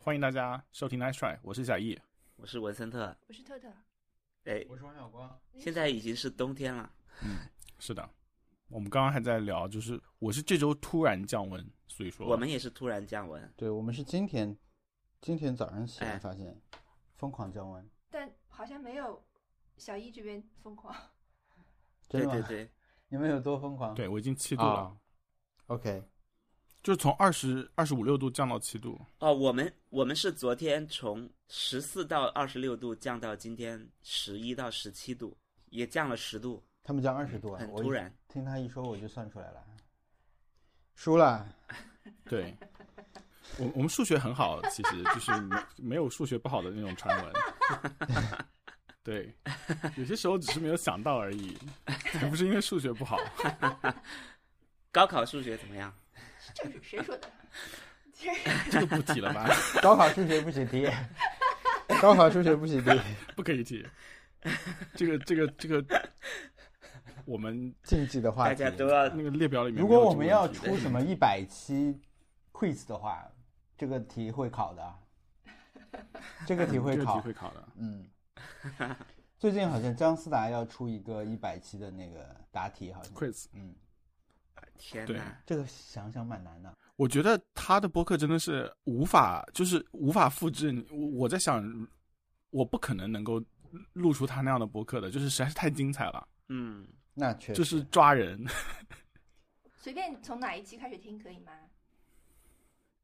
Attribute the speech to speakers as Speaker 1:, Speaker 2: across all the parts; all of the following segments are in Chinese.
Speaker 1: 欢迎大家收听 Nice Try，我是小 易。
Speaker 2: 我是文森特。
Speaker 3: 我是特特，
Speaker 2: 哎，
Speaker 4: 我是王小光，
Speaker 2: 现在已经是冬天了，
Speaker 1: 嗯是的，我们刚刚还在聊，就是我是这周突然降温，所以说
Speaker 2: 我们也是突然降温。
Speaker 4: 对我们是今天，今天早上起来
Speaker 2: 哎
Speaker 4: 发现疯狂降温，
Speaker 3: 但好像没有小一这边疯狂。
Speaker 4: 真
Speaker 2: 对
Speaker 4: 的吗？
Speaker 2: 对对，
Speaker 4: 你们有多疯狂？
Speaker 1: 对我已经七度了，
Speaker 4: 啊，OK，
Speaker 1: 就是从二十二十五六度降到七度。
Speaker 2: 哦，我们我们是昨天从十四到二十六度降到今天十一到十七度，也降了十度，
Speaker 4: 他们降二十度啊，
Speaker 2: 很
Speaker 4: 我
Speaker 2: 突然。
Speaker 4: 听他一说我就算出来了，输了，
Speaker 1: 对，我我们数学很好，其实就是没没有数学不好的那种传闻。 对，有些时候只是没有想到而已，也不是因为数学不好。
Speaker 2: 高考数学怎么样？
Speaker 3: 这是谁说的？
Speaker 1: 这个不提了吧，
Speaker 4: 高考数学不许提， 高考数学不许提，
Speaker 1: 不可以提。这个这个这个，我们
Speaker 4: 禁忌的话
Speaker 2: 大
Speaker 4: 题
Speaker 2: 家。都要
Speaker 1: 那个列表里面
Speaker 4: 如
Speaker 1: 没有这个
Speaker 4: 果我
Speaker 1: 问题，
Speaker 4: 们要出什么一百期 quiz 的话，这个题会考的， 这个题
Speaker 1: 这
Speaker 4: 会
Speaker 1: 个题
Speaker 4: 考，
Speaker 1: 会考的。
Speaker 4: 嗯。 最近好像姜思达要出一个一百期的那个答题，好像
Speaker 1: quiz。
Speaker 4: 嗯，
Speaker 2: 天
Speaker 1: 对
Speaker 2: 哪！
Speaker 4: 这个想想蛮难的。
Speaker 1: 我觉得他的播客真的是无法，就是无法复制。你我我在想，我不可能能够录出他那样的播客的，就是实在是太精彩了，
Speaker 2: 嗯，
Speaker 4: 那确实，
Speaker 1: 就是抓人。
Speaker 3: 随便从哪一期开始听可以吗？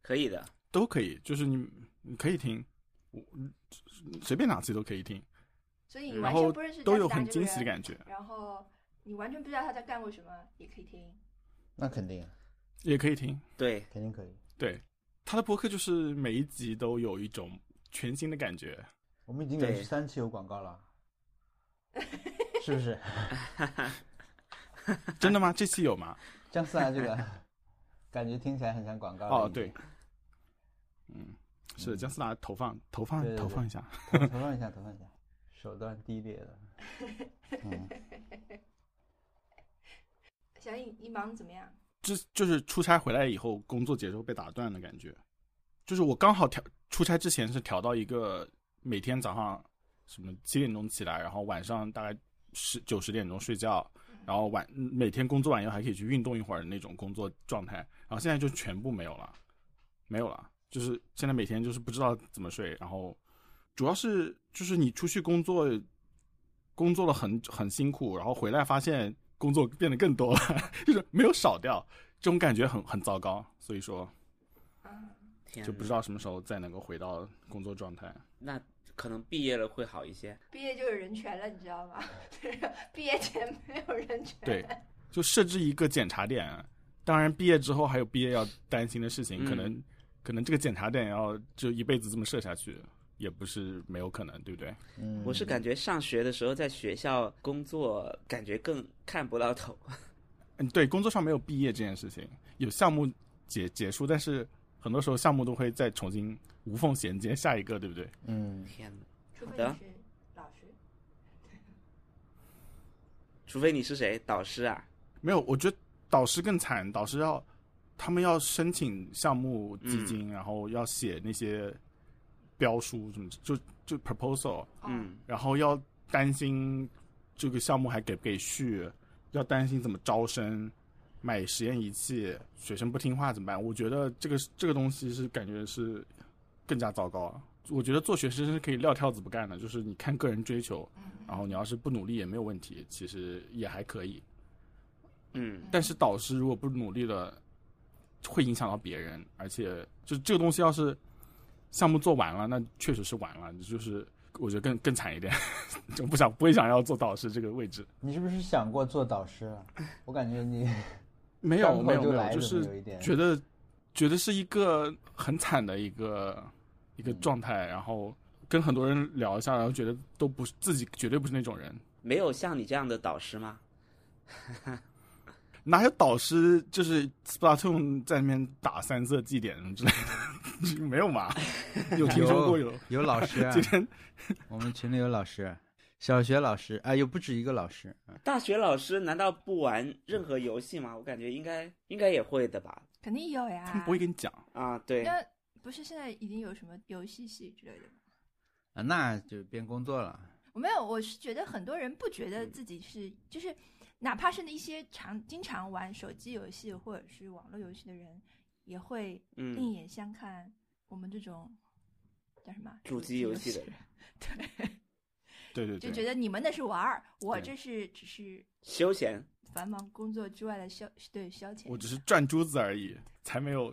Speaker 2: 可以的。
Speaker 1: 都可以，就是你你可以听，我随便哪期都可以听，
Speaker 3: 所以
Speaker 2: 嗯
Speaker 3: 你
Speaker 1: 然
Speaker 3: 完
Speaker 1: 后
Speaker 3: 全不认识
Speaker 1: 都
Speaker 3: 姜
Speaker 1: 有
Speaker 3: 思达
Speaker 1: 很
Speaker 3: 这
Speaker 1: 惊
Speaker 3: 个
Speaker 1: 喜的
Speaker 3: 人
Speaker 1: 感觉，
Speaker 3: 然后你完全不知道他在干过什么，也可以听。
Speaker 4: 那肯定
Speaker 1: 也可以听。
Speaker 2: 对，
Speaker 4: 肯定可以。
Speaker 1: 对，他的播客就是每一集都有一种全新的感觉。
Speaker 4: 我们已经连
Speaker 2: 对
Speaker 4: 续三期有广告了，是不是？
Speaker 1: 真的吗？这期有吗？
Speaker 4: 姜思达 这个感觉听起来很像广告了
Speaker 1: 哦，
Speaker 4: 已
Speaker 1: 对
Speaker 4: 经，，
Speaker 1: 嗯，是姜思达投放投放
Speaker 4: 对对对
Speaker 1: 投放一下，
Speaker 4: 投投放一下，投放一下，手段低 劣的。嗯，
Speaker 3: 小一，你忙得怎么样？
Speaker 1: 这就是出差回来以后工作节奏被打断的感觉。就是我刚好调出差之前是调到一个每天早上什么七点钟起来，然后晚上大概十九十点钟睡觉，然后晚每天工作完以后还可以去运动一会儿的那种工作状态。然后现在就全部没有了，没有了，就是现在每天就是不知道怎么睡。然后主要是就是你出去工作，工作了很很辛苦，然后回来发现工作变得更多了， 就是没有少掉，这种感觉很很糟糕。所以说
Speaker 3: 啊，
Speaker 2: 天
Speaker 1: 就不知
Speaker 2: 道。
Speaker 1: 道什么时候再能够回到工作状态。
Speaker 2: 那可能毕业了会好一些。
Speaker 3: 毕业就有人权了，你知道吗？ 啊毕业前没有人权。
Speaker 1: 对，就设置一个检查点。当然，毕业之后还有毕业要担心的事情，
Speaker 2: 嗯
Speaker 1: 可能可能这个检查点要就一辈子这么设下去，也不是没有可能，对不对？
Speaker 4: 嗯
Speaker 2: 我是感觉上学的时候在学校工作，感觉更看不到头。
Speaker 1: 嗯，对，工作上没有毕业这件事情，有项目结结束，但是很多时候项目都会再重新无缝衔接下一个，对不对？
Speaker 4: 嗯，
Speaker 2: 天哪！
Speaker 3: 除非
Speaker 2: 好的
Speaker 3: 你是老师。
Speaker 2: 除非你是谁导师啊？
Speaker 1: 没有，我觉得导师更惨，导师要他们要申请项目基金，然后要写那些标书什么，就就 proposal，
Speaker 3: 哦，
Speaker 2: 嗯，
Speaker 1: 然后要担心这个项目还给不给续，要担心怎么招生，买实验仪器，学生不听话怎么办？我觉得这个这个东西是感觉是更加糟糕。我觉得做学生是可以撂挑子不干的，就是你看个人追求，然后你要是不努力也没有问题，其实也还可以。
Speaker 2: 嗯，
Speaker 1: 但是导师如果不努力了，会影响到别人，而且就这个东西要是项目做完了，那确实是完了，就是我觉得更更惨一点， 就不想不会想要做导师这个位置。
Speaker 4: 你是不是想过做导师了？我感觉你
Speaker 1: 没
Speaker 4: 张
Speaker 1: 有
Speaker 4: 口
Speaker 1: 没有
Speaker 4: 就
Speaker 1: 没
Speaker 4: 来
Speaker 1: 有，就
Speaker 4: 怎么
Speaker 1: 是
Speaker 4: 有一点
Speaker 1: 觉得觉得是一个很惨的一个一个
Speaker 4: 嗯
Speaker 1: 状态，然后跟很多人聊一下，然后觉得都不是自己绝对不是那种人，
Speaker 2: 没有像你这样的导师吗？
Speaker 1: 哪有导师就是 Splatoon 在那边打三色祭典什 么之类的？没有 嘛？有听说过有？
Speaker 4: 有老师、啊
Speaker 1: 今天
Speaker 4: 我们群里有老师，小学老师，哎，有不止一个老师。
Speaker 2: 大学老师难道不玩任何游戏吗？我感觉应该应该也会的吧。
Speaker 3: 肯定有呀。
Speaker 1: 他们不会跟你讲，
Speaker 2: 啊，对，
Speaker 3: 那不是现在已经有什么游戏系之类的吗？
Speaker 4: 啊，那就变工作了。
Speaker 3: 我没有，我是觉得很多人不觉
Speaker 2: 嗯
Speaker 3: 得自己是，就是哪怕是那一些常经常玩手机游戏或者是网络游戏的人，也会
Speaker 2: 嗯，
Speaker 3: 另眼相看我们这种叫什么
Speaker 2: 主机游戏的
Speaker 3: 人，
Speaker 1: 对
Speaker 3: 对，
Speaker 1: 对
Speaker 3: 就觉
Speaker 1: 对，
Speaker 3: 得你们那是玩儿，我
Speaker 1: 对
Speaker 3: 这是只是
Speaker 2: 休闲，
Speaker 3: 繁忙工作之外的消对消遣，
Speaker 1: 我只是转珠子而已，才没有。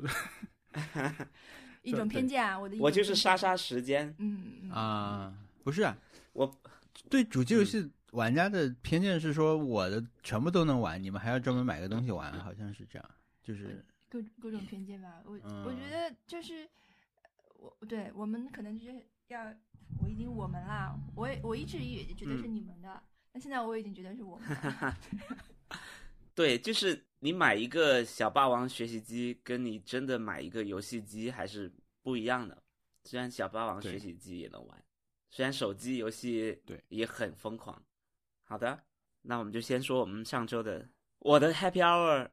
Speaker 3: 一种
Speaker 1: 对
Speaker 3: 偏见啊，我的一
Speaker 2: 我
Speaker 3: 种
Speaker 2: 就是
Speaker 3: 偏
Speaker 2: 杀
Speaker 3: 见，
Speaker 2: 杀时间。
Speaker 3: 嗯嗯
Speaker 4: 啊，不是啊，
Speaker 2: 我
Speaker 4: 对主机游戏玩家的偏见是说我的全部都能玩，你们还要专门买个东西玩，好像是这样，就是
Speaker 3: 各各种偏见吧。我、我觉
Speaker 4: 嗯
Speaker 3: 得就是我对我们可能就是要我已经我们啦，我也我一直也觉得是
Speaker 2: 嗯
Speaker 3: 你们的，那、现在我已经觉得是我们了
Speaker 2: 对，就是你买一个小霸王学习机，跟你真的买一个游戏机还是不一样的。虽然小霸王
Speaker 1: 对
Speaker 2: 学习机也能玩，虽然手机游戏
Speaker 1: 对
Speaker 2: 也很疯狂。好的，那我们就先说我们上周的我的 Happy Hour。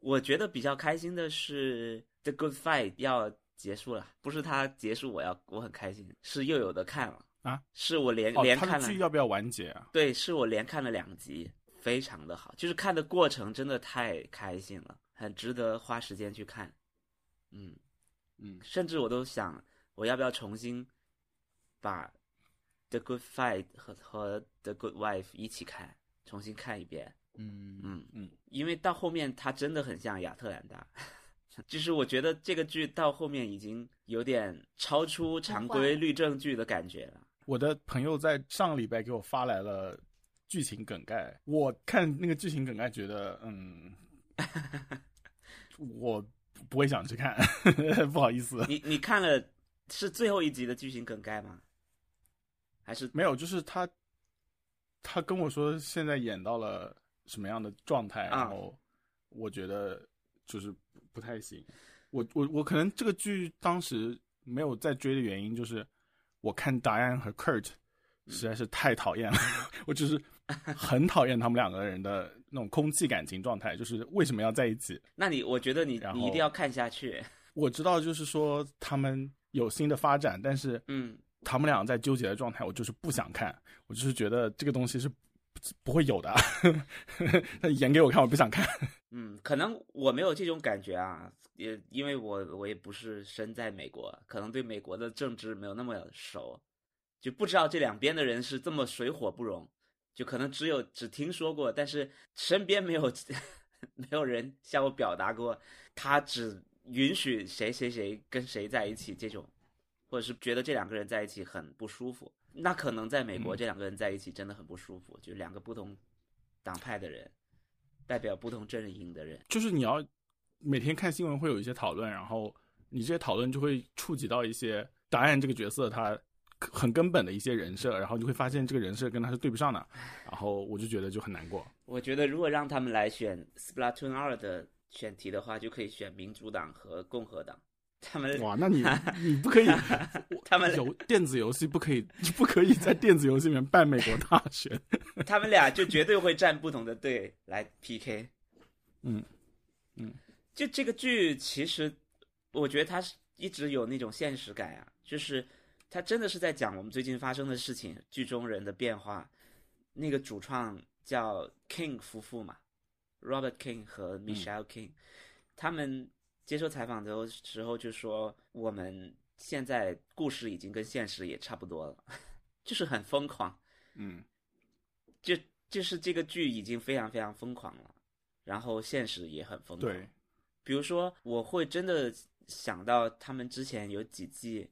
Speaker 2: 我觉得比较开心的是《The Good Fight》要结束了，不是它结束，我要我很开心，是又有的看了
Speaker 1: 啊，
Speaker 2: 是我连
Speaker 1: 哦，
Speaker 2: 连
Speaker 1: 他
Speaker 2: 看
Speaker 1: 的
Speaker 2: 了。
Speaker 1: 剧要不要完结啊？
Speaker 2: 对，是我连看了两集，非常的好，就是看的过程真的太开心了，很值得花时间去看。嗯，
Speaker 1: 嗯，
Speaker 2: 甚至我都想，我要不要重新把《The Good Fight》和和《The Good Wife》一起看，重新看一遍。
Speaker 4: 嗯，
Speaker 2: 嗯
Speaker 1: 嗯，
Speaker 2: 因为到后面他真的很像亚特兰大， 就是我觉得这个剧到后面已经有点超出常
Speaker 3: 魔幻
Speaker 2: 规律政剧的感觉了。
Speaker 1: 我的朋友在上个礼拜给我发来了剧情梗概，我看那个剧情梗概，觉得 嗯，我不会想去看， 不好意思。
Speaker 2: 你你看了是最后一集的剧情梗概吗？还是
Speaker 1: 没有，就是他，他跟我说现在演到了什么样的状态，
Speaker 2: 啊
Speaker 1: 然后我觉得就是不不太行。我我我可能这个剧当时没有再追的原因，就是我看达安和 Kurt 实在是太讨厌了， 我就是很讨厌他们两个人的那种空气感情状态，就是为什么要在一起？
Speaker 2: 那你我觉得你
Speaker 1: 然后
Speaker 2: 你一定要看下去。
Speaker 1: 我知道就是说他们有新的发展，但是
Speaker 2: 嗯，
Speaker 1: 他们俩在纠结的状态，我就是不想看，我就是觉得这个东西是不不会有的。 他演给我看，我不想看。
Speaker 2: 嗯，可能我没有这种感觉啊，也因为我我也不是身在美国，可能对美国的政治没有那么熟，就不知道这两边的人是这么水火不容，就可能只有只听说过，但是身边没有 没有人向我表达过，他只允许谁谁谁跟谁在一起这种，或者是觉得这两个人在一起很不舒服，那可能在美
Speaker 1: 嗯
Speaker 2: 国这两个人在一起真的很不舒服，就两个不同党派的人。代表不同阵营的人，
Speaker 1: 就是你要每天看新闻会有一些讨论，然后你这些讨论就会触及到一些答案这个角色他很根本的一些人设，然后你会发现这个人设跟他是对不上的，然后我就觉得就很难过。
Speaker 2: 我觉得如果让他们来选 Splatoon 二的选题的话，就可以选民主党和共和党。他们
Speaker 1: 哇， 那你你不可以，
Speaker 2: 他们
Speaker 1: 游电子游戏不可以，不可以在电子游戏里面办美国大选。
Speaker 2: 他们俩就绝对会站不同的队来 PK。
Speaker 1: 嗯嗯，
Speaker 2: 就这个剧，其实我觉得它是一直有那种现实感啊，就是它真的是在讲我们最近发生的事情，剧中人的变化。那个主创叫 King 夫妇嘛，Robert King 和 Michelle King，、他们接受采访的时候就说，我们现在故事已经跟现实也差不多了， 就是很疯狂。
Speaker 1: 嗯，
Speaker 2: 就就是这个剧已经非常非常疯狂了，然后现实也很疯 狂。
Speaker 1: 对，
Speaker 2: 比如说，我会真的想到他们之前有几季，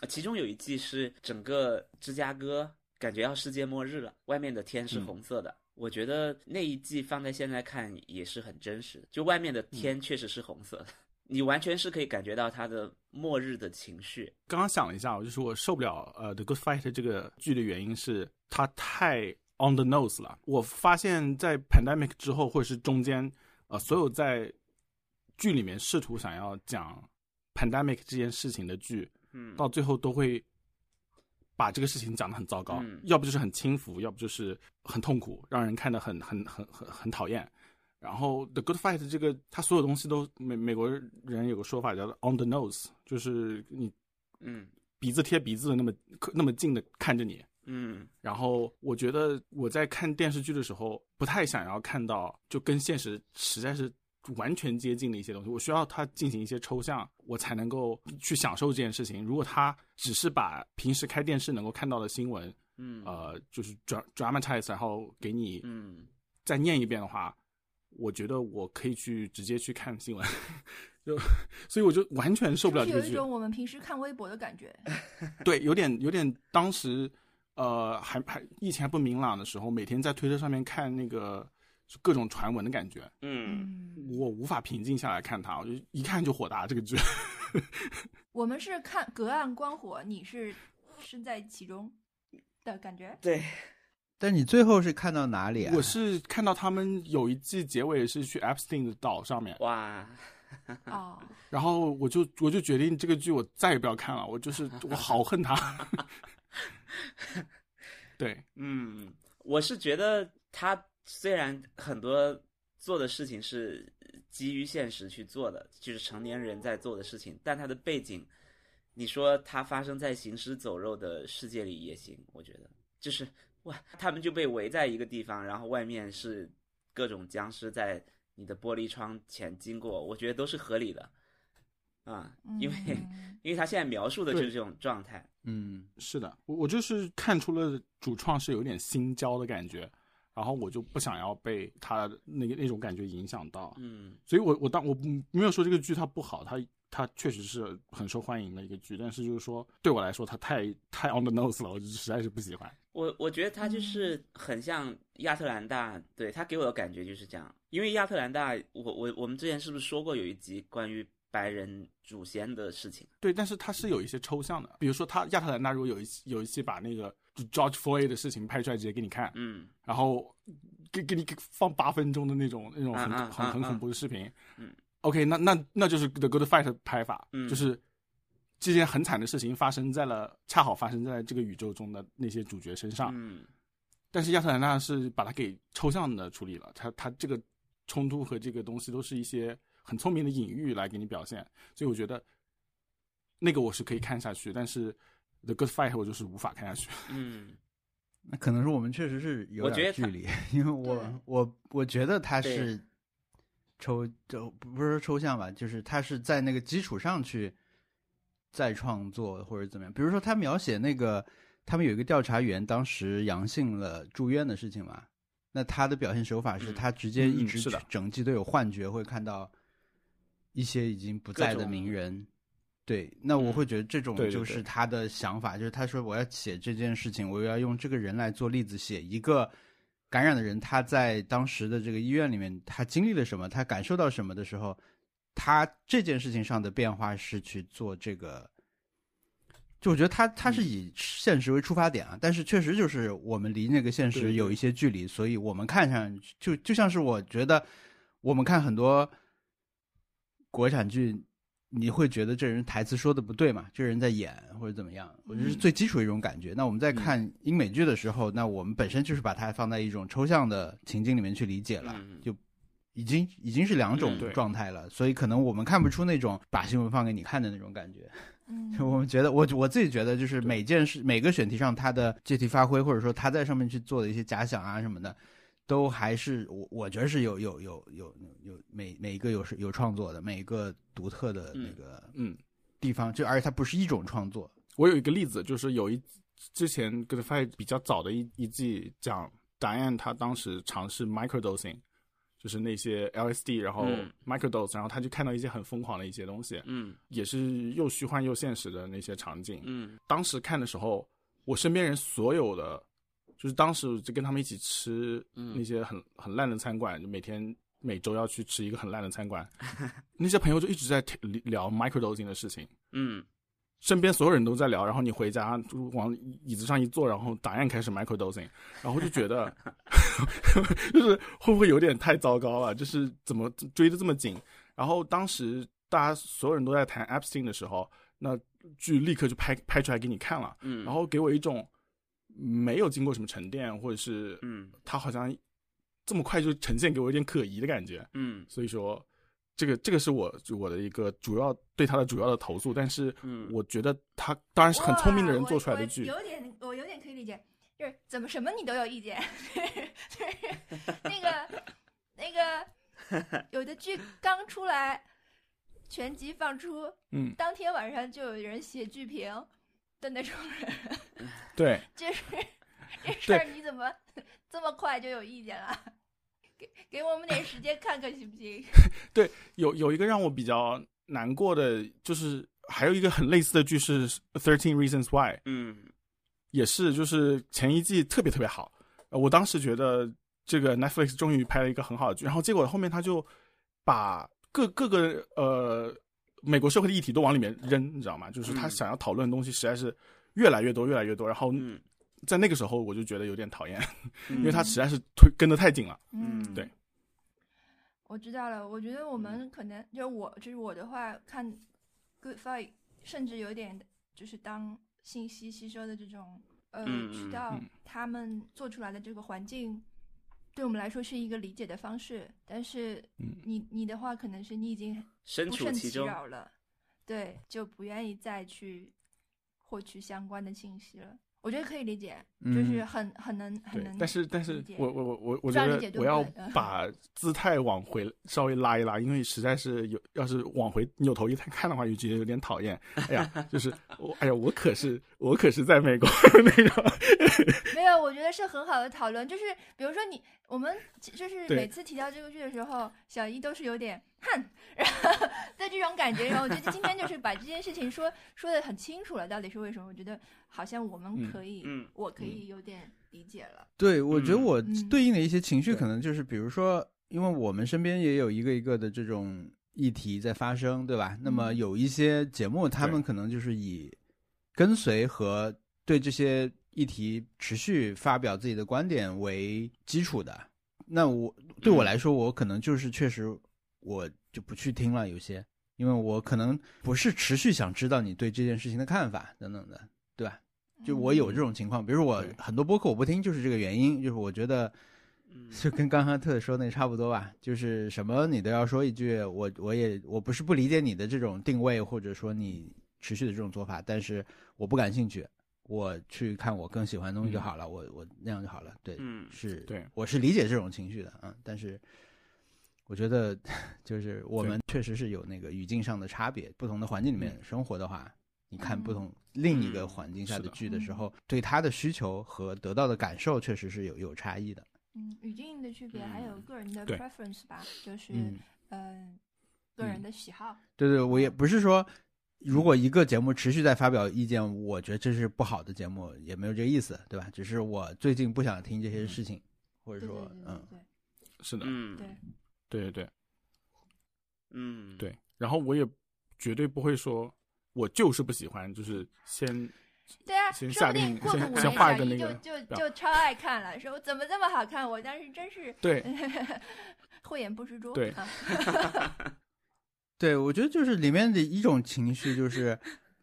Speaker 2: 呃其中有一季是整个芝加哥感觉要世界末日了，外面的天是
Speaker 1: 嗯
Speaker 2: 红色的。我觉得那一季放在现在看也是很真实的，就外面
Speaker 1: 嗯
Speaker 2: 的天确实是红色的， 你完全是可以感觉到它的末日的情绪。
Speaker 1: 刚刚想了一下，我就是我受不了呃《The Good Fight》这个剧的原因是它太 on the nose 了。我发现，在 pandemic 之后或者是中间，呃，所有在剧里面试图想要讲 pandemic 这件事情的剧，
Speaker 2: 嗯，
Speaker 1: 到最后都会把这个事情讲得很糟糕，
Speaker 2: 嗯
Speaker 1: 要不就是很轻浮，要不就是很痛苦，让人看得很很很很很讨厌。然后《The Good Fight》这个，它所有东西都美美国人有个说法叫做 “on the nose”，就是你
Speaker 2: 嗯
Speaker 1: 鼻子贴鼻子的那么那么近的看着你。
Speaker 2: 嗯
Speaker 1: 然后我觉得我在看电视剧的时候，不太想要看到就跟现实实在是完全接近的一些东西，我需要它进行一些抽象，我才能够去享受这件事情。如果它只是把平时开电视能够看到的新闻，
Speaker 2: 嗯
Speaker 1: 呃，就是 dra- dramatize，然后给你
Speaker 2: 嗯
Speaker 1: 再念一遍的话，我觉得我可以去直接去看新闻， 就所以我就完全受不了
Speaker 3: 是
Speaker 1: 这
Speaker 3: 不
Speaker 1: 个
Speaker 3: 是有一
Speaker 1: 剧。
Speaker 3: 种我们平时看微博的感觉。
Speaker 1: 对，有点有点当时呃还还疫情还不明朗的时候，每天在推特上面看那个就各种传闻的感觉，
Speaker 2: 嗯
Speaker 3: 嗯，
Speaker 1: 我无法平静下来看它，我就一看就火大这个剧。
Speaker 3: 我们是看隔岸观火，你是身在其中的感觉。
Speaker 2: 对，
Speaker 4: 但你最后是看到哪里啊？
Speaker 1: 我是看到他们有一季结尾是去 Epstein 的岛上面，
Speaker 2: 哇，
Speaker 3: 哦，
Speaker 1: 然后我就我就决定这个剧我再也不要看了，我就是我好恨他。 对，
Speaker 2: 嗯，我是觉得他虽然很多做的事情是基于现实去做的，就是成年人在做的事情，但他的背景，你说它发生在行尸走肉的世界里也行，我觉得就是哇，他们就被围在一个地方，然后外面是各种僵尸在你的玻璃窗前经过，我觉得都是合理的啊，因为
Speaker 3: 嗯
Speaker 2: 因为他现在描述的就是这种状态，
Speaker 4: 嗯，
Speaker 1: 是的，我我就是看出了主创是有点心焦的感觉，然后我就不想要被他那个那种感觉影响到，
Speaker 2: 嗯
Speaker 1: 所以我我当我不没有说这个剧它不好，它它确实是很受欢迎的一个剧，但是就是说对我来说它太太 on the nose 了，我实在是不喜欢。
Speaker 2: 我我觉得
Speaker 1: 嗯
Speaker 2: 他就是很像亚特兰大，对他给我的感觉就是这样。因为亚特兰大，我我我们之前是不是说过有一集关于白人祖先的事情？啊
Speaker 1: 对，但是它是有一些抽象的，比如说他亚特兰大如果有一期有一期把那个 George Floyd 的事情拍出来直接给你看，
Speaker 2: 嗯
Speaker 1: 然后给给你放八分钟的那种那种很
Speaker 2: 啊啊
Speaker 1: 很
Speaker 2: 啊
Speaker 1: 很
Speaker 2: 啊
Speaker 1: 恐怖的视频。
Speaker 2: 嗯
Speaker 1: ，OK，那那那就是 The Good Fight 的拍法，
Speaker 2: 嗯
Speaker 1: 就是这件很惨的事情发生在了恰好发生在这个宇宙中的那些主角身上。
Speaker 2: 嗯
Speaker 1: 但是亚特兰大是把它给抽象的处理了，它它这个冲突和这个东西都是一些很聪明的隐喻来给你表现，所以我觉得那个我是可以看下去，但是 The Good Fight 我就是无法看下去。
Speaker 2: 嗯，
Speaker 4: 那可能是我们确实是有
Speaker 2: 我觉
Speaker 4: 点
Speaker 2: 得
Speaker 4: 距
Speaker 2: 他
Speaker 4: 离，因为我
Speaker 3: 对
Speaker 4: 我我觉得他
Speaker 2: 对
Speaker 4: 是抽就不是说抽象吧，就是他是在那个基础上去再创作或者怎么样。比如说他描写那个他们有一个调查员当时阳性了住院的事情嘛，那他的表现手法是
Speaker 2: 嗯
Speaker 4: 他直接一
Speaker 1: 嗯
Speaker 4: 直
Speaker 1: 是的
Speaker 4: 整季都有幻觉，会看到一些已经不在
Speaker 2: 各
Speaker 4: 的
Speaker 2: 种嗯
Speaker 4: 名人。对，那我会觉得这种
Speaker 1: 对对对
Speaker 4: 就是他的想法，就是他说我要写这件事情，我又要用这个人来做例子，写一个感染的人他在当时的这个医院里面他经历了什么，他感受到什么的时候，他这件事情上的变化是去做这个。就我觉得他他
Speaker 1: 嗯
Speaker 4: 是以现实为出发点啊，但是确实就是我们离那个现
Speaker 1: 对
Speaker 4: 实
Speaker 1: 对
Speaker 4: 有一些距离，所以我们看上去就就像是我觉得我们看很多国产剧，你会觉得这人台词说的不对嘛，这人在演或者怎么样，我
Speaker 2: 嗯
Speaker 4: 觉得是最基础的一种感觉。那我们在看英美剧的时候，那我们本身就是把它放在一种抽象的情境里面去理解了，
Speaker 2: 嗯
Speaker 4: 就已经已经是两种
Speaker 2: 嗯
Speaker 1: 对
Speaker 4: 状态了，所以可能我们看不出那种把新闻放给你看的那种感觉。
Speaker 3: 嗯
Speaker 4: 我们觉得，我我自己觉得，就是每件事、每个选题上，他的借题发挥，或者说他在上面去做的一些假想啊什么的，都还是我我觉得是有有有有有每每一个有是有创作的，每一个独特的那个
Speaker 1: 嗯，
Speaker 4: 地方，就而且它不是一种创作，
Speaker 1: 我有一个例子，就是有一之前 Good Fight 比较早的一一季讲 Diane 她当时尝试 microdosing，就是那些 LSD，然后
Speaker 2: 嗯
Speaker 1: microdose，、然后她就看到一些很疯狂的一些东西，
Speaker 2: 嗯
Speaker 1: 也是又虚幻又现实的那些场景。
Speaker 2: 嗯
Speaker 1: 当时看的时候，我身边人所有的，就是当时就跟他们一起吃
Speaker 2: 嗯
Speaker 1: 那些很很烂的餐馆，就每天每周要去吃一个很烂的餐馆， 那些朋友就一直在聊 microdosing 的事情。
Speaker 2: 嗯
Speaker 1: 身边所有人都在聊，然后你回家就往椅子上一坐，然后答案开始 microdosing，然后就觉得， 就是会不会有点太糟糕了？就是怎么追的这么紧？然后当时大家所有人都在谈 Epstein 的时候，那剧立刻就拍拍出来给你看了，
Speaker 2: 嗯，
Speaker 1: 然后给我一种没有经过什么沉淀，或者是
Speaker 2: 嗯
Speaker 1: 他好像这么快就呈现给我有点可疑的感觉。
Speaker 2: 嗯
Speaker 1: 所以说，这个这个是我我的一个主要对他的主要的投诉，但是
Speaker 2: 嗯
Speaker 1: 我觉得他当然是很聪明的人做出来的剧
Speaker 3: 哇，我我有点我有点可以理解，就是怎么什么你都有意见，就是那个那个 有的剧刚出来，全集放出，
Speaker 1: 嗯，
Speaker 3: 当天晚上就有人写剧评的那种人，
Speaker 1: 对，
Speaker 3: 就是这事儿你怎么 这么快就有意见了？ 给给我们点时间看看行不行？
Speaker 1: 有有一个让我比较难过的，就是还有一个很类似的剧是《Thirteen Reasons Why》，
Speaker 2: 嗯
Speaker 1: 也是就是前一季特别特别好，呃我当时觉得这个 Netflix 终于拍了一个很好的剧，然后结果后面他就把各各个呃美国社会的议题都往里面扔，你知道吗？就是他
Speaker 2: 嗯
Speaker 1: 想要讨论的东西实在是越来越多，越来越多，然后
Speaker 2: 嗯，
Speaker 1: 在那个时候我就觉得有点讨厌，
Speaker 2: 因
Speaker 1: 因为他实在是推跟得太紧了。
Speaker 2: 嗯
Speaker 1: 对
Speaker 3: 我知道了，我觉得我们可能就是我，就是我的话，看《Good Fight》，甚至有点就是当信息吸收的这种呃
Speaker 2: 嗯嗯
Speaker 3: 渠道
Speaker 1: 嗯，
Speaker 3: 他们做出来的这个环境，对我们来说是一个理解的方式。但是
Speaker 1: 嗯
Speaker 3: 你你的话，可能是你已经
Speaker 2: 身
Speaker 3: 不
Speaker 2: 处
Speaker 3: 胜
Speaker 2: 其中，
Speaker 3: 扰了，对，就不愿意再去获取相关的信息了。我觉得可以理解，就是
Speaker 4: 嗯
Speaker 3: 很很能很
Speaker 1: 对
Speaker 3: 能，，
Speaker 1: 但是但
Speaker 3: 理
Speaker 1: 是
Speaker 3: 解
Speaker 1: 我我我我
Speaker 3: 不
Speaker 1: 我
Speaker 3: 知道
Speaker 1: 觉
Speaker 3: 理解
Speaker 1: 得
Speaker 3: 对
Speaker 1: 我
Speaker 3: 不
Speaker 1: 要
Speaker 3: 对嗯
Speaker 1: 把姿态往回稍微拉一拉，因为实在是有要是往回扭头一看的话，就觉得有点讨厌。哎呀，就是我哎呀，我可是我可是在美国那种，
Speaker 3: 没有，我觉得是很好的讨论。就是比如说你，我们其就是
Speaker 1: 对
Speaker 3: 每次提到这个剧的时候，小一都是有点哼，然后的这种感觉。然后我觉得今天就是把这件事情说说的很清楚了，到底是为什么？我觉得好像我们
Speaker 1: 嗯
Speaker 3: 可以，
Speaker 2: 嗯
Speaker 3: 我可以有点理解了。
Speaker 4: 对，我觉得
Speaker 2: 嗯
Speaker 4: 我
Speaker 3: 嗯
Speaker 4: 对应的一些情绪，
Speaker 1: 对
Speaker 4: 可能就是比如说，因为我们身边也有一个一个的这种议题在发生，对吧？那么
Speaker 3: 嗯
Speaker 4: 有一些节目，他们
Speaker 1: 对
Speaker 4: 可能就是以跟随和对这些议题持续发表自己的观点为基础的。那我对我
Speaker 2: 嗯
Speaker 4: 来说，我可能就是确实我就不去听了，有些，因为我可能不是持续想知道你对这件事情的看法等等的，对吧？
Speaker 3: 嗯
Speaker 4: 就我有这种情况，比如说我
Speaker 1: 对
Speaker 4: 很多播客我不听，就是这个原因，就是我觉得
Speaker 2: 嗯
Speaker 4: 就跟刚刚特说那差不多吧，就是什么你都要说一句，我我也我不是不理解你的这种定位，或者说你持续的这种做法，但是我不感兴趣，我去看我更喜欢的东西就好了，我我那样就好了，对，
Speaker 2: 嗯
Speaker 4: 是，
Speaker 1: 对
Speaker 4: 我是理解这种情绪的，嗯，但是我觉得 就是我们确实是有那个语境上的差别，不同的环境里
Speaker 3: 嗯
Speaker 4: 面生活的话，你看不同另一个环境下的
Speaker 1: 是的
Speaker 4: 剧的
Speaker 3: 嗯
Speaker 4: 时候，对它的需求和得到的感受确实是有有差异的，
Speaker 3: 嗯，语境的区别，还有
Speaker 2: 嗯
Speaker 3: 个人的
Speaker 1: 对
Speaker 3: preference 吧，就是
Speaker 4: 嗯，
Speaker 3: 嗯，个人的喜好。
Speaker 4: 对对，我也不是说。
Speaker 3: 嗯
Speaker 4: 如果一个节目持续在发表意见，我觉得这是不好的节目，也没有这个意思，对吧？只是我最近不想听这些事情，或
Speaker 3: 嗯对
Speaker 4: 者
Speaker 3: 对对，
Speaker 4: 说
Speaker 3: 对
Speaker 4: 嗯，
Speaker 3: 对，
Speaker 1: 是的，
Speaker 2: 嗯
Speaker 3: 对
Speaker 1: 对对对
Speaker 2: 嗯
Speaker 1: 对。然后我也绝对不会说我就是不喜欢，就是先
Speaker 3: 对啊，
Speaker 1: 先
Speaker 3: 说
Speaker 1: 下
Speaker 3: 不
Speaker 1: 个
Speaker 3: 定
Speaker 1: 命
Speaker 3: 过个
Speaker 1: 先
Speaker 3: 五
Speaker 1: 先
Speaker 3: 年，
Speaker 1: 画
Speaker 3: 小
Speaker 1: 一个那
Speaker 3: 姨就
Speaker 1: 个
Speaker 3: 就
Speaker 1: 表
Speaker 3: 就超爱看了，说怎么这么好看？我当时真是
Speaker 1: 对
Speaker 3: 慧眼不识珠。
Speaker 1: 对
Speaker 3: 啊，
Speaker 4: 对，我觉得就是里面的一种情绪，就是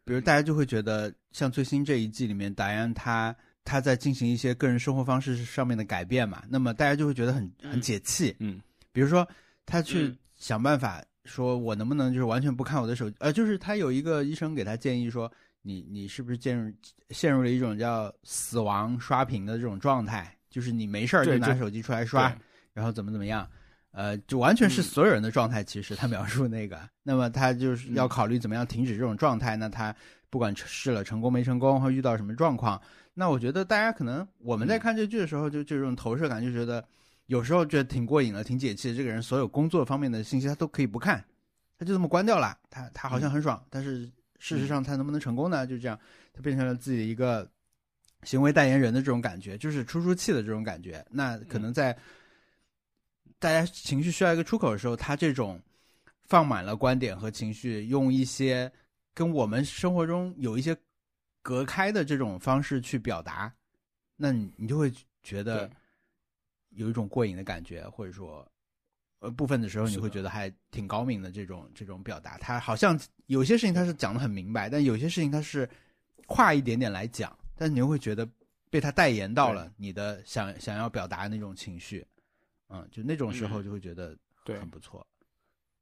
Speaker 4: 比如大家就会觉得，像最新这一季里面，达安他他在进行一些个人生活方式上面的改变嘛，那么大家就会觉得很
Speaker 2: 嗯
Speaker 4: 很解气。
Speaker 1: 嗯，
Speaker 4: 比如说他去
Speaker 2: 嗯
Speaker 4: 想办法说，我能不能就是完全不看我的手机？呃，就是他有一个医生给他建议说，你你是不是进入陷入了一种叫死亡刷屏的这种状态？就是你没事儿就
Speaker 1: 对
Speaker 4: 拿
Speaker 1: 就
Speaker 4: 手机出来刷，
Speaker 1: 对
Speaker 4: 然后怎么怎么样，呃，就完全是
Speaker 2: 嗯
Speaker 4: 所有人的状态。其实他描述那个，那么他就是要
Speaker 1: 嗯
Speaker 4: 考虑怎么样停止这种状态。那他不管试了成功没成功，或遇到什么状况，那我觉得大家可能我们在
Speaker 1: 嗯
Speaker 4: 看这剧的时候，就就这种投射感，就觉得有时候觉得挺过瘾的，挺解气的。这个人所有工作方面的信息他都可以不看，他就这么关掉了，他他好像
Speaker 1: 嗯
Speaker 4: 很爽，但是事实上他能不能成功呢？就这样，他变成了自己的一个行为代言人的这种感觉，就是出出气的这种感觉。那可
Speaker 1: 嗯
Speaker 4: 能在大家情绪需要一个出口的时候，他这种放满了观点和情绪，用一些跟我们生活中有一些隔开的这种方式去表达，那你你就会觉得
Speaker 1: 对
Speaker 4: 有一种过瘾的感觉，或者说，呃，部分的时候你
Speaker 1: 是的
Speaker 4: 会觉得还挺高明的这种这种表达。他好像有些事情他是讲的很明白，但有些事情他是跨一点点来讲，但你又会觉得被他代言到了你的想想要表达的那种情绪。嗯，就那种时候
Speaker 2: 嗯
Speaker 4: 就会觉得
Speaker 1: 对
Speaker 4: 很不错。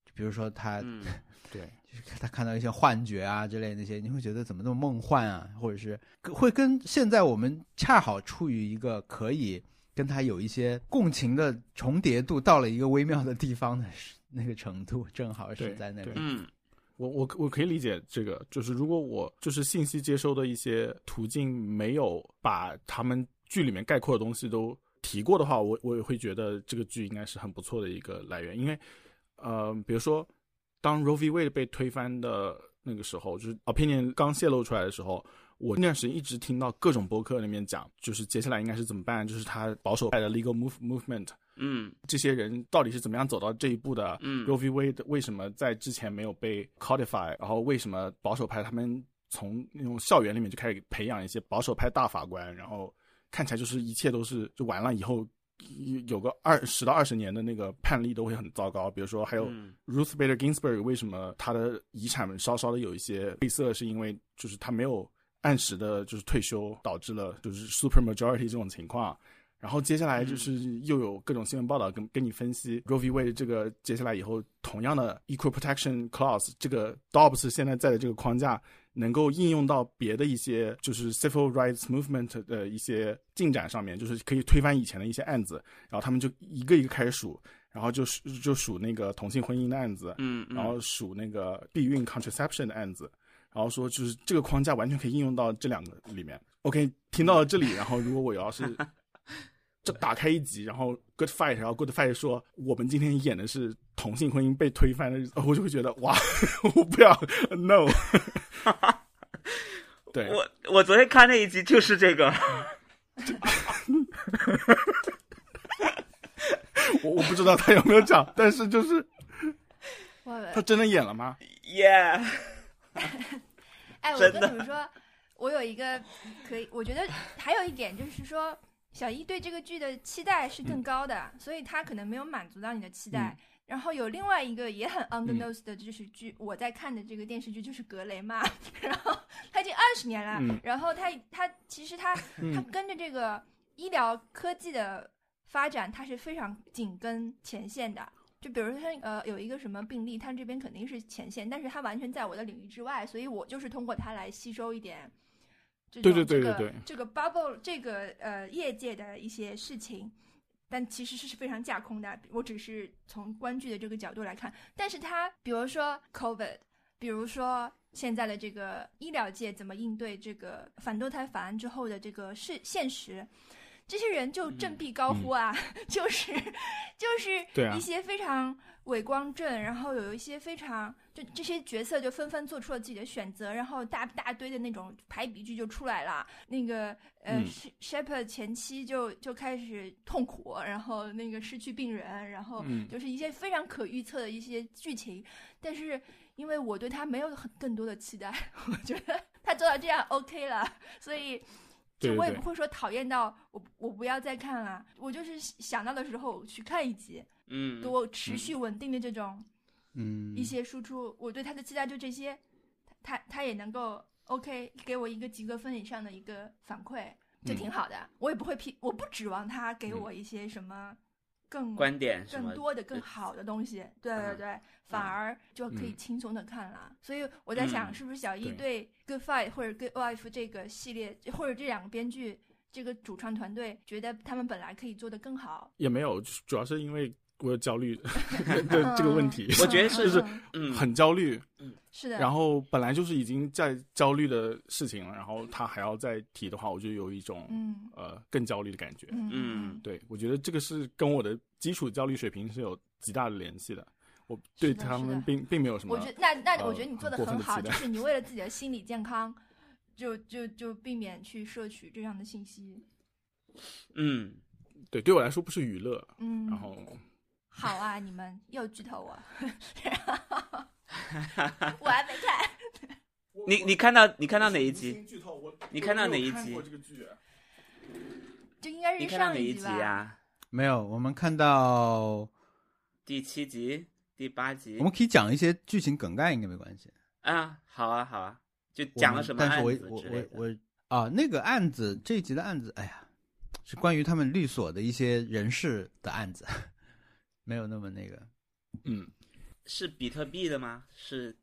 Speaker 4: 就比如说他
Speaker 2: 嗯，
Speaker 1: 对，
Speaker 4: 就是他看到一些幻觉啊之类的那些，你会觉得怎么那么梦幻啊，或者是跟会跟现在我们恰好处于一个可以跟他有一些共情的重叠度到了一个微妙的地方的时那个程度，正好是
Speaker 1: 对
Speaker 4: 在那
Speaker 1: 对
Speaker 4: 里。
Speaker 2: 嗯
Speaker 1: 我我我可以理解这个，就是如果我就是信息接收的一些途径没有把他们剧里面概括的东西都提过的话，我我也会觉得这个剧应该是很不错的一个来源，因为呃，比如说当 Roe v. Wade 被推翻的那个时候，就是 opinion 刚泄露出来的时候。我那段时间一直听到各种播客里面讲，就是接下来应该是怎么办，就是他保守派的 legal move movement，
Speaker 2: 嗯
Speaker 1: 这些人到底是怎么样走到这一步的？
Speaker 2: 嗯
Speaker 1: Roe v. Wade 为什么在之前没有被 codify？然后为什么保守派他们从那种校园里面就开始培养一些保守派大法官，然后看起来就是一切都是就完了以后。有有个二十到二十年的那个判例都会很糟糕，比如说还有
Speaker 2: 嗯
Speaker 1: Ruth Bader Ginsburg 为什么她的遗产稍稍的有一些闭塞，是因为就是她没有按时的，就是退休，导致了就是 super majority 这种情况。然后接下来就是又有各种新闻报道跟跟你分析 Roe v. Wade 这个接下来以后同样的 Equal Protection Clause 这个 Dobbs 现在在的这个框架能够应用到别的一些就是 Civil Rights Movement 的一些进展上面，就是可以推翻以前的一些案子。然后他们就一个一个开始数，然后就数就数那个同性婚姻的案子，
Speaker 2: 嗯，
Speaker 1: 然后数那个避孕 contraception 的案子，然后说就是这个框架完全可以应用到这两个里面。OK，听到了这里，然后如果我要 是这打开一集，然后 Good Fight，然后 Good Fight 说我们今天演的是同性婚姻被推翻的日子，我就会觉得哇， 我不要 No，对，
Speaker 2: 嗯我我昨天看那一集就是这个，
Speaker 1: 我我不知道他有没有讲，但是就是
Speaker 3: 我
Speaker 1: 他真的演了吗？
Speaker 2: 耶，
Speaker 3: 哎，我
Speaker 2: 真
Speaker 3: 跟
Speaker 2: 的
Speaker 3: 你们说，我有一个可以，我觉得还有一点就是说，小一对这个剧的期待是
Speaker 1: 嗯
Speaker 3: 更高的，所以他可能没有满足到你的期待。然后有另外一个也很 on the
Speaker 1: 嗯
Speaker 3: nose 的，就是剧、我在看的这个电视剧就是《格雷嘛》， 然后他已经二十年了，
Speaker 1: 嗯
Speaker 3: 然后他他其实他他
Speaker 1: 嗯
Speaker 3: 跟着这个医疗科技的发展，它是非常紧跟前线的。就比如说，呃，有一个什么病例，它这边肯定是前线，但是它完全在我的领域之外，所以我就是通过它来吸收一点这种
Speaker 1: 对对对
Speaker 3: 这个
Speaker 1: 对对
Speaker 3: 这个 bubble 这个呃业界的一些事情，但其实是非常架空的。我只是从观剧的这个角度来看，但是它比如说 COVID，比如说现在的这个医疗界怎么应对这个反堕胎法案之后的这个是现实，这些人
Speaker 1: 嗯
Speaker 3: 就振臂高呼啊， 就是就是
Speaker 1: 对啊
Speaker 3: 一些非常伟光正，然后有一些非常就这些角色就纷纷做出了自己的选择，然后大大堆的那种排比句就出来了。那个呃、
Speaker 1: 嗯
Speaker 3: s h e p e r d 前期就就开始痛苦，然后那个失去病人，然后
Speaker 1: 嗯
Speaker 3: 哦就是一些非常可预测的一些剧情。但是因为我对他没有很更多的期待， 我觉得他做到这样 OK 了，所以
Speaker 1: 对
Speaker 3: 就
Speaker 1: 对
Speaker 3: 我也
Speaker 1: 对
Speaker 3: 不会说讨厌到我我不要再看了，我就是想到的时候去看一集，
Speaker 2: 嗯，
Speaker 3: 我持续稳定的这种
Speaker 4: 嗯，
Speaker 3: 一些输出，我对他的期待就这些，他他也能够 OK 给我一个及格分以上的一个反馈，就
Speaker 1: 嗯
Speaker 3: 挺好的。我也不会批，我不指望他给我一些什么更
Speaker 2: 观点什么
Speaker 3: 更多的、更好的东西。对对
Speaker 2: 嗯
Speaker 3: 对，反而就可以
Speaker 1: 嗯
Speaker 3: 轻松的看了。所以我在想，
Speaker 2: 嗯
Speaker 3: 是不是小易对《Good Fight》或者《Good Wife》这个系列，或者这两个编剧这个主创团队，觉得他们本来可以做得更好？
Speaker 1: 也没有，主要是因为我有焦虑 这这个问题，
Speaker 2: 我觉得是
Speaker 1: 就是
Speaker 3: 嗯嗯
Speaker 2: 嗯
Speaker 1: 很焦虑。
Speaker 3: 是的。
Speaker 1: 然后本来就是已经在焦虑的事情了，然后他还要再提的话，我就有一种、
Speaker 3: 嗯
Speaker 1: 呃更焦虑的感觉。
Speaker 3: 嗯
Speaker 2: 嗯
Speaker 1: 对，我觉得这个是跟我的基础焦虑水平是有极大的联系的。我对
Speaker 3: 是的
Speaker 1: 他
Speaker 3: 是
Speaker 1: 们
Speaker 3: 的
Speaker 1: 并并没有什么
Speaker 3: 嗯我觉得那那
Speaker 1: 呃
Speaker 3: 我觉得你做的
Speaker 1: 过分
Speaker 3: 很
Speaker 1: 的
Speaker 3: 好，
Speaker 1: 期
Speaker 3: 就
Speaker 1: 待
Speaker 3: 是你为了自己的心理健康，就就就避免去摄取这样的信息。
Speaker 2: 嗯，
Speaker 1: 对，对我来说不是娱乐。
Speaker 3: 嗯，
Speaker 1: 然后
Speaker 3: 好啊，你们又剧透我， 我还没看。
Speaker 2: 你你看到你看到哪一集？？
Speaker 1: 剧透我
Speaker 2: 你看到哪一集我没有看过
Speaker 1: 这个剧
Speaker 3: 就应该
Speaker 2: 你
Speaker 3: 是
Speaker 2: 看到
Speaker 3: 上
Speaker 2: 哪一
Speaker 3: 集
Speaker 2: 集
Speaker 3: 吧？
Speaker 2: 啊？
Speaker 4: 没有，我们看到
Speaker 2: 第七集、第八集
Speaker 4: 我们可以讲一些剧情梗概，应该没关系。
Speaker 2: 啊？好啊，好啊，就讲了什么
Speaker 4: 我们
Speaker 2: 案
Speaker 4: 但
Speaker 2: 子
Speaker 4: 是我我
Speaker 2: 之类
Speaker 4: 我
Speaker 2: 的。
Speaker 4: 我啊，那个案子这一集的案子，哎呀，是关于他们律所的一些人事的案子。 没有那么那个。
Speaker 1: 嗯，
Speaker 2: 是比特币的吗？是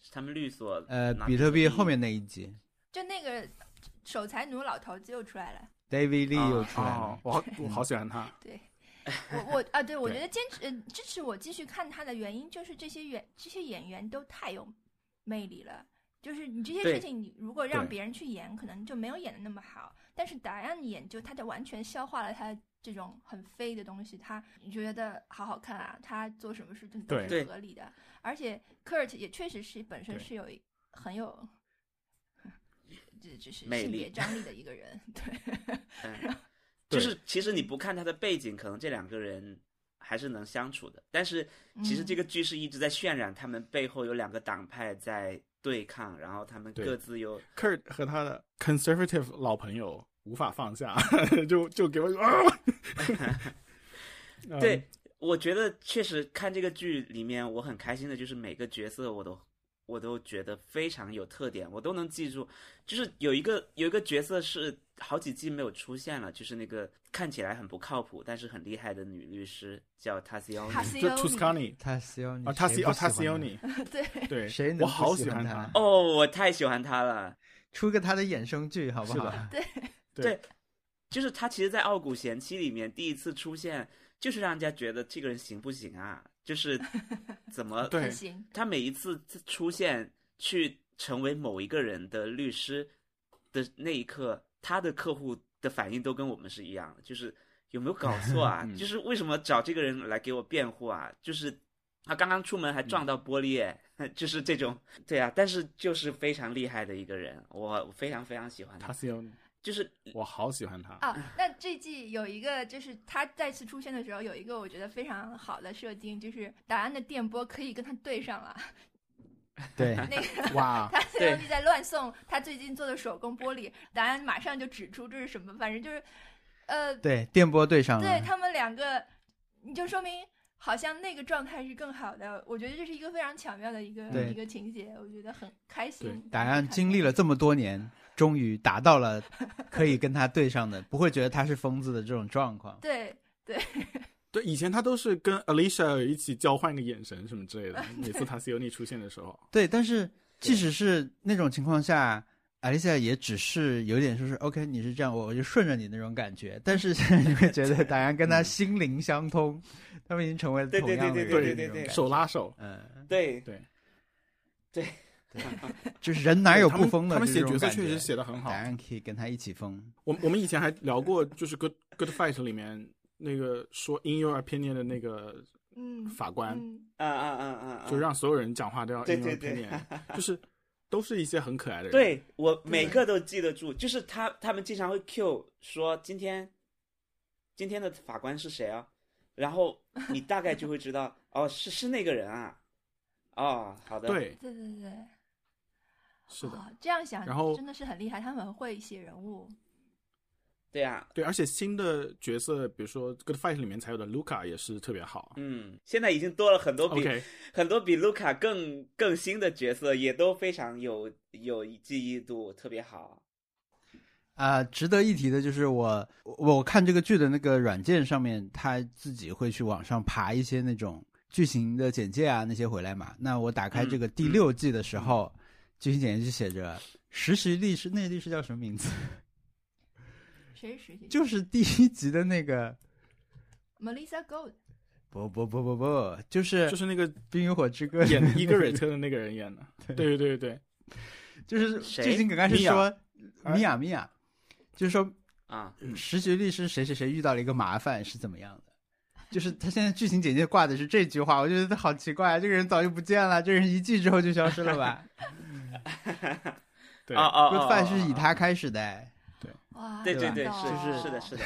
Speaker 2: 是他们律所
Speaker 4: 呃，
Speaker 2: 拿
Speaker 4: 比特币后面那一集
Speaker 3: 就那个守财奴老头子又出来了。
Speaker 4: ，David Lee 又出来了。
Speaker 1: 哦，我好我好喜欢他，
Speaker 3: 我我啊，对我
Speaker 1: 对
Speaker 3: 觉得坚持、呃、支持我继续看他的原因，就是这些演这些演员都太有魅力了。就是你这些
Speaker 2: 对
Speaker 3: 事情，你如果让
Speaker 1: 对
Speaker 3: 别人去演，可能就没有演的那么好。但是达安演就，他就完全消化了他这种很飞的东西，他你觉得好好看啊，他做什么事情都
Speaker 1: 对
Speaker 2: 对
Speaker 3: 是合理的。而且 Kurt 也确实是本身
Speaker 1: 对
Speaker 3: 是有一很有，这这是
Speaker 2: 魅
Speaker 3: 性
Speaker 2: 力
Speaker 3: 别张力的一个人，对。
Speaker 4: 呃
Speaker 2: 嗯，
Speaker 1: 对
Speaker 2: 就是其实你不看他的背景，可能这两个人还是能相处的。但是其实这个剧是一直在渲染他们背后有两个党派在对抗，然后他们
Speaker 1: 对
Speaker 2: 各自 有
Speaker 1: Kurt 和他的 conservative 老朋友无法放下， 就就给我啊，嗯
Speaker 2: 对。我觉得确实看这个剧里面，我很开心的就是每个角色我都我都觉得非常有特点，我都能记住。就是有一个有一个角色是好几季没有出现了，就是那个看起来很不靠谱但是很厉害的女律师，叫 t a s i o n
Speaker 3: 塔
Speaker 2: i
Speaker 3: 西
Speaker 1: 就
Speaker 3: 欧
Speaker 1: Tuscany
Speaker 4: 塔西欧尼
Speaker 1: 啊，他
Speaker 4: 谁
Speaker 1: C
Speaker 4: 不
Speaker 1: 哦，
Speaker 4: 喜欢
Speaker 1: 他 C
Speaker 4: 呢
Speaker 1: o n
Speaker 3: 对，
Speaker 1: 对，
Speaker 4: 谁能
Speaker 1: 我
Speaker 4: 不
Speaker 1: 好
Speaker 4: 喜欢
Speaker 1: 欢
Speaker 4: 他
Speaker 2: 哦，我太喜欢她了。
Speaker 4: 出个他的衍生剧好不
Speaker 1: 是
Speaker 4: 好？
Speaker 1: 的对
Speaker 2: 对，就是他其实，在《傲骨贤妻》里面第一次出现，就是让人家觉得这个人行不行啊？就是怎么
Speaker 1: 对
Speaker 3: 很行，
Speaker 2: 呃他每一次出现去成为某一个人的律师的那一刻，他的客户的反应都跟我们是一样的，就是有没有搞 错啊
Speaker 1: 嗯？
Speaker 2: 就是为什么找这个人来给我辩护啊？就是他刚刚出门还撞到玻璃耶， 就是这种对啊，但是就是非常厉害的一个人，我非常非常喜欢
Speaker 1: 他
Speaker 2: 他，
Speaker 1: C o n
Speaker 2: 就是
Speaker 1: 我好喜欢他。
Speaker 3: 啊，那这季有一个就是他再次出现的时候，有一个我觉得非常好的设定，就是答案的电波可以跟他对上了。
Speaker 4: 对，
Speaker 3: 那 个
Speaker 1: 哇，
Speaker 3: 他最后就在乱送他最近做的手工玻璃，答案马上就指出这是什么，反正就是，呃，
Speaker 4: 对，嗯电波对上了。
Speaker 3: 对他们两个，你就说明好像那个状态是更好的。我觉得这是一个非常巧妙的一个
Speaker 4: 对
Speaker 3: 一个情节，我觉得很开心。
Speaker 4: 达安经历了这么多年，终于达到了可以跟他对上的，不会觉得他是疯子的这种状况。
Speaker 3: 对
Speaker 1: 对，以前他都是跟 Alicia 一起交换个眼神什么之 类的，每次他 C o n 出现的时候，
Speaker 4: 对，但是即使是那种情况下，艾丽莎也只是有点说是 OK，你是这样，我我就顺着你那种感觉。但是你会觉得达安跟他心灵相通，他们已经成为了
Speaker 2: 对
Speaker 4: 同
Speaker 2: 对
Speaker 4: 样的
Speaker 2: 对
Speaker 1: 嗯
Speaker 4: 人
Speaker 1: 对对
Speaker 4: 那
Speaker 2: 对
Speaker 4: 种
Speaker 2: 对
Speaker 4: 感觉
Speaker 1: 手拉手，
Speaker 4: 嗯，
Speaker 2: 对
Speaker 1: 对，
Speaker 4: 就是人哪有
Speaker 1: 对他
Speaker 4: 不
Speaker 1: 们
Speaker 4: 疯的
Speaker 1: 他们
Speaker 4: 这
Speaker 1: 写
Speaker 4: 种
Speaker 1: 角色
Speaker 4: 感
Speaker 1: 确
Speaker 4: 觉哎
Speaker 1: 实写的很好
Speaker 4: 达。安可以跟他一起疯。
Speaker 1: 我我们以前还聊过，就是《Good Good Fight》里面那个说 “In your opinion” 的那个
Speaker 3: 嗯，
Speaker 1: 法官，
Speaker 3: 嗯
Speaker 2: 啊啊啊啊啊！
Speaker 1: 就让所有人讲话都要
Speaker 2: 对
Speaker 1: “In your
Speaker 2: 对对
Speaker 1: opinion”，就是都是一些很可爱的人。
Speaker 2: 对我每个都记得住，就是他他们经常会 Q 说今天今天的法官是谁啊？然后你大概就会知道 哦，是是那个人啊。哦，好的，，
Speaker 1: 对，
Speaker 3: 对对对。
Speaker 1: 是的，
Speaker 3: 哦，这样想，
Speaker 1: 然后
Speaker 3: 真的是很厉害，他们很会写人物。
Speaker 2: 对啊，
Speaker 1: 对，而且新的角色，比如说《Good Fight》里面才有的 Luca 也是特别好。
Speaker 2: 嗯，现在已经多了很多比
Speaker 1: OK，
Speaker 2: 很多比卢卡更更新的角色，也都非常有有记忆度，特别好。
Speaker 4: 啊、值得一提的就是我我我看这个剧的那个软件上面，他自己会去网上爬一些那种剧情的简介啊那些回来嘛。那我打开这
Speaker 1: 嗯
Speaker 4: 个第六季的时候，剧情简介就写着实习律师，那个律师叫什么名字？
Speaker 3: 谁是实习？
Speaker 4: 就是第一集的那个，
Speaker 3: Melissa Gold，
Speaker 4: 不不不不不，就是
Speaker 1: 就
Speaker 4: 《
Speaker 1: 是那个
Speaker 4: 冰与火之歌》
Speaker 1: 演 e g o r i t 的那个人 演的。对对对对，
Speaker 4: 就是
Speaker 2: 谁
Speaker 4: 剧情梗概是
Speaker 1: 米娅
Speaker 4: 说米娅米娅，就是说
Speaker 2: 啊，
Speaker 4: 实习律师谁谁谁遇到了一个麻烦是怎么样的？ 就是他现在剧情简介挂的是这句话，我觉得好奇怪啊！这个人早就不见了，这个人一季之后就消失了吧
Speaker 1: 对
Speaker 2: 哦 哦
Speaker 4: ？Good
Speaker 2: 哦
Speaker 4: Fight 是以
Speaker 2: 哦
Speaker 4: 他开始的哎，
Speaker 3: 哇，
Speaker 2: 对对对，
Speaker 4: 对
Speaker 3: 真
Speaker 2: 是
Speaker 3: 的
Speaker 4: 就是
Speaker 3: 哦
Speaker 2: 是的，是的，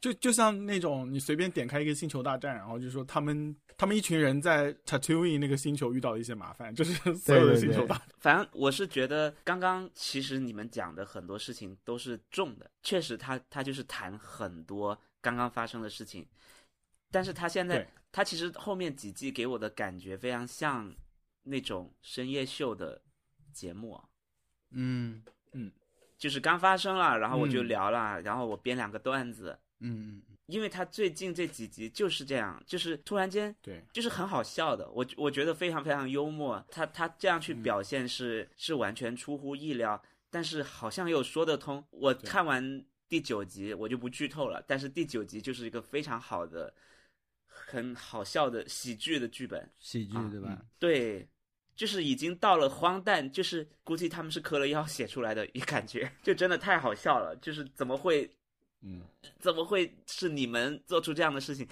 Speaker 1: 就就像那种你随便点开一个星球大战，然后就说他们他们一群人在 Tatooine 那个星球遇到了一些麻烦，就是所有的星球大
Speaker 2: 反正我是觉得，刚刚其实你们讲的很多事情都是重的，确实他他就是谈很多刚刚发生的事情，但是他现在
Speaker 1: 对
Speaker 2: 他其实后面几季给我的感觉非常像那种深夜秀的节目啊，
Speaker 4: 嗯
Speaker 2: 就是刚发生了，然后我就
Speaker 1: 嗯
Speaker 2: 聊了，然后我编两个段子，
Speaker 4: 嗯嗯，
Speaker 2: 因为他最近这几集就是这样，就是突然间
Speaker 1: 对，
Speaker 2: 就是很好笑的，我我觉得非常非常幽默。他他这样去表现是、是完全出乎意料，但是好像又说得通。我
Speaker 1: 对
Speaker 2: 看完第九集，我就不剧透了。但是第九集就是一个非常好的、很好笑的喜剧的剧本。
Speaker 4: 喜剧
Speaker 2: 啊
Speaker 4: 对吧？
Speaker 2: 对，就是已经到了荒诞，就是估计他们是嗑了药写出来的，一感觉就真的太好笑了。就是怎么会
Speaker 1: 嗯，
Speaker 2: 怎么会是你们做出这样的事情？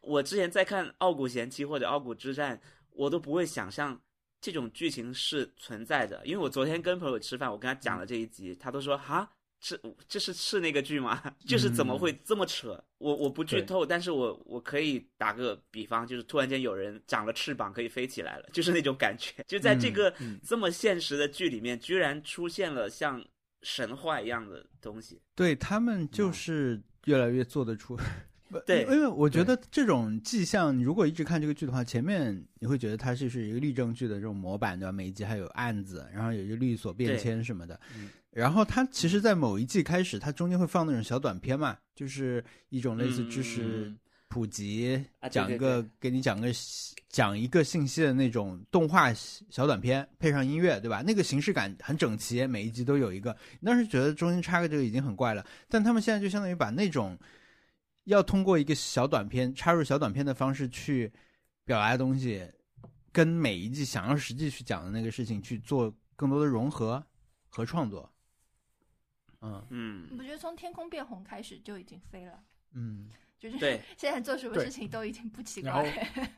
Speaker 2: 我之前在看《傲骨贤妻》或者《傲骨之战》，我都不会想象这种剧情是存在的。因为我昨天跟朋友吃饭，我跟他讲了这一集，他都说哈，这这是是那个剧吗？ 就是怎么会
Speaker 4: 嗯
Speaker 2: 这么扯？我我不剧透，但是我我可以打个比方，就是突然间有人长了翅膀可以飞起来了，就是那种感觉。 就在这个
Speaker 1: 嗯嗯
Speaker 2: 这么现实的剧里面，居然出现了像神话一样的东西。
Speaker 4: 对他们就是越来越做得出。不
Speaker 2: 嗯对
Speaker 4: 因为我觉得这种迹象，你如果一直看这个剧的话，前面你会觉得它是是一个律政剧的这种模板，对吧？每一集还有案子，然后有一个律所变迁什么的
Speaker 1: 嗯。
Speaker 4: 然后它其实，在某一季开始，它中间会放那种小短片嘛，就是一种类似知识
Speaker 2: 嗯
Speaker 4: 普及，
Speaker 2: 啊对
Speaker 4: 讲
Speaker 2: 对
Speaker 4: 一个
Speaker 2: 对
Speaker 4: 给你讲个讲一个信息的那种动画小短片，配上音乐，对吧？那个形式感很整齐，每一集都有一个。你当时觉得中间插个这个已经很怪了，但他们现在就相当于把那种要通过一个小短片插入小短片的方式去表达的东西，跟每一季想要实际去讲的那个事情去做更多的融合和创作。嗯
Speaker 2: 嗯，
Speaker 3: 我觉得从天空变红开始就已经飞了，
Speaker 4: 嗯，
Speaker 3: 就是
Speaker 2: 对
Speaker 3: 现在做什么
Speaker 1: 对
Speaker 3: 事情都已经不奇
Speaker 1: 然后
Speaker 3: 怪。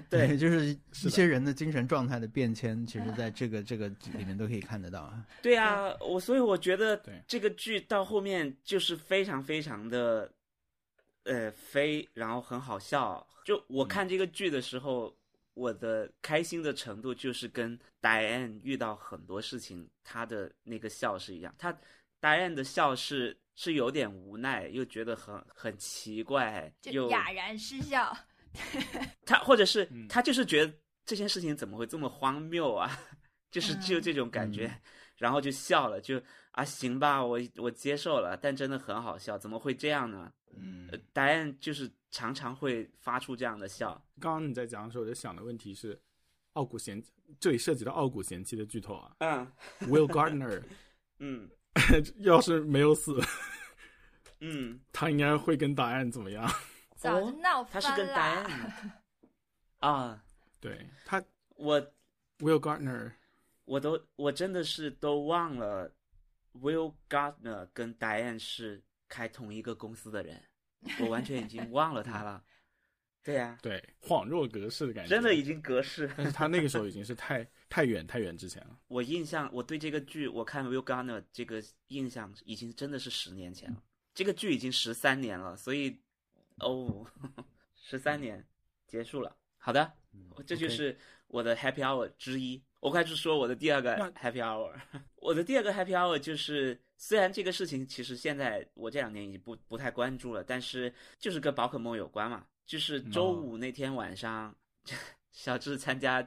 Speaker 2: 对，
Speaker 4: 就是
Speaker 1: 是的
Speaker 4: 一些人的精神状态的变迁，其实在这个这个里面都可以看得到 啊。
Speaker 2: 对啊，我所以我觉得
Speaker 1: 对
Speaker 2: 这个剧到后面就是非常非常的，呃，飞，然后很好笑。就我看这个剧的时候，我的开心的程度就是跟 Diane 遇到很多事情，她的那个笑是一样。她 Diane 的笑是是有点无奈，又觉得很很奇怪，
Speaker 3: 就
Speaker 2: 又
Speaker 3: 哑然 失笑，
Speaker 2: 他或者是
Speaker 1: 嗯
Speaker 2: 他就是觉得这件事情怎么会这么荒谬啊？ 就是就
Speaker 3: 嗯
Speaker 2: 这种感觉，
Speaker 4: 嗯
Speaker 2: 然后就笑了，就啊行吧，我我接受了，但真的很好笑，怎么会这样呢？
Speaker 4: 嗯
Speaker 2: 呃，答案就是常常会发出这样的笑，
Speaker 1: 刚刚你在讲的时候，我就想的问题是，傲骨贤，这里涉及到傲骨贤妻的剧透啊
Speaker 2: 嗯
Speaker 1: ，Will Gardner
Speaker 2: 嗯
Speaker 1: 要是没有死，
Speaker 2: 嗯，
Speaker 1: 他应该会跟答案怎么样？
Speaker 3: 早就闹
Speaker 2: 哦他是
Speaker 3: 翻
Speaker 2: 跟答
Speaker 3: 了。
Speaker 2: 案啊，
Speaker 1: 对他
Speaker 2: 我
Speaker 1: ，Will Gardner，
Speaker 2: 我都我真的是都忘了，Will Gardner 跟 Diane 是开同一个公司的人，我完全已经忘了他了。对呀、
Speaker 1: 对，恍若隔世的感觉，
Speaker 2: 真的已经格式。
Speaker 1: 但是他那个时候已经是太太远太远之前了。
Speaker 2: 我印象，我对这个剧，我看 Will Garner 这个印象已经真的是十年前了。这个剧已经十三年了，所以哦，十三年结束了。好的，这就是我的 Happy Hour 之一。我开始说我的第二个
Speaker 1: 那
Speaker 2: Happy Hour。我的第二个 Happy Hour 就是，虽然这个事情其实现在我这两年已经不不太关注了，但是就是跟宝可梦有关嘛。就是周五那天晚上， 小智参加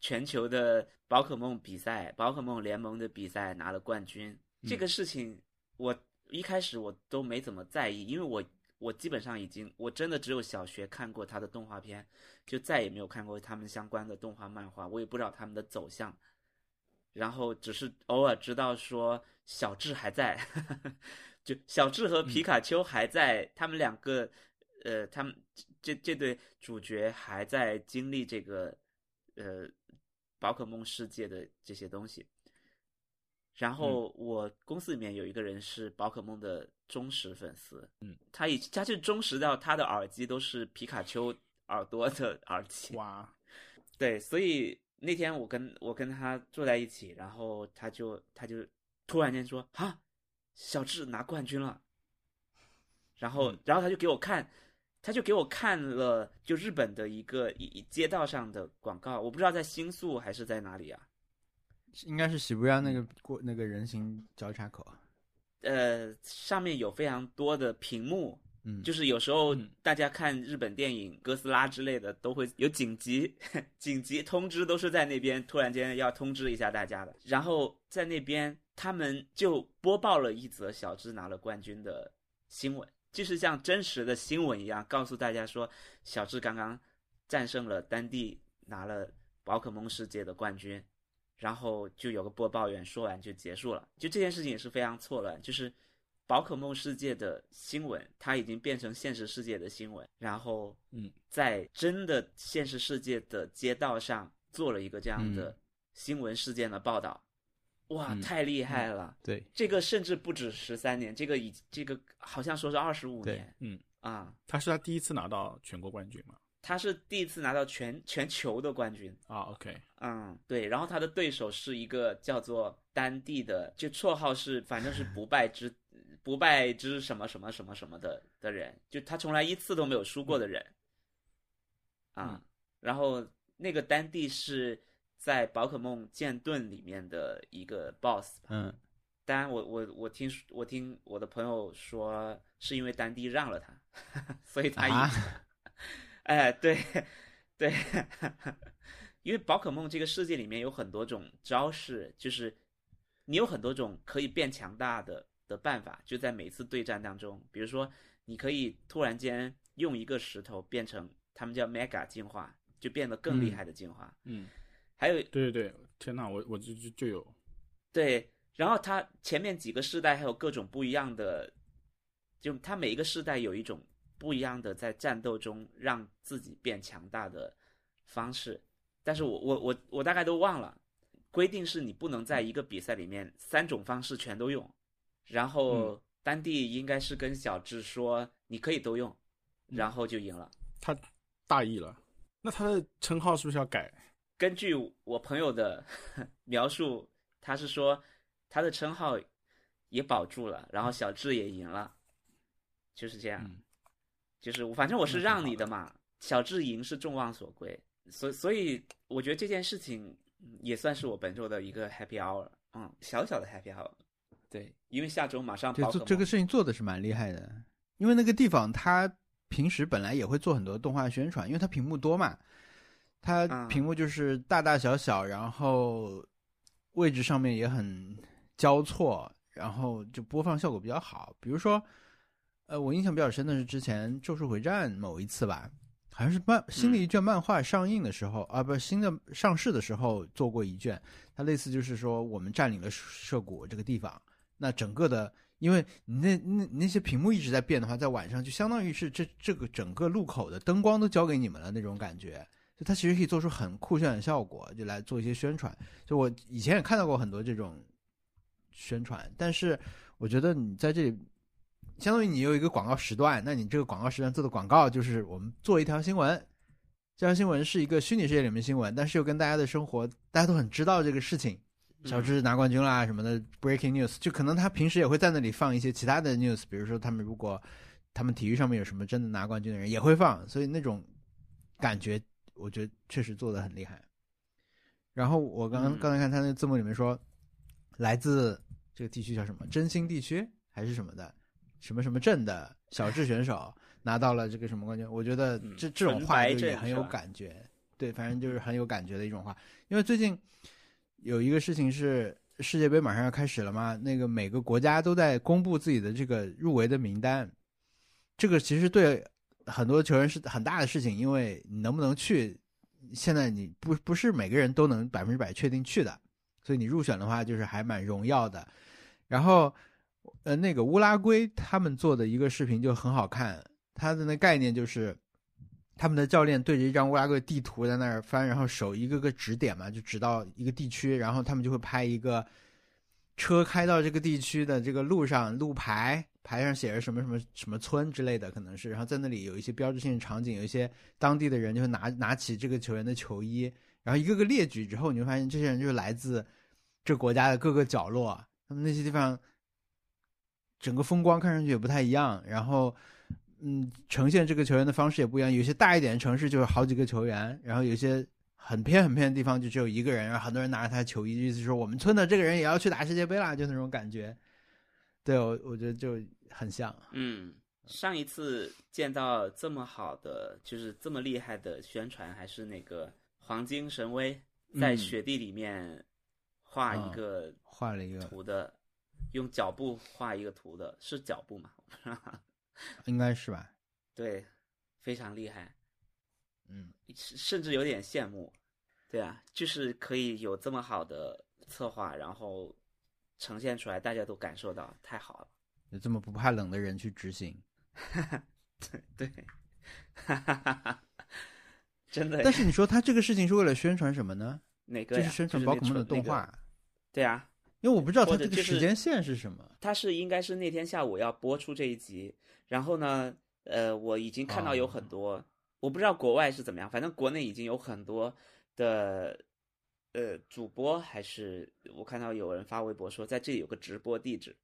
Speaker 2: 全球的宝可梦比赛，宝可梦联盟的比赛拿了冠军。这个事情我一开始我都没怎么在意，因为我我基本上已经我真的只有小学看过他的动画片，就再也没有看过他们相关的动画漫画，我也不知道他们的走向。然后只是偶尔知道说小智还在， 就小智和皮卡丘还在，他们两个，呃，他们这这对主角还在经历这个，呃，宝可梦世界的这些东西。然后我公司里面有一个人是宝可梦的忠实粉丝，
Speaker 1: 嗯，
Speaker 2: 他已他就忠实到他的耳机都是皮卡丘耳朵的耳 机，
Speaker 1: 哇，
Speaker 2: 对，所以那天我跟我跟他坐在一起，然后他就他就突然间说啊，小智拿冠军了，然后然后他就给我看，他就给我看了就日本的一个一一街道上的广告，我不知道在新宿还是在哪里啊，
Speaker 4: 应该是喜不亚那
Speaker 2: 嗯
Speaker 4: 个过那个人行交叉口。
Speaker 2: 呃，上面有非常多的屏幕，
Speaker 4: 嗯，
Speaker 2: 就是有时候
Speaker 1: 嗯
Speaker 2: 大家看日本电影《哥斯拉》之类的，都会有紧急紧急通知，都是在那边突然间要通知一下大家的。然后在那边，他们就播报了一则小智拿了冠军的新闻，就是像真实的新闻一样，告诉大家说小智刚刚战胜了丹帝，拿了宝可梦世界的冠军，然后就有个播报员说完就结束了。就这件事情也是非常错乱，就是宝可梦世界的新闻，它已经变成现实世界的新闻，然后
Speaker 1: 嗯，
Speaker 2: 在真的现实世界的街道上做了一个这样的
Speaker 4: 嗯
Speaker 2: 新闻事件的报道，哇，
Speaker 4: 嗯
Speaker 2: 太厉害了！
Speaker 4: 对，
Speaker 2: 这个甚至不止十三年，这个已这个好像说是二十五
Speaker 4: 对
Speaker 2: 年，
Speaker 1: 嗯
Speaker 2: 啊，
Speaker 1: 他是他第一次拿到全国冠军嘛？
Speaker 2: 他是第一次拿到全全球的冠军，
Speaker 1: 啊，OK，
Speaker 2: 嗯，对，然后他的对手是一个叫做丹帝的，就绰号是反正是不败之 不败之什么什么什么什么的的人，就他从来一次都没有输过的人，啊，然后那个丹帝是在宝可梦剑盾里面的一个 BOSS 吧，
Speaker 4: 嗯
Speaker 2: 当然我，我我听说我听我的朋友说，是因为丹帝让了他， 所以他赢。
Speaker 4: 啊，
Speaker 2: 哎，对对， 因为宝可梦这个世界里面有很多种招式，就是你有很多种可以变强大的的办法，就在每次对战当中，比如说你可以突然间用一个石头变成他们叫 Mega 进化，就变得更厉害的进化。
Speaker 1: 嗯，
Speaker 2: 还有
Speaker 1: 对对对，天哪，我我就就就有，
Speaker 2: 对，然后它前面几个世代还有各种不一样的，就它每一个世代有一种不一样的在战斗中让自己变强大的方式，但是我我我我大概都忘了，规定是你不能在一个比赛里面三种方式全都用，然后丹帝应该是跟小智说你可以都用，然后就赢了。
Speaker 1: 他大意了。那他的称号是不是要改？
Speaker 2: 根据我朋友的 描述，他是说他的称号也保住了，然后小智也赢了，就是这样。
Speaker 1: 嗯
Speaker 2: 就是我反正我是
Speaker 1: 那挺好
Speaker 2: 让你的嘛，小智赢是众望所归，所所以我觉得这件事情嗯也算是我本周的一个 happy hour，嗯，小小的 happy hour。对，因为下周马上
Speaker 4: 这
Speaker 2: 宝可
Speaker 4: 做
Speaker 2: 梦
Speaker 4: 这个事情做的是蛮厉害的，因为那个地方它平时本来也会做很多动画宣传，因为它屏幕多嘛，它
Speaker 2: 啊
Speaker 4: 屏幕就是大大小小，然后位置上面也很交错，然后就播放效果比较好。比如说，呃，我印象比较深的是之前《咒术回战》某一次吧，好像是漫新的一卷漫画上映的时候、啊，不是新的上市的时候做过一卷，它类似就是说我们占领了涉谷这个地方，那整个的，因为你那那那些屏幕一直在变的话，在晚上就相当于是这这个整个路口的灯光都交给你们了那种感觉，就它其实可以做出很酷炫的效果，就来做一些宣传。就我以前也看到过很多这种宣传，但是我觉得你在这里。相当于你有一个广告时段，那你这个广告时段做的广告就是我们做一条新闻，这条新闻是一个虚拟世界里面的新闻，但是又跟大家的生活，大家都很知道这个事情，小智拿冠军啦什么的，breaking news，就可能他平时也会在那里放一些其他的 news，比如说他们如果他们体育上面有什么真的拿冠军的人也会放，所以那种感觉，我觉得确实做的很厉害。然后我刚刚
Speaker 2: 嗯
Speaker 4: 刚才看他那字幕里面说，来自这个地区叫什么真心地区还是什么的，什么什么镇的小智选手拿到了这个什么冠军，我觉得
Speaker 2: 嗯
Speaker 4: 这这种
Speaker 2: 纯
Speaker 4: 话
Speaker 2: 白
Speaker 4: 就也
Speaker 2: 镇
Speaker 4: 很
Speaker 2: 是
Speaker 4: 有
Speaker 2: 吧嗯
Speaker 4: 感觉，对，反正就是很有感觉的一种话。因为最近有一个事情是世界杯马上要开始了嘛，那个每个国家都在公布自己的这个入围的名单，这个其实对很多球员是很大的事情，因为你能不能去，现在你不不是每个人都能百分之百确定去的，所以你入选的话就是还蛮荣耀的。然后，呃，那个乌拉圭他们做的一个视频就很好看，他的那概念就是。他们的教练对着一张乌拉圭地图在那儿翻，然后手一个个指点嘛，就指到一个地区，然后他们就会拍一个车开到这个地区的这个路上路牌，牌上写着什么什么什么村之类的，可能是，然后在那里有一些标志性的场景，有一些当地的人就会拿拿起这个球员的球衣，然后一个个列举之后，你会发现这些人就是来自这国家的各个角落，他们那些地方整个风光看上去也不太一样，然后嗯，呈现这个球员的方式也不一样。有些大一点的城市就是好几个球员，然后有些很偏很偏的地方就只有一个人，然后很多人拿着他的球衣，意思是说我们村的这个人也要去打世界杯啦，就那种感觉。对我，我觉得就很像。
Speaker 2: 嗯，上一次见到这么好的，就是这么厉害的宣传，还是那个黄金神威在
Speaker 1: 嗯
Speaker 2: 雪地里面画一个
Speaker 4: 啊画了一个
Speaker 2: 图的，用脚步画一个图的，是脚步嘛？
Speaker 4: 应该是吧？
Speaker 2: 对，非常厉害，
Speaker 5: 嗯，
Speaker 2: 甚甚至有点羡慕。对啊，就是可以有这么好的策划，然后呈现出来，大家都感受到，太好了。
Speaker 4: 有这么不怕冷的人去执行，
Speaker 2: 对，哈哈哈哈，真的。
Speaker 4: 但是你说他这个事情是为了宣传什么呢？
Speaker 2: 哪个
Speaker 4: 就
Speaker 2: 呀？
Speaker 4: 是宣传
Speaker 2: 啊那
Speaker 4: 宝可梦
Speaker 2: 纯
Speaker 4: 的
Speaker 2: 那
Speaker 4: 动
Speaker 2: 个
Speaker 4: 画，
Speaker 2: 对啊，
Speaker 4: 因为我不知道他
Speaker 2: 或者
Speaker 4: 这个
Speaker 2: 就是
Speaker 4: 时间线是什么。
Speaker 2: 它是应该是那天下午要播出这一集，然后呢，呃，我已经看到有很多，
Speaker 4: 哦
Speaker 2: 我不知道国外是怎么样，反正国内已经有很多的呃主播，还是我看到有人发微博说在这里有个直播地址，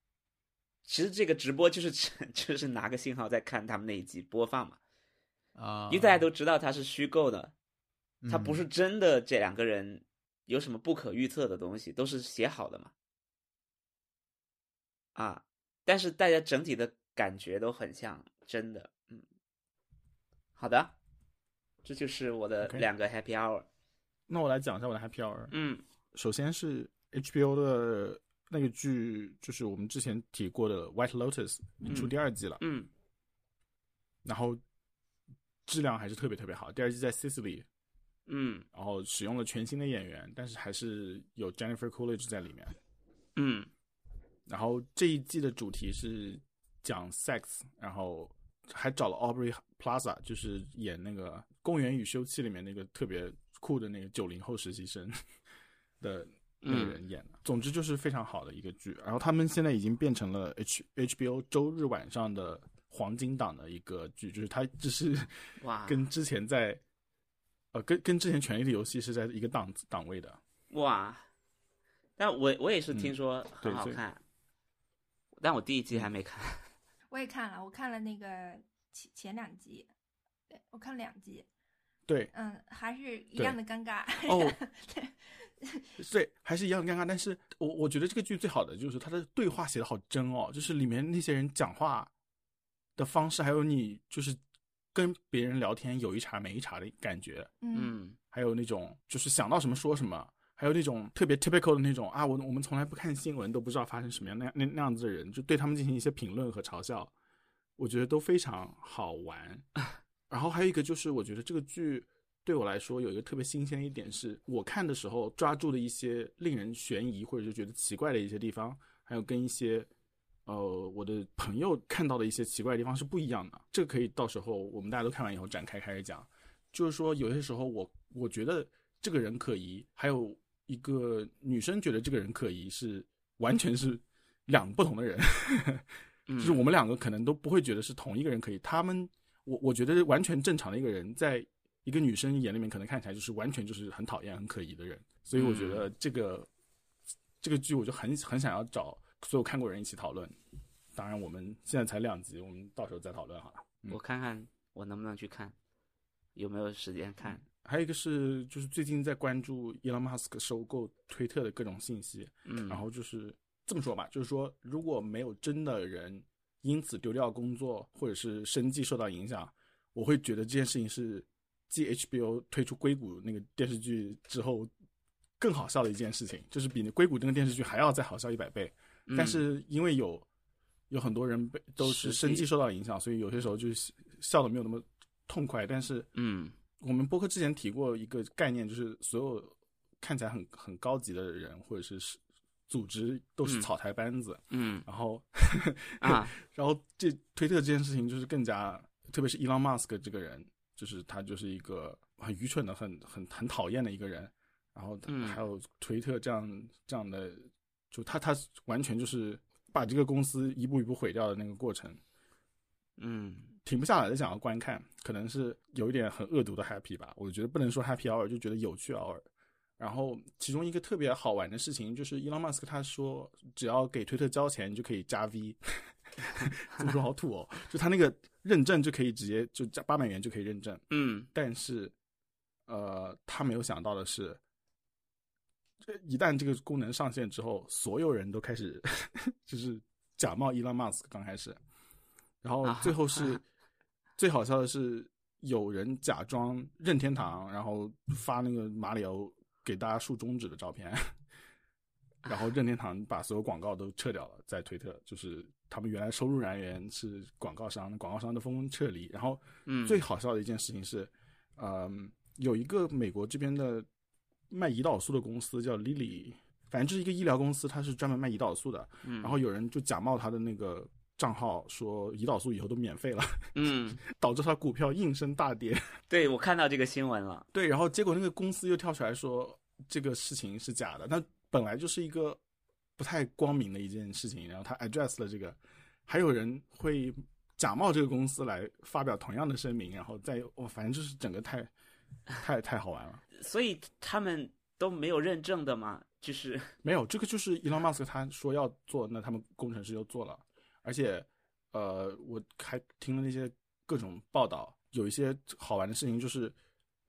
Speaker 2: 其实这个直播就是 就是拿个信号在看他们那一集播放嘛，
Speaker 4: 啊，
Speaker 2: 因为大家都知道它是虚构的，
Speaker 1: 嗯
Speaker 2: 它不是真的这两个人有什么不可预测的东西，都是写好的嘛。啊，但是大家整体的感觉都很像真的，嗯。好的，这就是我的
Speaker 1: OK
Speaker 2: 两个 happy hour。
Speaker 1: 那我来讲一下我的 Happy Hour。
Speaker 2: 嗯
Speaker 1: 首先是 HBO 的那个剧，就是我们之前提过的《White Lotus》已出
Speaker 2: 嗯
Speaker 1: 第二季了，
Speaker 2: 嗯
Speaker 1: 然后质量还是特别特别好。第二季在 Sicily，
Speaker 2: 嗯
Speaker 1: 然后使用了全新的演员，但是还是有 Jennifer Coolidge 在里面。
Speaker 2: 嗯
Speaker 1: 然后这一季的主题是讲 sex，然后还找了 Aubrey Plaza，就是演那个《公园与休憩》里面那个特别酷的那个九零后实习生的那
Speaker 2: 嗯
Speaker 1: 个人演的。总之就是非常好的一个剧。然后他们现在已经变成了 H HBO 周日晚上的黄金档的一个剧，就是它只是
Speaker 2: 哇
Speaker 1: 跟之前在呃跟跟之前《权力的游戏》是在一个档档位的。
Speaker 2: 哇，但我我也是听
Speaker 1: 嗯
Speaker 2: 说很
Speaker 1: 对
Speaker 2: 好
Speaker 1: 所以嗯
Speaker 2: 看，但我第一集还没看。
Speaker 3: 我也看了，我看了那个前前两集，对我看了两集，
Speaker 1: 对，
Speaker 3: 嗯，还是一
Speaker 1: 对
Speaker 3: 样的尴尬。
Speaker 1: 哦，对，还是一样尴尬。但是我我觉得这个剧最好的就是它的对话写的好真哦，就是里面那些人讲话的方式，还有你就是跟别人聊天有一茬没一茬的感觉，
Speaker 3: 嗯，
Speaker 2: 嗯
Speaker 1: 还有那种就是想到什么说什么，还有那种特别 typical 的那种啊，我我们从来不看新闻，都不知道发生什么样那那那样子的人，就对他们进行一些评论和嘲笑，我觉得都非常好玩。然后还有一个就是，我觉得这个剧对我来说有一个特别新鲜的一点是，我看的时候抓住的一些令人悬疑或者是觉得奇怪的一些地方，还有跟一些呃我的朋友看到的一些奇怪的地方是不一样的。这个可以到时候我们大家都看完以后展开开始讲。就是说有些时候我我觉得这个人可疑，还有一个女生觉得这个人可疑是完全是两个不同的人，
Speaker 2: 嗯，
Speaker 1: 就是我们两个可能都不会觉得是同一个人可疑。他们我我觉得完全正常的一个人，在一个女生眼里面可能看起来就是完全就是很讨厌、很可疑的人，所以我觉得这个、这个剧我就很很想要找所有看过人一起讨论。当然，我们现在才两集，我们到时候再讨论好了。
Speaker 2: 我看看我能不能去看，有没有时间看？
Speaker 1: 还有一个是，就是最近在关注 Elon Musk 收购推特的各种信息，
Speaker 2: 嗯，
Speaker 1: 然后就是这么说吧，就是说如果没有真的人因此丢掉工作或者是生计受到影响，我会觉得这件事情是继 HBO 推出硅谷那个电视剧之后更好笑的一件事情，就是比那硅谷那个电视剧还要再好笑一百倍。
Speaker 2: 嗯
Speaker 1: 但是因为有有很多人被都是
Speaker 2: 实际
Speaker 1: 生计受到影响，所以有些时候就是笑的没有那么痛快，但是。
Speaker 2: 嗯
Speaker 1: 我们播客之前提过一个概念，就是所有看起来很很高级的人或者是是组织都是
Speaker 2: 嗯
Speaker 1: 草台班子，
Speaker 2: 嗯
Speaker 1: 然后
Speaker 2: 啊，
Speaker 1: 然后这推特这件事情就是更加，特别是伊朗马斯克这个人，就是他就是一个很愚蠢的、很很很讨厌的一个人。然后他
Speaker 2: 嗯
Speaker 1: 还有推特这样、这样的，就他他完全就是把这个公司一步一步毁掉的那个过程，
Speaker 2: 嗯
Speaker 1: 停不下来的想要观看，可能是有一点很恶毒的 happy 吧。我觉得不能说 happy hour，就觉得有趣 hour。然后其中一个特别好玩的事情就是伊 m 马斯克他说，只要给推特交钱，你就可以加 V。这么说好土哦，就他那个认证就可以直接就加八百元就可以认证，
Speaker 2: 嗯
Speaker 1: 但是呃，他没有想到的是。这一旦这个功能上线之后，所有人都开始 就是假冒伊 m 马斯克刚开始，然后最后是、最好笑的是，有人假装任天堂，然后发那个马里奥给大家竖中指的照片，然后任天堂把所有广告都撤掉了，在推特，就是他们原来收入来源是广告商，广告商都纷纷撤离。然后
Speaker 2: 嗯，
Speaker 1: 最好笑的一件事情是，嗯，有一个美国这边的卖胰岛素的公司叫 Lilly，反正就是一个医疗公司，它是专门卖胰岛素的。
Speaker 2: 嗯，
Speaker 1: 然后有人就假冒他的那个账号，说胰岛素以后都免费了，
Speaker 2: 嗯，
Speaker 1: 导致他股票应声大跌。
Speaker 2: 对我看到这个新闻了，
Speaker 1: 对，然后结果那个公司又跳出来说这个事情是假的，那本来就是一个不太光明的一件事情，然后他 address 了这个，还有人会假冒这个公司来发表同样的声明，然后再我、反正就是整个太太太好玩了。
Speaker 2: 所以他们都没有认证的吗？就是
Speaker 1: 没有，这个就是 Elon Musk 他说要做，那他们工程师就做了，而且，呃，我还听了那些各种报道，有一些好玩的事情，就是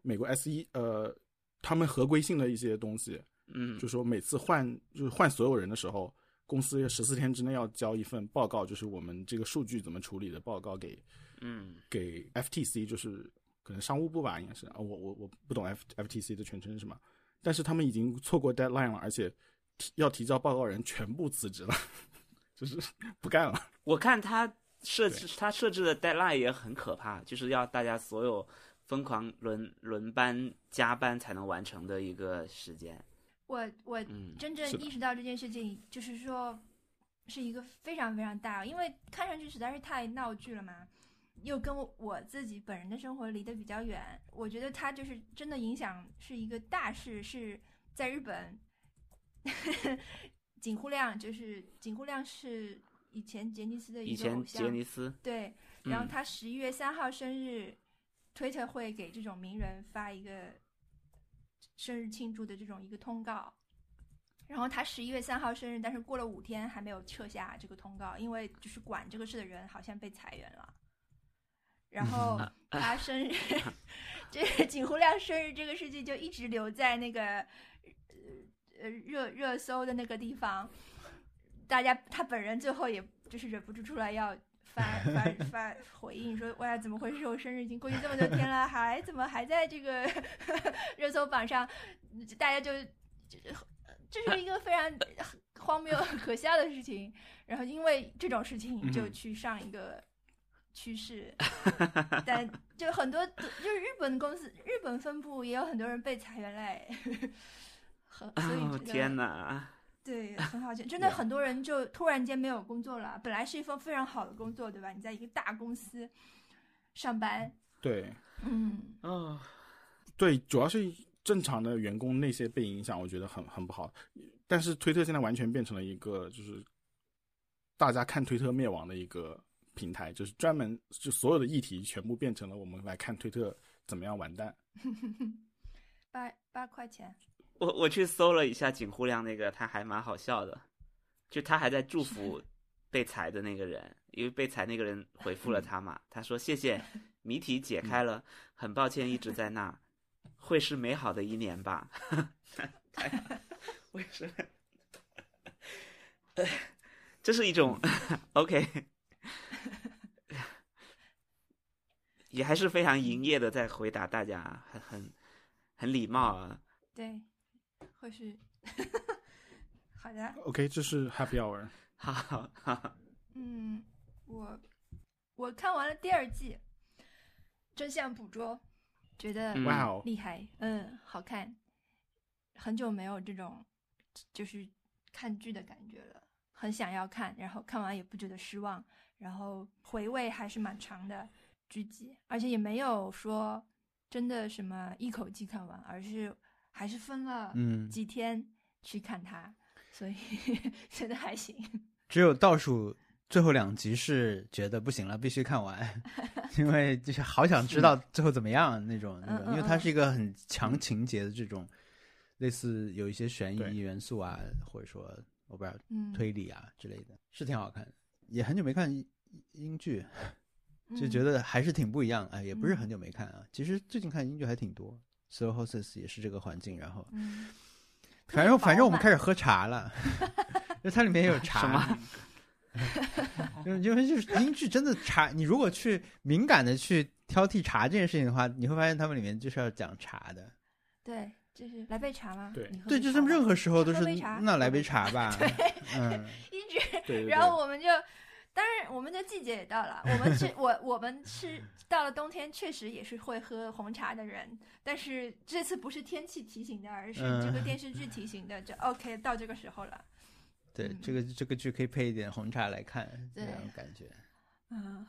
Speaker 1: 美国 S 一呃，他们合规性的一些东西，
Speaker 2: 嗯，
Speaker 1: 就说每次换就是换所有人的时候，公司十四天之内要交一份报告，就是我们这个数据怎么处理的报告给
Speaker 2: 嗯
Speaker 1: 给 FTC，就是可能商务部吧，应该是啊，我我我不懂 F FTC 的全称是什么，但是他们已经错过 deadline 了，而且提要提交报告人全部辞职了， 就是不干了。
Speaker 2: 我看他设置他设置的 deadline 也很可怕，就是要大家所有疯狂轮轮班加班才能完成的一个时间。
Speaker 3: 我我
Speaker 2: 嗯
Speaker 3: 真正
Speaker 1: 是的
Speaker 3: 意识到这件事情，就是说是一个非常非常大，因为看上去实在是太闹剧了嘛，又跟我我自己本人的生活离得比较远。我觉得它就是真的影响是一个大事，是在日本， 井户亮就是井户亮是以前杰尼斯的
Speaker 2: 以
Speaker 3: 一个
Speaker 2: 前
Speaker 3: 偶
Speaker 2: 杰
Speaker 3: 像，
Speaker 2: 尼斯，
Speaker 3: 对，
Speaker 2: 嗯
Speaker 3: 然后他十一月三号生日、推特会给这种名人发一个生日庆祝的这种一个通告。然后他十一月三号生日，但是过了五天还没有撤下这个通告，因为就是管这个事的人好像被裁员了。然后他生日， 这个井户亮生日这个事情就一直留在那个呃热热搜的那个地方，大家他本人最后也就是忍不住出来要 发发发回应说，哇，怎么回事？我生日已经过去这么多天了，还怎么还在这个 热搜榜上？大家就就这是一个非常荒谬、可笑的事情。然后因为这种事情就
Speaker 1: 嗯
Speaker 3: 去上一个趋势，但就很多就是日本公司日本分部也有很多人被裁员嘞。 很所以
Speaker 2: 哦
Speaker 3: 这个
Speaker 2: 天哪！啊
Speaker 3: 对，很好笑，真的
Speaker 1: Yeah.
Speaker 3: 很多人就突然间没有工作了。本来是一份非常好的工作，对吧？你在一个大公司上班，
Speaker 1: 对
Speaker 3: 嗯，
Speaker 2: 哦，
Speaker 1: 对，主要是正常的员工那些被影响，我觉得很很不好。但是推特现在完全变成了一个就是大家看推特灭亡的一个平台，就是专门就所有的议题全部变成了我们来看推特怎么样完蛋。
Speaker 3: 八八块钱，
Speaker 2: 我我去搜了一下井户亮那个，他还蛮好笑的，就他还在祝福被裁的那个人，因为被裁那个人回复了他嘛，他说谢谢，谜题解开了，很抱歉一直在那，会是美好的一年吧？ 为什么？这是一种 OK，也还是非常营业的在回答大家，很很很礼貌啊。
Speaker 3: 对，会是 好的，
Speaker 1: OK，这是 Happy Hour。
Speaker 2: 好好好，
Speaker 3: 嗯，我我看完了第二季《真相捕捉》，觉得
Speaker 2: 嗯
Speaker 1: 哇哦，
Speaker 3: 厉害，嗯，好看，很久没有这种就是看剧的感觉了，很想要看，然后看完也不觉得失望，然后回味还是蛮长的剧集，而且也没有说真的什么一口气看完，而是还是分了
Speaker 4: 嗯，
Speaker 3: 几天去看它，所以 觉得还行。
Speaker 4: 只有倒数最后两集是觉得不行了，必须 看完，因为就是好想知道最后怎么样那种那
Speaker 3: 嗯
Speaker 4: 种，
Speaker 3: 嗯
Speaker 4: 因为它
Speaker 3: 嗯
Speaker 4: 是一个很强情节的这种，类似有一些悬
Speaker 1: 对
Speaker 4: 疑元素啊，或者说我不知道
Speaker 3: 嗯，
Speaker 4: 推理啊之类的，是挺好看的。也很久没看英英剧，就觉
Speaker 3: 得
Speaker 4: 得还是挺不一样。哎，也不是
Speaker 3: 嗯
Speaker 4: 很久没看啊，其实最近看英剧还挺多。So Houses 也是这个环境，然后
Speaker 3: 嗯，特别
Speaker 4: 反正反正我们
Speaker 3: 饱满
Speaker 4: 开始喝茶 了，就它里面也有茶。
Speaker 2: 什么？
Speaker 4: 因为因为就是英剧真的茶，你如果去敏感的去挑剔茶这件事情的话，你会发现他们里面就是要讲茶的。
Speaker 3: 对，就是来杯茶吗？
Speaker 1: 对
Speaker 3: 你喝
Speaker 4: 对，
Speaker 3: 杯
Speaker 4: 就是
Speaker 3: 茶吧
Speaker 4: 任何时候都
Speaker 3: 喝
Speaker 4: 是
Speaker 3: 杯茶
Speaker 4: 那来杯茶吧， 嗯，
Speaker 3: 一直
Speaker 1: 对对对
Speaker 3: 然后我们就，当然我们的季节也 到了，我们是我我们是到了冬天，确实也是会喝红茶的人，但是这次不是天气提醒的，而是
Speaker 4: 嗯
Speaker 3: 这个电视剧提醒的，就 OK 到这个时候了。
Speaker 4: 对，这个这个剧可以配一点红茶来看，这
Speaker 3: 嗯对
Speaker 4: 种感觉。
Speaker 3: 嗯，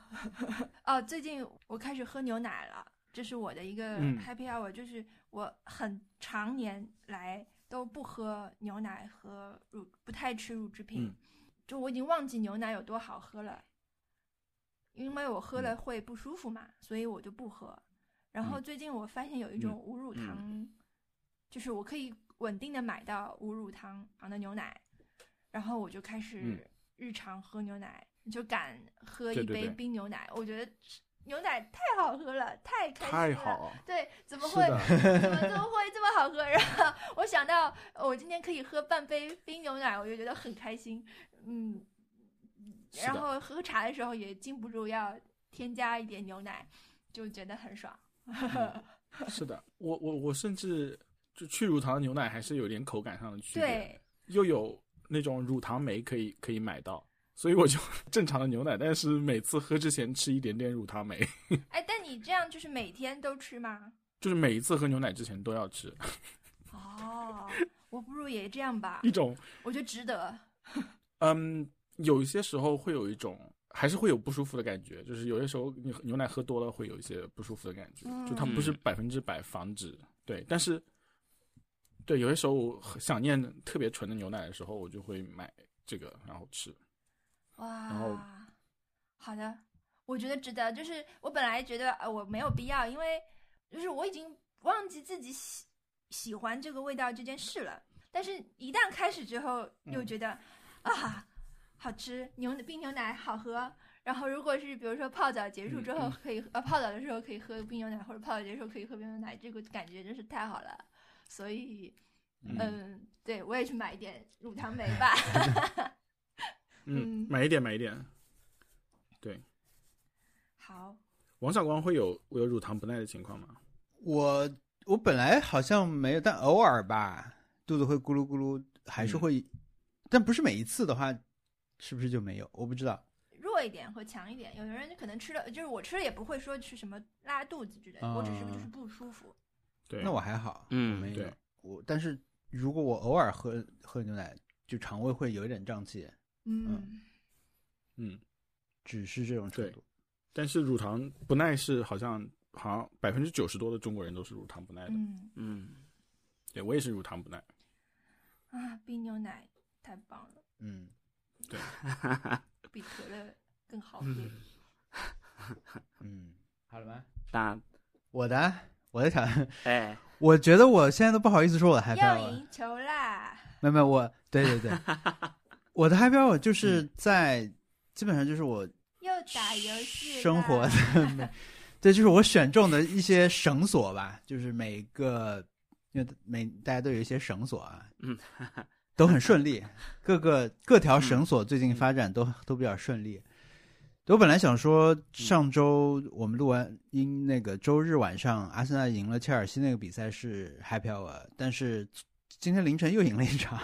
Speaker 3: 哦，最近我开始喝牛奶了，这是我的一个
Speaker 1: 嗯
Speaker 3: happy hour，、就是我很常年来都不喝牛奶和乳，不太吃乳制品，
Speaker 1: 嗯
Speaker 3: 就我已经忘记牛奶有多好喝了，因为我
Speaker 1: 嗯
Speaker 3: 喝了会不舒服嘛，所以我就不喝。然后最近我发现有一
Speaker 1: 嗯
Speaker 3: 种无乳糖，就是我可以稳定的买到无乳糖糖的牛奶，然后我就开
Speaker 1: 嗯
Speaker 3: 始日常喝牛奶，就敢喝
Speaker 1: 对
Speaker 3: 一
Speaker 1: 对
Speaker 3: 杯
Speaker 1: 对
Speaker 3: 冰牛奶。我觉得牛奶太好喝了，太开心了。
Speaker 1: 太好，
Speaker 3: 对，怎么
Speaker 1: 是
Speaker 3: 会
Speaker 1: 的，
Speaker 3: 怎么怎么会这么好喝？ 然后我想到我今天可以喝半杯冰牛奶，我就觉得很开心。嗯，
Speaker 1: 是的
Speaker 3: 然后喝茶的时候也禁不住要添加一点牛奶，就觉得很爽。
Speaker 1: 嗯是的，我我我甚至就去乳糖的牛奶还是有点口感上的区别，
Speaker 3: 对，
Speaker 1: 又有那种乳糖酶可以可以买到，所以我就 正常的牛奶，但是每次喝之前吃一点点乳糖酶，
Speaker 3: 哎，但你这样就是每天都吃吗？
Speaker 1: 就是每一次喝牛奶之前都要吃
Speaker 3: 哦，我不如也这样吧
Speaker 1: 一，种，
Speaker 3: 我觉得值得。
Speaker 1: 嗯，有一些时候会有一种。还是会有不舒服的感觉，就是有些时候你牛奶喝多了会有一些不舒服的感觉，
Speaker 3: 嗯
Speaker 1: 就它不是
Speaker 2: 嗯
Speaker 1: 百分之百防止，对，但是，对，有些时候我很想念特别纯的牛奶的时候，我就会买这个然后吃，后
Speaker 3: 哇，好的，我觉得值得。就是我本来觉得呃我没有必要，因为就是我已经忘记自己喜喜欢这个味道这件事了。但是，一旦开始之后，
Speaker 1: 嗯
Speaker 3: 又觉得、啊，好吃，牛奶冰牛奶好喝。然后，如果是比如说泡澡结束之后
Speaker 1: 嗯
Speaker 3: 可以、呃泡澡的时候可以喝冰牛奶，或者泡澡结束可以喝冰牛奶，这个感觉真是太好了。所以，
Speaker 1: 嗯
Speaker 3: 嗯，对我也去买一点乳糖酶 吧。
Speaker 1: 嗯
Speaker 3: 嗯，
Speaker 1: 买一点，买一点。
Speaker 3: 好，
Speaker 1: 王小光会有我有乳糖不耐的情况吗？
Speaker 4: 我我本来好像没有，但偶尔吧，肚子会咕噜咕噜，还是
Speaker 1: 嗯
Speaker 4: 会，但不是每一次的话，是不是就没有？我不知道。
Speaker 3: 弱一点或强一点，有的人可能吃了，就是我吃了也不会说去什么拉肚子之类的，我只是
Speaker 4: 啊
Speaker 3: 就是不舒服。
Speaker 1: 对，
Speaker 4: 那我还好，
Speaker 2: 嗯
Speaker 4: 我没有
Speaker 1: 对。
Speaker 4: 我但是如果我偶尔喝喝牛奶，就肠胃会有一点胀气，
Speaker 3: 嗯，
Speaker 1: 嗯，
Speaker 4: 只是这种程
Speaker 1: 对
Speaker 4: 度。
Speaker 1: 但是乳糖不耐是好像好像百分之九十多的中国人都是乳糖不耐的。
Speaker 3: 嗯
Speaker 2: 嗯，
Speaker 1: 对我也是乳糖不耐，
Speaker 3: 啊，冰牛奶太棒了，
Speaker 4: 嗯，
Speaker 3: 比可乐更好喝。
Speaker 4: 嗯，好了吗？
Speaker 2: 那
Speaker 4: 我的，啊我在想，
Speaker 2: 哎，
Speaker 4: 我觉得我现在都不好意思说我的 happy
Speaker 3: 要
Speaker 4: hour，
Speaker 3: 赢球啦！
Speaker 4: 没有没有，我对 对对，我的 happy hour 就是
Speaker 1: 嗯
Speaker 4: 在、基本上就是我
Speaker 3: 又打游戏啦，
Speaker 4: 生活的 每，对，就是我选中的一些绳索吧，就是每个，因为每大家都有一些绳索啊，
Speaker 2: 嗯，
Speaker 4: 都很顺利，各个各条绳索最近发展都、都比较顺利。我本来想说，上周我们录完音那个周日晚上，阿森纳赢了切尔西那个比赛是 happy hour，但是今天凌晨又赢了一场，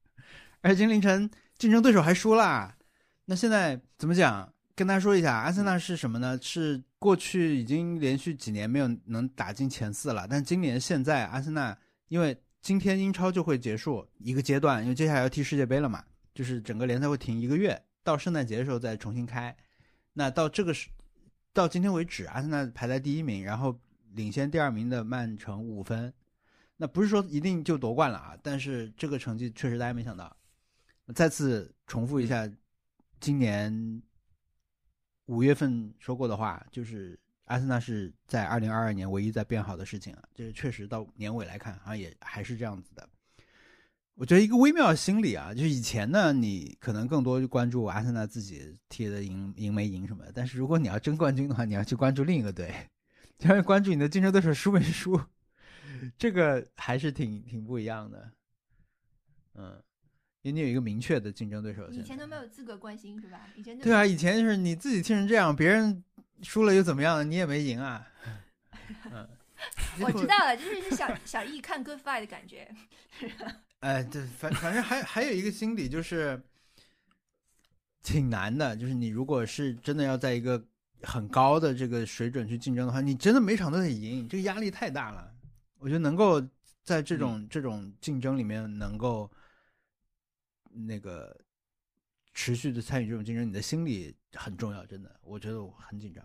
Speaker 4: 而且今天凌晨竞争对手还输啦。那现在怎么讲？跟大家说一下，阿森纳是什么呢？是过去已经连续几年没有能打进前四了，但今年现在阿森纳因为今天英超就会结束一个阶段，因为接下来要踢世界杯了嘛，就是整个联赛会停一个月，到圣诞节的时候再重新开。那到这个时，到今天为止，阿森纳排在第一名，然后领先第二名的曼城五分。那不是说一定就夺冠了啊，但是这个成绩确实大家没想到。再次重复一下，今年五月份说过的话，就是阿森纳是在二零二二年唯一在变好的事情啊，就是确实到年尾来看，好像也还是这样子的。我觉得一个微妙的心理啊，就是以前呢，你可能更多就关注阿森纳自己踢的赢赢没赢什么的，但是如果你要争冠军的话，你要去关注另一个队， 你要关注你的竞争对手输没输，这个还是挺挺不一样的。嗯，因为你有一个明确的竞争对手，
Speaker 3: 以
Speaker 4: 现
Speaker 3: 前
Speaker 4: 在
Speaker 3: 都没有资格关心是吧？以前都
Speaker 4: 对啊，以前 就是你自己踢成这样，别人输了又怎么样？你也没赢啊。嗯，
Speaker 3: 我知道了，就是小小易看《Good Fight》的感觉。
Speaker 4: 哎，对，反反正还还有一个心理就是挺难的，就是你如果是真的要在一个很高的这个水准去竞争的话，你真的每场都得赢，这个压力太大了。我觉得能够在这种、这种竞争里面能够那个持续的参与这种竞争，你的心理很重要，真的，我觉得我很紧张。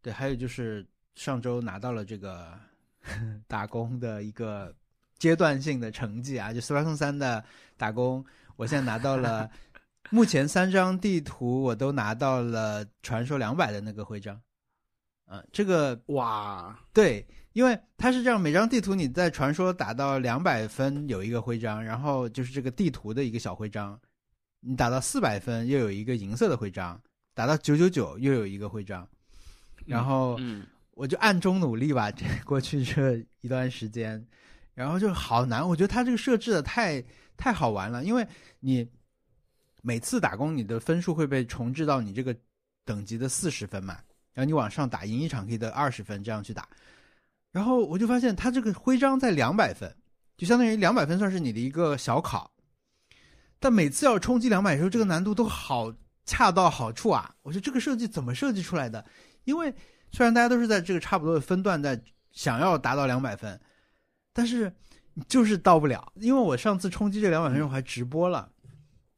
Speaker 4: 对，还有就是上周拿到了这个 打工的一个阶段性的成绩啊，就斯巴通三的打工，我现在拿到了，目前三张地图我都拿到了传说两百的那个徽章，嗯、这个
Speaker 1: 哇，
Speaker 4: 对，因为它是这样，每张地图你在传说打到两百分有一个徽章，然后就是这个地图的一个小徽章，你打到四百分又有一个银色的徽章，打到九九九又有一个徽章，然后
Speaker 2: 嗯，
Speaker 4: 我就暗中努力吧， 这过去这一段时间，然后就好难，我觉得它这个设置的太太好玩了，因为你每次打工，你的分数会被重置到你这个等级的四十分嘛，然后你往上打赢一场可以得二十分，这样去打，然后我就发现它这个徽章在两百分，就相当于两百分算是你的一个小考，但每次要冲击两百的时候，这个难度都好恰到好处啊！我觉得这个设计怎么设计出来的？因为虽然大家都是在这个差不多的分段在想要达到两百分，但是你就是到不了。因为我上次冲击这两百分，我还直播了，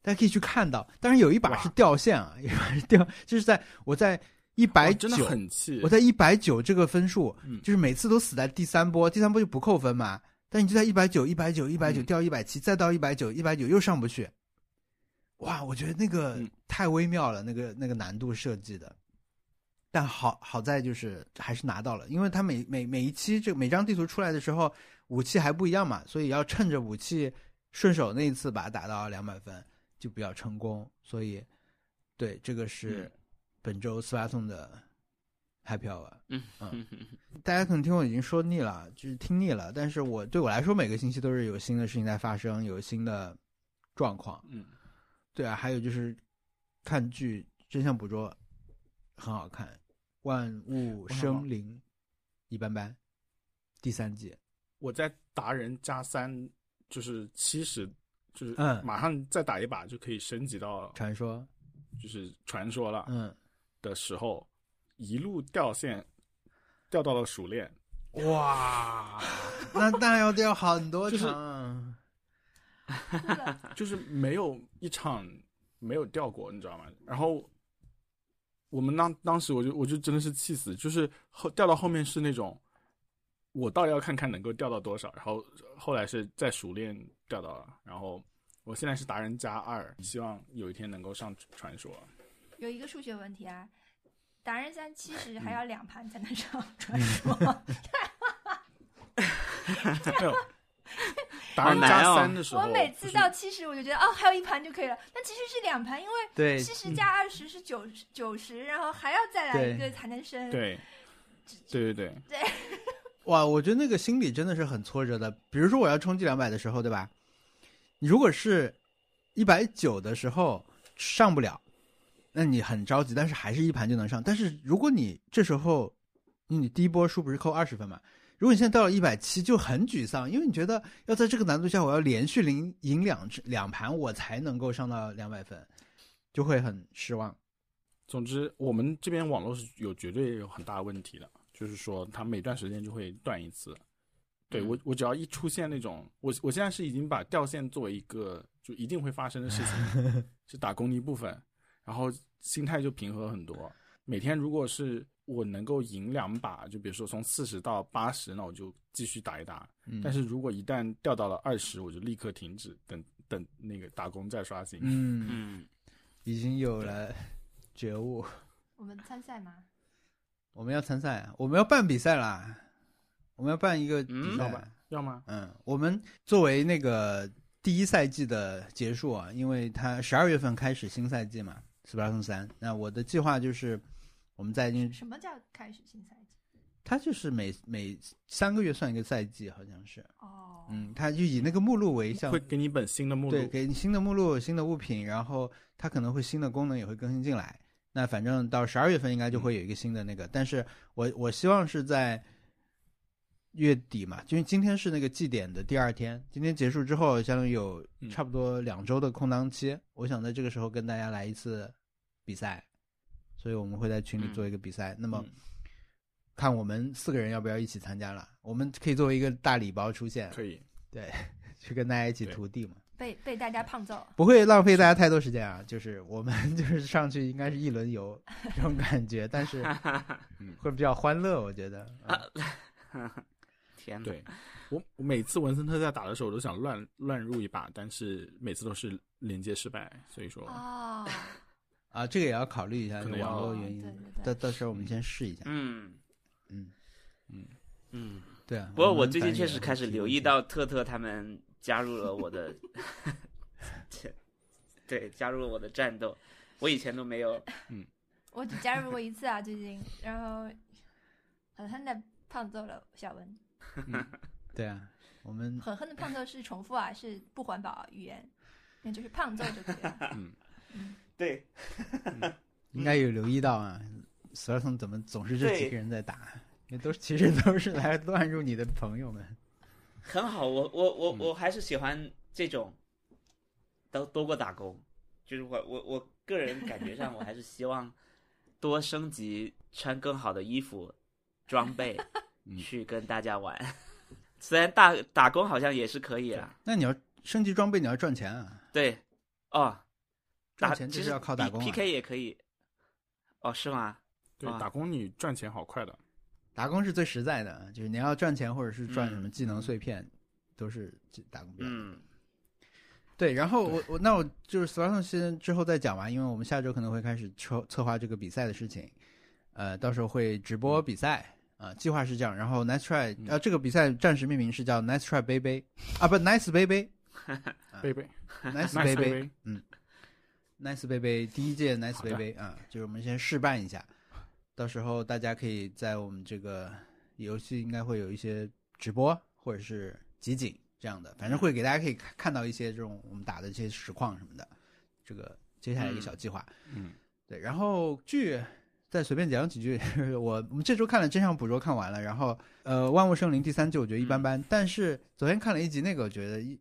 Speaker 4: 大家可以去看到。但是有一把
Speaker 1: 哇
Speaker 4: 是掉线啊，有一把是掉，就是在我在一百
Speaker 1: 我
Speaker 4: 九
Speaker 1: 哦真的很气
Speaker 4: 我。在一百九这个分数，
Speaker 1: 嗯
Speaker 4: 就是每次都死在第三波，第三波就不扣分嘛。但你就在一百九、一百九、一百九
Speaker 1: 嗯
Speaker 4: 掉一百七，再到一百九、一百九又上不去。哇，我觉得那个
Speaker 1: 嗯
Speaker 4: 太微妙了，那个那个难度设计的。但好好在就是还是拿到了，因为它每每每一期这每张地图出来的时候，武器还不一样嘛，所以要趁着武器顺手那一次把它打到两百分就比较成功。所以，对这个是
Speaker 1: 嗯
Speaker 4: 本周斯巴送的 happy hour。
Speaker 2: 嗯
Speaker 4: 大家可能听我已经说腻了，就是听腻了。但是我对我来说，每个星期都是有新的事情在发生，有新的状况。
Speaker 1: 嗯，
Speaker 4: 对啊，还有就是看剧《真相捕捉》很好看，《万物生灵》一般般，第三季。
Speaker 1: 我在达人加三，就是七十，就是
Speaker 4: 嗯
Speaker 1: 马上再打一把就可以升级到
Speaker 4: 传说，
Speaker 1: 就是传说了
Speaker 4: 嗯，
Speaker 1: 的时候，一路掉线，掉到了熟练。
Speaker 4: 哇，那那要掉很多
Speaker 1: 就是
Speaker 4: 场啊，
Speaker 3: 哭了
Speaker 1: 就是没有一场没有掉过，你知道吗？然后我们当当时我就我就真的是气死，就是后掉到后面是那种，我到底要看看能够掉到多少，然后后来是在熟练掉到了，然后我现在是达人加二，希望有一天能够上传说。
Speaker 3: 有一个数学问题啊，达人三七十
Speaker 4: 嗯
Speaker 3: 还要两盘才能上传说。
Speaker 1: 没有，达人加三的时候，
Speaker 3: 我每次到七十，我就觉得哦，还有一盘就可以了。但其实是两盘，因为
Speaker 4: 对嗯
Speaker 3: 七十加二十是九十九十，然后还要再来一个才能升。
Speaker 1: 对，对对对，
Speaker 4: 哇，我觉得那个心理真的是很挫折的。比如说我要冲击两百的时候，对吧？你如果是一百九的时候上不了，那你很着急，但是还是一盘就能上。但是如果你这时候，你第一波输不是扣二十分嘛？如果你现在到了一百七，就很沮丧，因为你觉得要在这个难度下，我要连续赢赢两两盘，我才能够上到两百分，就会很失望。
Speaker 1: 总之，我们这边网络是有绝对有很大的问题的，就是说它每段时间就会断一次。对
Speaker 4: 嗯
Speaker 1: 我，我只要一出现那种，我我现在是已经把掉线作为一个就一定会发生的事 情，是打工的一部分，然后心态就平和很多。每天如果是我能够赢两把，就比如说从四十到八十，那我就继续打一打。
Speaker 4: 嗯
Speaker 1: 但是如果一旦掉到了二十，我就立刻停止，等等那个打工再刷新。
Speaker 4: 嗯，
Speaker 2: 嗯，
Speaker 4: 已经有了觉悟。
Speaker 3: 我们参赛吗？
Speaker 4: 我们要参赛啊，我们要办比赛啦，我们要办一个比
Speaker 2: 嗯
Speaker 4: 赛
Speaker 1: 好。吧要吗？
Speaker 4: 嗯我们作为那个第一赛季的结束啊，因为它十二月份开始新赛季嘛，斯巴达三。那我的计划就是，我们在
Speaker 3: 什么叫开始新赛季？
Speaker 4: 它就是每每三个月算一个赛季，好像是。
Speaker 3: 哦，
Speaker 4: 嗯，它就以那个目录为项
Speaker 1: 会给你一本新的目录。
Speaker 4: 对，给你新的目录、新的物品，然后它可能会新的功能也会更新进来。那反
Speaker 1: 嗯
Speaker 4: 正到十二月份应该就会有一个新的那个，但是我我希望是在月底嘛，因为今天是那个祭典的第二天，今天结束之后，相当于有
Speaker 1: 嗯
Speaker 4: 差不多两周的空档期。我想在这个时候跟大家来一次比赛，所以我们会在群里
Speaker 2: 嗯
Speaker 4: 做一个比赛。那么
Speaker 1: 嗯
Speaker 4: 看我们四个人要不要一起参加了，我们可以作为一个大礼包出现，
Speaker 1: 可以，
Speaker 4: 去跟大家一起
Speaker 1: 对
Speaker 4: 涂地嘛。
Speaker 3: 被被大家胖揍。
Speaker 4: 不会浪费大家太多时间啊，就是我们 就是上去应该是一轮游这种感觉，但 是嗯会比较欢乐，我觉得。
Speaker 2: 啊
Speaker 4: 嗯
Speaker 2: 天哪，
Speaker 1: 对我我每次文森特在打的时候，我都想乱乱入一把，但是每次都是连接失败，所以说
Speaker 3: 哦，
Speaker 4: 啊，这个也要考虑一下
Speaker 1: 可能
Speaker 4: 这个网
Speaker 1: 要
Speaker 4: 络
Speaker 3: 哦
Speaker 4: 原因
Speaker 3: 对对，对
Speaker 4: 到到时候我们先试一下。
Speaker 2: 嗯
Speaker 4: 嗯，
Speaker 2: 嗯。
Speaker 4: 对啊。
Speaker 2: 不过
Speaker 4: 们
Speaker 2: 我最
Speaker 4: 反
Speaker 2: 近
Speaker 4: 正
Speaker 2: 确
Speaker 4: 也
Speaker 2: 实
Speaker 4: 会
Speaker 2: 开始
Speaker 4: 提
Speaker 2: 留
Speaker 4: 供
Speaker 2: 意
Speaker 4: 一些
Speaker 2: 到特特他们加入了我 的，对对，加入了我的战斗。我以前都没有，
Speaker 3: 我只加入过一次啊，最近，然后狠狠的胖揍了小文，
Speaker 4: 对啊，我们
Speaker 3: 狠狠的胖揍是重复啊，是不环保语言，那就是胖揍就可以了。
Speaker 2: 对
Speaker 4: 应该有留意到啊，死二层怎么总是这
Speaker 2: 对
Speaker 4: 几个人在打？也都其实都是来乱入你的朋友们。
Speaker 2: 很好，我我我
Speaker 1: 嗯
Speaker 2: 我还是喜欢这种，都多过打工，就是我我我个人感觉上，我还是希望多升级，穿更好的衣服、装 备，
Speaker 4: 嗯
Speaker 2: 去跟大家玩。 虽然大打工好像也是可以啦，
Speaker 4: 那你要升级装备，你要赚钱啊，
Speaker 2: 对，哦，
Speaker 4: 赚
Speaker 2: 打
Speaker 4: 钱
Speaker 2: 其
Speaker 4: 就是
Speaker 2: 实
Speaker 4: 要靠打
Speaker 2: P-
Speaker 4: 工啊
Speaker 2: PK 也可以，哦，是吗？
Speaker 1: 对
Speaker 2: 啊
Speaker 1: 打工你赚钱好快的，
Speaker 4: 打工是最实在的，就是你要赚钱或者是赚什么
Speaker 2: 嗯
Speaker 4: 技能碎片，都是打工比较
Speaker 2: 嗯，
Speaker 4: 对，然后我我那我就是 s p a r t a 先之后再讲吧，因为我们下周可能会开始策策划这个比赛的事情，呃，到时候会直播比赛啊、计划是这样。然后 Nice Try，
Speaker 1: 嗯
Speaker 4: 呃，这个比赛暂时命名是叫 Nice Try 杯杯啊，不 Nice 杯杯啊
Speaker 1: 贝贝，
Speaker 4: ，Nice 杯
Speaker 1: nice 嗯
Speaker 4: 杯
Speaker 1: 贝，
Speaker 4: ，Nice 杯杯，第一届 Nice
Speaker 1: 好
Speaker 4: 杯
Speaker 1: 的
Speaker 4: 杯啊，就是我们先试办一下，到时候大家可以在我们这个游戏应该会有一些直播或者是集锦这样的，反正会给大家可以看看到一些这种我们打的一些实况什么的，这个接下来一个小计划。
Speaker 1: 嗯，
Speaker 4: 对，然后剧再随便讲几句。 我我们这周看了《真相捕捉》，看完了，然后呃，《万物生灵》第三季我觉得一
Speaker 2: 嗯
Speaker 4: 般般，但是昨天看了一集那个，我觉得一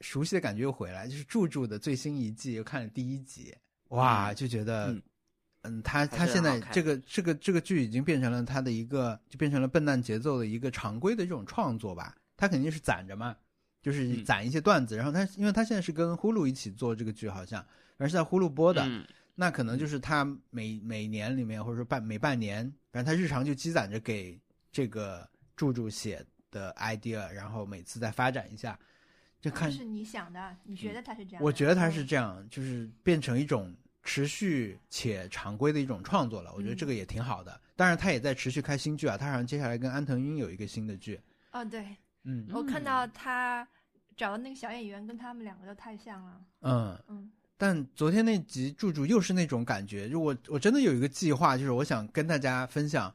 Speaker 4: 熟悉的感觉又回来，就是柱柱的最新一季，又看了第一集，哇，
Speaker 1: 嗯
Speaker 4: 就觉得
Speaker 1: 嗯
Speaker 4: 嗯，他
Speaker 2: 还
Speaker 4: 他
Speaker 2: 是
Speaker 4: 现
Speaker 2: 很好
Speaker 4: 在
Speaker 2: 看
Speaker 4: 这个这个这个剧已经变成了他的一个，就变成了笨蛋节奏的一个常规的这种创作吧，他肯定是攒着嘛。就是
Speaker 1: 嗯
Speaker 4: 攒一些段子，然后他，因为他现在是跟呼噜一起做这个剧，好像，而是在呼噜播的，
Speaker 2: 嗯
Speaker 4: 那可能就是他每每年里面，或者说半每半年，反正他日常就积攒着给这个柱柱写的 idea，然后每次再发展一下，就 看
Speaker 3: 不是你想的，啊你觉得他是这样的？
Speaker 4: 我觉得他是
Speaker 3: 嗯
Speaker 4: 这样，就是变成一种持续且常规的一种创作了。我觉得
Speaker 3: 嗯
Speaker 4: 这个也挺好的。当然，他也在持续开新剧啊，他好像接下来跟安藤樱有一个新的剧。
Speaker 3: 哦，对
Speaker 4: 嗯
Speaker 3: 我看到他找的那个小演员跟他们两个都太像了，
Speaker 4: 嗯，
Speaker 3: 嗯，
Speaker 4: 但昨天那集柱柱又是那种感觉，就我我真的有一个计划，就是我想跟大家分享，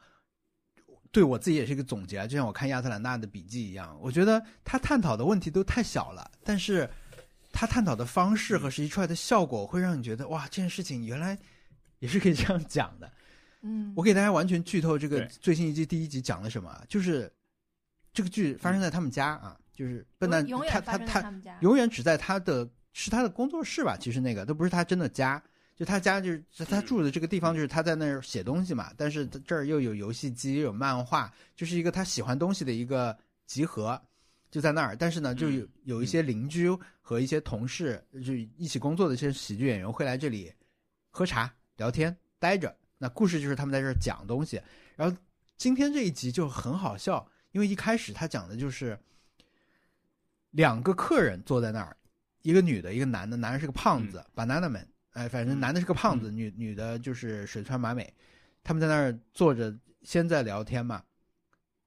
Speaker 4: 对我自己也是一个总结啊，就像我看亚特兰大的笔记一样，我觉得他探讨的问题都太小了，但是他探讨的方式和实际出来的效果，会让你觉得哇，这件事情原来也是可以这样讲的。
Speaker 3: 嗯，
Speaker 4: 我给大家完全剧透这个
Speaker 1: 对
Speaker 4: 最新一季第一集讲了什么啊，就是这个剧发生在他们家啊，就是笨蛋
Speaker 3: 永永
Speaker 4: 他
Speaker 3: 远发
Speaker 4: 他
Speaker 3: 生
Speaker 4: 他
Speaker 3: 在他们家，
Speaker 4: 永远只在他的是他的工作室吧，其实那个都不是他真的家，就他家就是他住的这个地方，就是他在那儿写东西嘛，但是这儿又有游戏机，又有漫画，就是一个他喜欢东西的一个集合，就在那儿。但是呢，就有有一些邻居和一些同事，就一起工作的一些喜剧演员会来这里喝茶、聊天、待着。那故事就是他们在这儿讲东西，然后今天这一集就很好笑，因为一开始他讲的就是两个客人坐在那儿，一个女的，一个男的，男的是个胖子、b a n a n a Man，哎，反正男的是个胖子，女女的就是水川麻美，他们在那儿坐着，先在聊天嘛，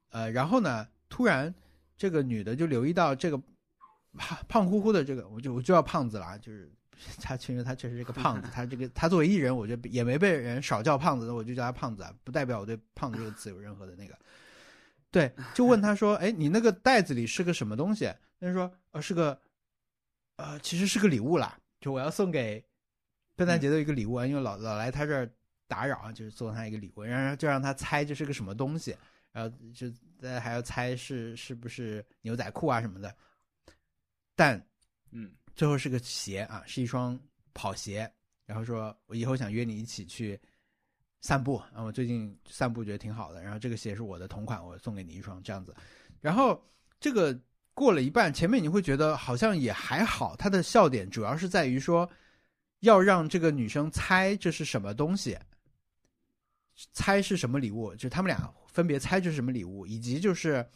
Speaker 4: 呃，然后呢，突然这个女的就留意到这个胖胖乎乎的这个，我就我就要胖子啦，就是。 他确实，他确实是个胖子。他这个，他作为艺人，我觉得也没被人少叫胖子，我就叫他胖子啊，不代表我对“胖子”这个词有任何的那个。对，就问他说：“哎，你那个袋子里是个什么东西？”他就说：“呃，是个，呃，其实是个礼物啦，就我要送给笨蛋节奏一个礼物啊，因为老老来他这儿打扰啊，就是送他一个礼物，然后就让他猜这是个什么东西。然后就大家还要猜是是不是牛仔裤啊什么的，但
Speaker 1: 嗯，
Speaker 4: 最后是个鞋啊，是一双跑鞋，然后说我以后想约你一起去散步，啊，我最近散步觉得挺好的，然后这个鞋是我的同款，我送给你一双这样子，然后这个过了一半，前面你会觉得好像也还好，它的笑点主要是在于说要让这个女生猜这是什么东西，猜是什么礼物，就他们俩分别猜这是什么礼物，以及就是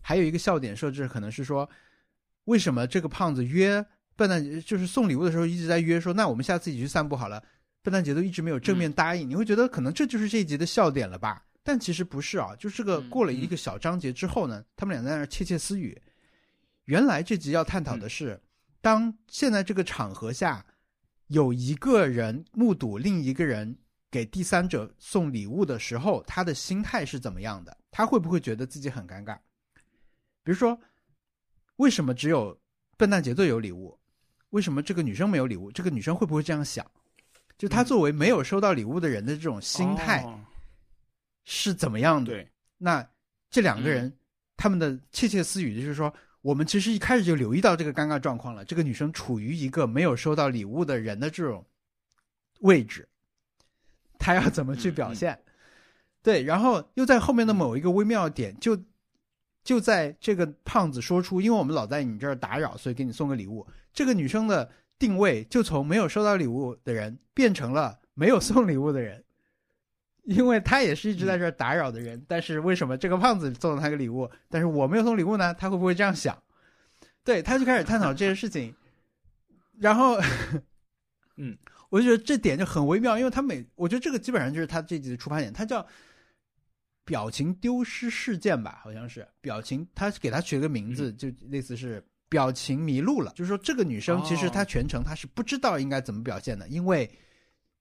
Speaker 4: 还有一个笑点设置可能是说，为什么这个胖子约笨蛋就是送礼物的时候一直在约说，那我们下次一起去散步好了，笨蛋节都一直没有正面答应，你会觉得可能这就是这一集的笑点了吧？但其实不是啊，就是这个
Speaker 2: 嗯
Speaker 4: 过了一个小章节之后呢，他们俩在那儿窃窃私语。原来这集要探讨
Speaker 2: 嗯
Speaker 4: 的是，当现在这个场合下，有一个人目睹另一个人给第三者送礼物的时候，他的心态是怎么样的？他会不会觉得自己很尴尬？比如说，为什么只有笨蛋节奏有礼物？为什么这个女生没有礼物？这个女生会不会这样想？就她作为没有收到礼物的人的这种心态
Speaker 1: 嗯
Speaker 4: 嗯
Speaker 1: 哦
Speaker 4: 是怎么样的？
Speaker 1: 对，，
Speaker 4: 那这两个人、他们的窃窃私语，就是说，我们其实一开始就留意到这个尴尬状况了。这个女生处于一个没有收到礼物的人的这种位置，她要怎么去表现？对，然后又在后面的某一个微妙点，就就在这个胖子说出，因为我们老在你这儿打扰，所以给你送个礼物。这个女生的定位就从没有收到礼物的人变成了没有送礼物的人，因为她也是一直在这儿打扰的人。但是为什么这个胖子送了她个礼物，但是我没有送礼物呢？她会不会这样想？对，她就开始探讨这些事情，然后
Speaker 1: 嗯，
Speaker 4: 我就觉得这点就很微妙，因为他每我觉得这个基本上就是他这集的出发点，他叫表情丢失事件吧，好像是表情，他给他取了个名字，就类似是表情迷路了。就是说，这个女生其实她全程她是不知道应该怎么表现的，因为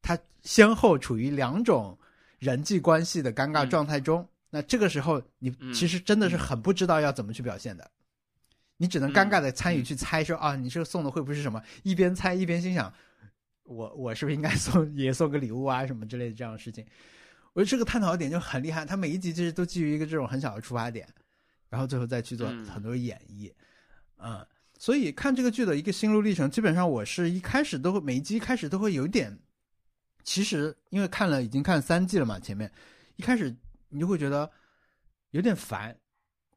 Speaker 4: 她先后处于两种人际关系的尴尬状态中。那这个时候，你
Speaker 2: 嗯
Speaker 4: 其实真的是很不知道要怎么去表现的。你只能尴
Speaker 2: 嗯
Speaker 4: 尬的参与去猜说、啊，你这个送的会不会是什么？一边猜一边心想，我我是不是应该送 也送个礼物啊什么之类的这样的事情？我觉得这个探讨点就很厉害，他每一集其实都基于一个这种很小的出发点，然后最后再去做
Speaker 2: 嗯
Speaker 4: 很多演绎，嗯，所以看这个剧的一个心路历程，基本上我是一开始都会每一集一开始都会有一点，其实因为看了已经看了三季了嘛，前面一开始你就会觉得有点烦，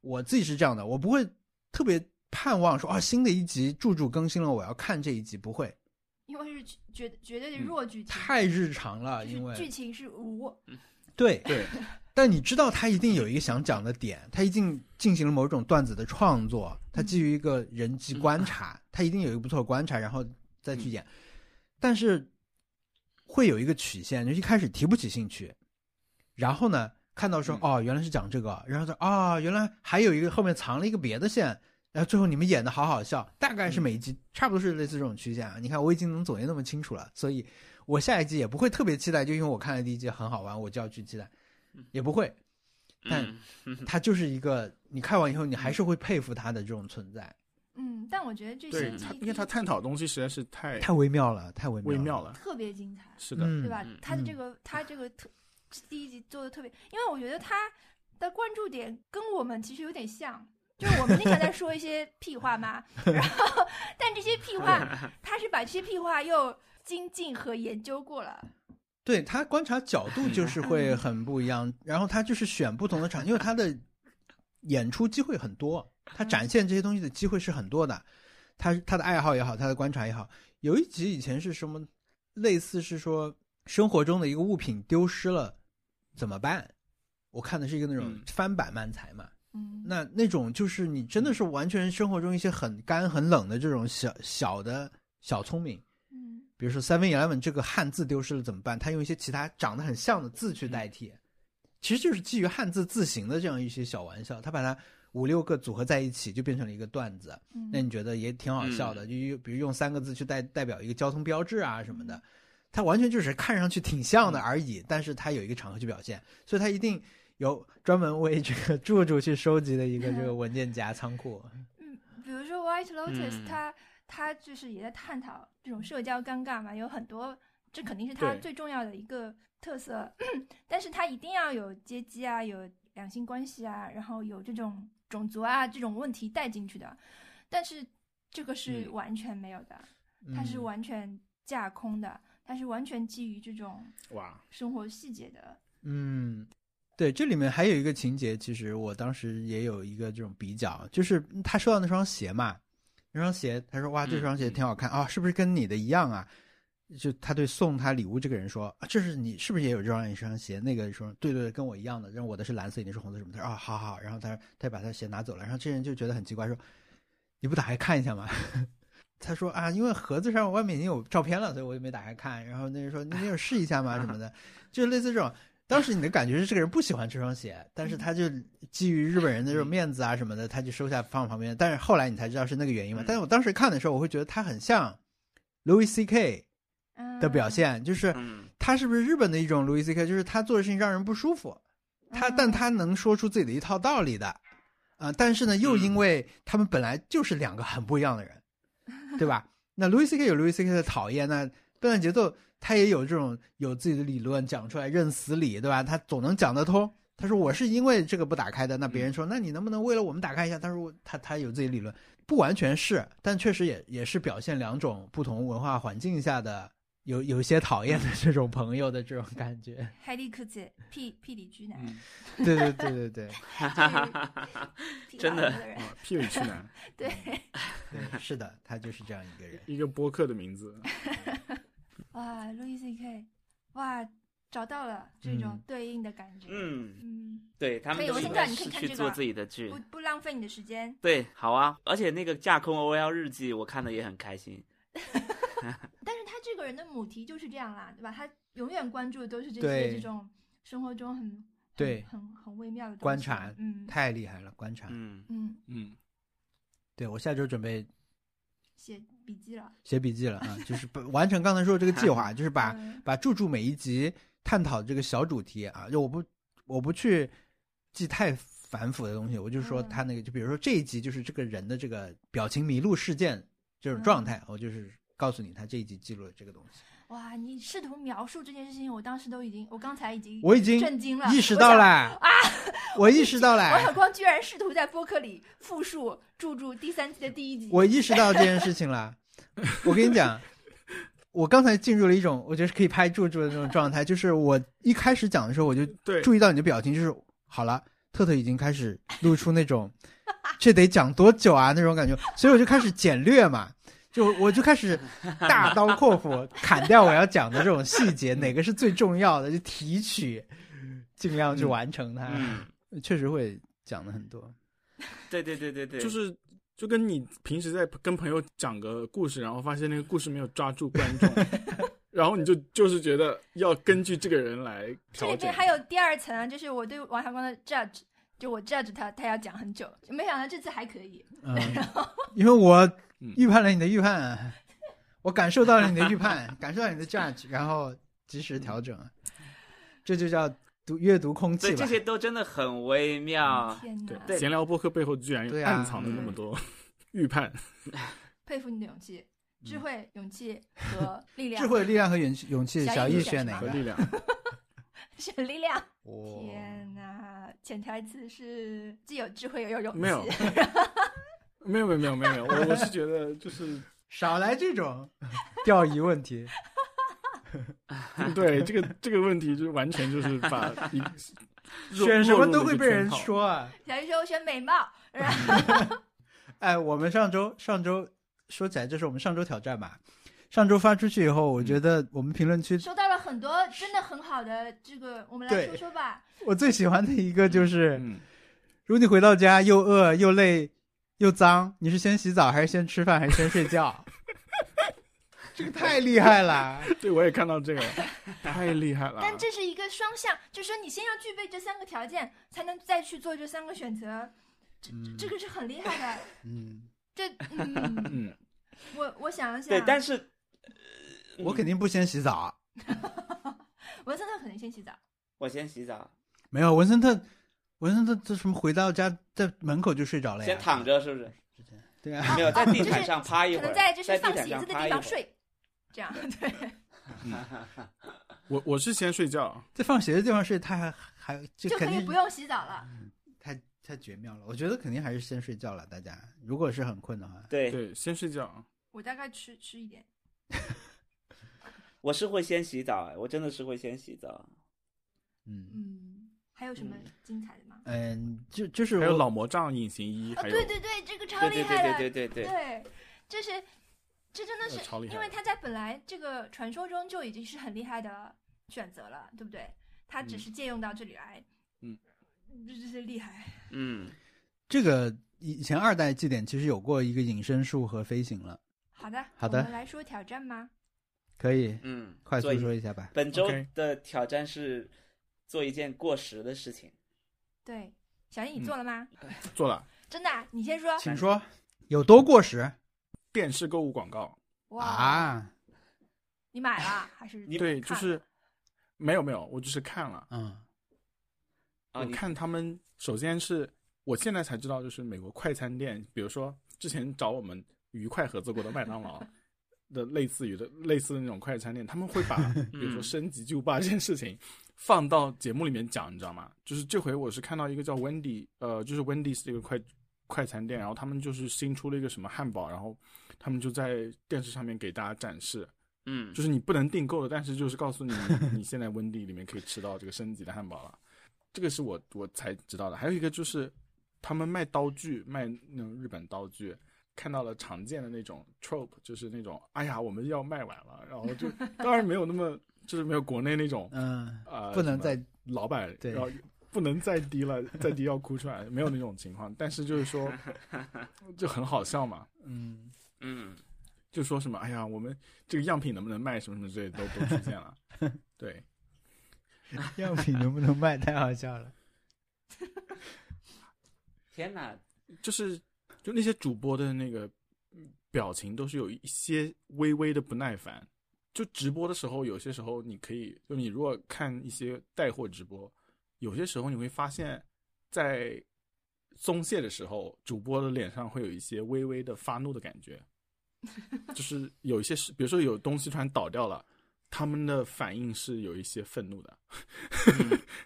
Speaker 4: 我自己是这样的，我不会特别盼望说啊新的一集柱柱更新了，我要看这一集，不会
Speaker 3: 因为是绝绝对的
Speaker 1: 嗯
Speaker 3: 弱剧情，
Speaker 4: 太日常了，
Speaker 3: 就是
Speaker 4: 因为
Speaker 3: 剧情是无，
Speaker 4: 对
Speaker 1: 对，
Speaker 4: 但你知道他一定有一个想讲的点，他一定进行了某种段子的创作，他基于一个人际观察，他一定有一个不错的观察，然后再去演。但是会有一个曲线，就一开始提不起兴趣，然后呢，看到说、哦原来是讲这个，然后说啊、哦、原来还有一个后面藏了一个别的线。然后最后你们演的好好笑，大概是每一集差不多是类似这种曲线啊。你看我已经能总结那么清楚了，所以我下一季也不会特别期待，就因为我看了第一季很好玩，我就要去期待，也不会。但
Speaker 2: 嗯
Speaker 4: 它就是一个你看完以后，你还是会佩服它的这种存在，
Speaker 3: 嗯，但我觉得这
Speaker 1: 对
Speaker 3: 些
Speaker 1: 他，因为他探讨的东西实在是太
Speaker 4: 太微妙了，太微妙
Speaker 1: 微
Speaker 4: 了，
Speaker 1: 妙了。
Speaker 3: 特别精彩，
Speaker 1: 是的，
Speaker 4: 嗯
Speaker 3: 对吧
Speaker 2: 嗯？
Speaker 3: 他的这
Speaker 4: 嗯
Speaker 3: 个他这个特第一集做的特别，因为我觉得他的关注点跟我们其实有点像，就是我们经常在说一些屁话嘛，然后但这些屁 话他是把这些屁话又精进和研究过了，
Speaker 4: 对他观察角度就是会很不一 样，然后他就是选不同的场，因为他的演出机会很多，
Speaker 1: 嗯
Speaker 4: 他展现这些东西的机会是很多的，他他的爱好也好，他的观察也好，有一集以前是什么，类似是说生活中的一个物品丢失了怎么办？我看的是一个那种
Speaker 1: 嗯
Speaker 4: 翻版漫才嘛，
Speaker 3: 嗯，
Speaker 4: 那那种就是你真的是完全生活中一些很干很冷的这种小小的小聪明，
Speaker 3: 嗯
Speaker 4: 比如说 Seven Eleven 这个汉字丢失了怎么办？他用一些其他长得很像的字去代替，其实就是基于汉字字形的这样一些小玩笑，他把它五六个组合在一起就变成了一个段子。
Speaker 3: 嗯，
Speaker 4: 那你觉得也挺好笑的，就用比如用三个字去代代表一个交通标志啊什么
Speaker 3: 嗯
Speaker 4: 的，它完全就是看上去挺像的而已，但是它有一个场合去表现，所以它一定有专门为这个 柱柱去收集的一个 这个文件夹仓库。
Speaker 3: 嗯，比如说 White Lotus，、
Speaker 2: 嗯
Speaker 3: 它它就是也在探讨这种社交尴尬嘛，有很多，这肯定是它
Speaker 1: 对
Speaker 3: 最重要的一个特色，但是它一定要有阶级啊，有两性关系啊，然后有这种种族啊这种问题带进去的，但是这个是
Speaker 6: 嗯
Speaker 3: 完全没有的，它是
Speaker 6: 嗯
Speaker 3: 完全架空的，它是完全基于这种
Speaker 1: 哇，
Speaker 3: 生活细节的。
Speaker 4: 嗯，对，这里面还有一个情节，其实我当时也有一个这种比较，就是嗯他说到那双鞋嘛，那双鞋，他说哇，这
Speaker 2: 嗯
Speaker 4: 双鞋挺好看啊、是不是跟你的一样啊？就他对送他礼物这个人说，啊、这是你是不是也有这双一双鞋？那个人说，对对对，跟我一样的，然后我的是蓝色，你是红色什么？他说啊，好好，然后他他把他鞋拿走了，然后这人就觉得很奇怪，说你不打开看一下吗？他说啊，因为盒子上外面已经有照片了，所以我也没打开看。然后那人说：“你没有试一下吗？什么的，就类似这种。”当时你的感觉是这个人不喜欢这双鞋，但是他就基于日本人的这种面子啊什么的，他就收下放旁边。但是后来你才知道是那个原因嘛
Speaker 2: 嗯。
Speaker 4: 但是我当时看的时候，我会觉得他很像 Louis C K
Speaker 3: 嗯
Speaker 4: 的表，现，就是
Speaker 2: 嗯，
Speaker 4: 他是不是日本的一种 Louis C K，就是他做的事情让人不舒服，他
Speaker 3: 嗯
Speaker 4: 但他能说出自己的一套道理的，啊、但是呢，又因为他们本来就是两个很不一样的人，对吧？那 Louis C K 有 Louis C K 的讨厌，那笨蛋节奏他也有这种有自己的理论讲出来认死理，对吧？他总能讲得通。他说我是因为这个不打开的，那别人说那你能不能为了我们打开一下？他说我他他有自己理论，不完全是，但确实也也是表现两种不同文化环境下的有有一些讨厌的这种朋友的这种感觉。
Speaker 3: 海蒂克子屁屁里居 男，
Speaker 1: 嗯，
Speaker 4: 对对对对对。
Speaker 3: 屁
Speaker 2: 真
Speaker 3: 老
Speaker 2: 的
Speaker 3: 头人，
Speaker 1: 啊，屁里去 男，
Speaker 3: 对。
Speaker 4: 对， 是的，他就是这样一 个人。
Speaker 1: 一个播客的名字，
Speaker 3: 哇，Louis C.K.，哇，找到了这种
Speaker 4: 嗯
Speaker 3: 对应的感觉。
Speaker 2: 嗯，
Speaker 3: 嗯
Speaker 2: 对他
Speaker 3: 可
Speaker 2: 们
Speaker 3: 以
Speaker 2: 都
Speaker 3: 我
Speaker 2: 应
Speaker 3: 现
Speaker 2: 该
Speaker 3: 在你可以
Speaker 2: 是
Speaker 3: 看
Speaker 2: 去
Speaker 3: 这个
Speaker 2: 做
Speaker 3: 啊
Speaker 2: 自己的剧
Speaker 3: 不。不浪费你的时间。
Speaker 2: 对，好啊，而且那个架空 OL 日记我看的也很开心。
Speaker 3: 但是他这个人的母题就是这样啦，对吧？他永远关注的都是这些
Speaker 4: 对
Speaker 3: 这种生活中很
Speaker 4: 对
Speaker 3: 很很很微妙的东西
Speaker 4: 观察
Speaker 3: 嗯
Speaker 4: 太厉害了，观察。
Speaker 2: 嗯，
Speaker 3: 嗯，
Speaker 1: 嗯，
Speaker 4: 对我下周准备
Speaker 3: 写笔记了。
Speaker 4: 写笔记了啊，就是把完成刚才说的这个计划，就 是把
Speaker 3: 嗯
Speaker 4: 把住住每一集探讨这个小主题啊，就我不我不去记太繁复的东西，我就说
Speaker 3: 嗯
Speaker 4: 他那个，就比如说这一集就是这个人的这个表情迷路事件这种
Speaker 3: 嗯
Speaker 4: 状态，我就是告诉你他这一集记录了这个东西，
Speaker 3: 哇，你试图描述这件事情，我当时都已经，我刚才已经
Speaker 4: 我已经
Speaker 3: 震惊了，
Speaker 4: 意识到
Speaker 3: 我
Speaker 4: 了
Speaker 3: 想。
Speaker 4: 啊，我意识到
Speaker 3: 王小
Speaker 4: 了，
Speaker 3: 光居然试图在播客里复述《住住》第三季的第一集，
Speaker 4: 我意识到这件事情了。 我跟你讲，我刚才进入了一种我觉得是可以拍住住的那种状态，就是我一开始讲的时候我就
Speaker 1: 嗯 对，
Speaker 4: 注意到你的表情，就是好了，特特已经开始露出那种这得讲多久啊那种感觉，所以我就开始简略嘛，就我就开始大刀阔斧砍掉我要讲的这种细节，哪个是最重要的就提取，尽量去完成它，
Speaker 2: 嗯，
Speaker 4: 确实会讲的很多。
Speaker 2: 对对对对对，
Speaker 1: 就是就跟你平时在跟朋友讲个故事，然后发现那个故事没有抓住观 众，然后你就就是觉得要根据这个人来
Speaker 3: 这
Speaker 1: 调
Speaker 3: 里
Speaker 1: 整
Speaker 3: 边。还有第二层啊，就是我对王小光的 judge，就我 judge 他，他要讲很久，没想到这次还可以。
Speaker 4: 嗯，因为我
Speaker 1: 嗯
Speaker 4: 预判了你的预 判，我感受到了你的预判， 感受到你的 judge，然后及时调整，这就叫读阅读空气
Speaker 2: 对
Speaker 4: 吧。
Speaker 2: 这些都真的很微妙。
Speaker 3: 天哪，
Speaker 1: 对，闲聊播客背后居然
Speaker 4: 对啊
Speaker 1: 暗藏了那么多 预判。
Speaker 3: 佩服你的勇气、智慧、勇气和力量。
Speaker 4: 智慧、力量和勇气勇气，
Speaker 3: 小
Speaker 4: 小
Speaker 3: 易
Speaker 4: 易
Speaker 3: 选
Speaker 4: 选
Speaker 3: 什
Speaker 4: 哪
Speaker 1: 和
Speaker 4: 个？
Speaker 1: 力量，
Speaker 3: 是力量。
Speaker 4: 哦
Speaker 3: 天哪，潜台词是既有智慧也有勇气。
Speaker 1: 没有没有没有没有没有没有，我我是觉得就是
Speaker 4: 少来这种 钓鱼问题。
Speaker 1: 对这个这个问题，就是完全就是把 一落
Speaker 4: 选什么
Speaker 1: 落入了
Speaker 4: 都
Speaker 1: 一
Speaker 4: 会
Speaker 1: 个
Speaker 4: 被人
Speaker 1: 圈套
Speaker 4: 说啊！
Speaker 3: 小鱼说：“我选美貌。”然后
Speaker 4: 哎，我们上周上周说起来，这是我们上周挑战吧？上周发出去以后，我觉得我们评论区
Speaker 3: 收到了很多真的很好的这个，我们来
Speaker 4: 对
Speaker 3: 说说吧。
Speaker 4: 我最喜欢的一个就是，
Speaker 1: 嗯，
Speaker 4: 如果你回到家又饿又累又脏，你是先洗澡还是先吃饭还是先 睡觉？这个太厉害了！
Speaker 1: 对我也看到这个了，太厉害了。
Speaker 3: 但这是一个双向，就是说你先要具备这三个条件，才能再去做这三个选择。这这这个是很厉害的。
Speaker 4: 嗯，
Speaker 3: 这 嗯，
Speaker 1: 嗯，
Speaker 3: 我我想一想，
Speaker 2: 对，但是嗯
Speaker 4: 我肯定不先洗澡。
Speaker 3: 文森特肯定先洗澡，
Speaker 2: 我先洗澡，
Speaker 4: 没有文森特，文森特这什么回到家在门口就睡着了呀？
Speaker 2: 先躺。着是不是？
Speaker 4: 啊对啊，
Speaker 2: 没有，在地
Speaker 3: 哦就是
Speaker 2: 毯上趴一
Speaker 3: 可
Speaker 2: 会儿，
Speaker 3: 能在就是
Speaker 2: 地
Speaker 3: 放
Speaker 2: 毯
Speaker 3: 鞋
Speaker 2: 上
Speaker 3: 子 的
Speaker 2: 趴
Speaker 3: 地
Speaker 2: 一会
Speaker 3: 方
Speaker 2: 儿。
Speaker 3: 睡，这样对。
Speaker 1: 我我是先睡觉，
Speaker 5: 在放血的地方睡，他还还就
Speaker 3: 就
Speaker 5: 肯
Speaker 3: 可以
Speaker 5: 定
Speaker 3: 不用洗澡了。
Speaker 5: 太太绝妙了。我觉得肯定还是先睡觉了，大家如果是很困的话，
Speaker 2: 对，
Speaker 1: 对，先睡觉。
Speaker 3: 我大概吃吃一点，
Speaker 2: 我是会先洗澡，哎我真的是会先洗澡。
Speaker 5: 嗯
Speaker 3: 嗯，还有什么
Speaker 2: 嗯
Speaker 3: 精彩的吗？
Speaker 5: 嗯，就就是
Speaker 1: 还有
Speaker 5: 我
Speaker 1: 老魔杖、隐形衣，
Speaker 3: 哦，
Speaker 1: 还有
Speaker 3: 对对对，这个超
Speaker 2: 对
Speaker 3: 厉
Speaker 2: 对
Speaker 3: 害的，
Speaker 2: 对对对对 对，
Speaker 3: 对，这是这真的
Speaker 1: 呃
Speaker 3: 是
Speaker 1: 超厉，害
Speaker 3: 因为
Speaker 1: 的
Speaker 3: 他在本来这个传说中就已经是很厉害的选择了，对不对？他只
Speaker 1: 嗯
Speaker 3: 是借用到这里来，
Speaker 1: 嗯，
Speaker 3: 这这是厉害，
Speaker 2: 嗯，
Speaker 5: 这个以前二代祭典其实有过一个隐身术和飞行了，
Speaker 3: 好的，
Speaker 5: 好的
Speaker 3: 我们来说挑战吗？
Speaker 5: 可以
Speaker 2: 嗯，
Speaker 5: 快
Speaker 2: 做
Speaker 5: 速
Speaker 2: 一
Speaker 5: 说一下吧。
Speaker 2: 本周
Speaker 1: OK
Speaker 2: 的挑战是做一件过时的事情。
Speaker 3: 对，小英你
Speaker 1: 嗯
Speaker 3: 做了吗？
Speaker 1: 做了
Speaker 3: 真的啊、你先说。
Speaker 5: 请说有多过时
Speaker 1: 电视购物广告，
Speaker 3: 哇，
Speaker 5: 啊？
Speaker 3: 你买了还是
Speaker 2: 你
Speaker 1: 对，就
Speaker 3: 看
Speaker 1: 是没有没有，我只是看了。
Speaker 5: 嗯，
Speaker 2: 哦，
Speaker 1: 我
Speaker 2: 你
Speaker 1: 看他们，首先是我现在才知道，就是美国快餐店，比如说之前找我们愉快合作过的麦当劳的类似于的类似的那种快餐店，他们会把比如
Speaker 2: 嗯
Speaker 1: 说升级旧吧这件事情放到节目里面讲，你知道吗？就是这回我是看到一个叫 Wendy，呃，就是 Wendy's 这个快快餐店，然后他们就是新出了一个什么汉堡，然后他们就在电视上面给大家展示，
Speaker 2: 嗯，
Speaker 1: 就是你不能订购的，但是就是告诉你，你现在温蒂里面可以吃到这个升级的汉堡了。这个是我我才知道的。还有一个就是，他们卖刀具，卖那种日本刀具，看到了常见的那种 trope，就是那种哎呀，我们要卖完了，然后就当然没有那么就是没有国内那种
Speaker 5: 嗯，
Speaker 1: 呃
Speaker 5: 不能
Speaker 1: 什么
Speaker 5: 再
Speaker 1: 老板
Speaker 5: 对
Speaker 1: 然后不能再低了，再低要哭出来，没有那种情况。但是就是说，就很好笑嘛。
Speaker 5: 嗯，
Speaker 2: 嗯，
Speaker 1: 就说什么哎呀，我们这个样品能不能卖什么什么之类的都都出现了。对，
Speaker 5: 样品能不能卖？太好笑了。
Speaker 2: 天哪，
Speaker 1: 就是就那些主播的那个嗯表情都是有一些微微的不耐烦。就直播的时候，有些时候你可以，就你如果看一些带货直播，有些时候你会发现，在松懈的时候，主播的脸上会有一些微微的发怒的感觉，就是有一些是，比如说有东西突然倒掉了，他们的反应是有一些愤怒的，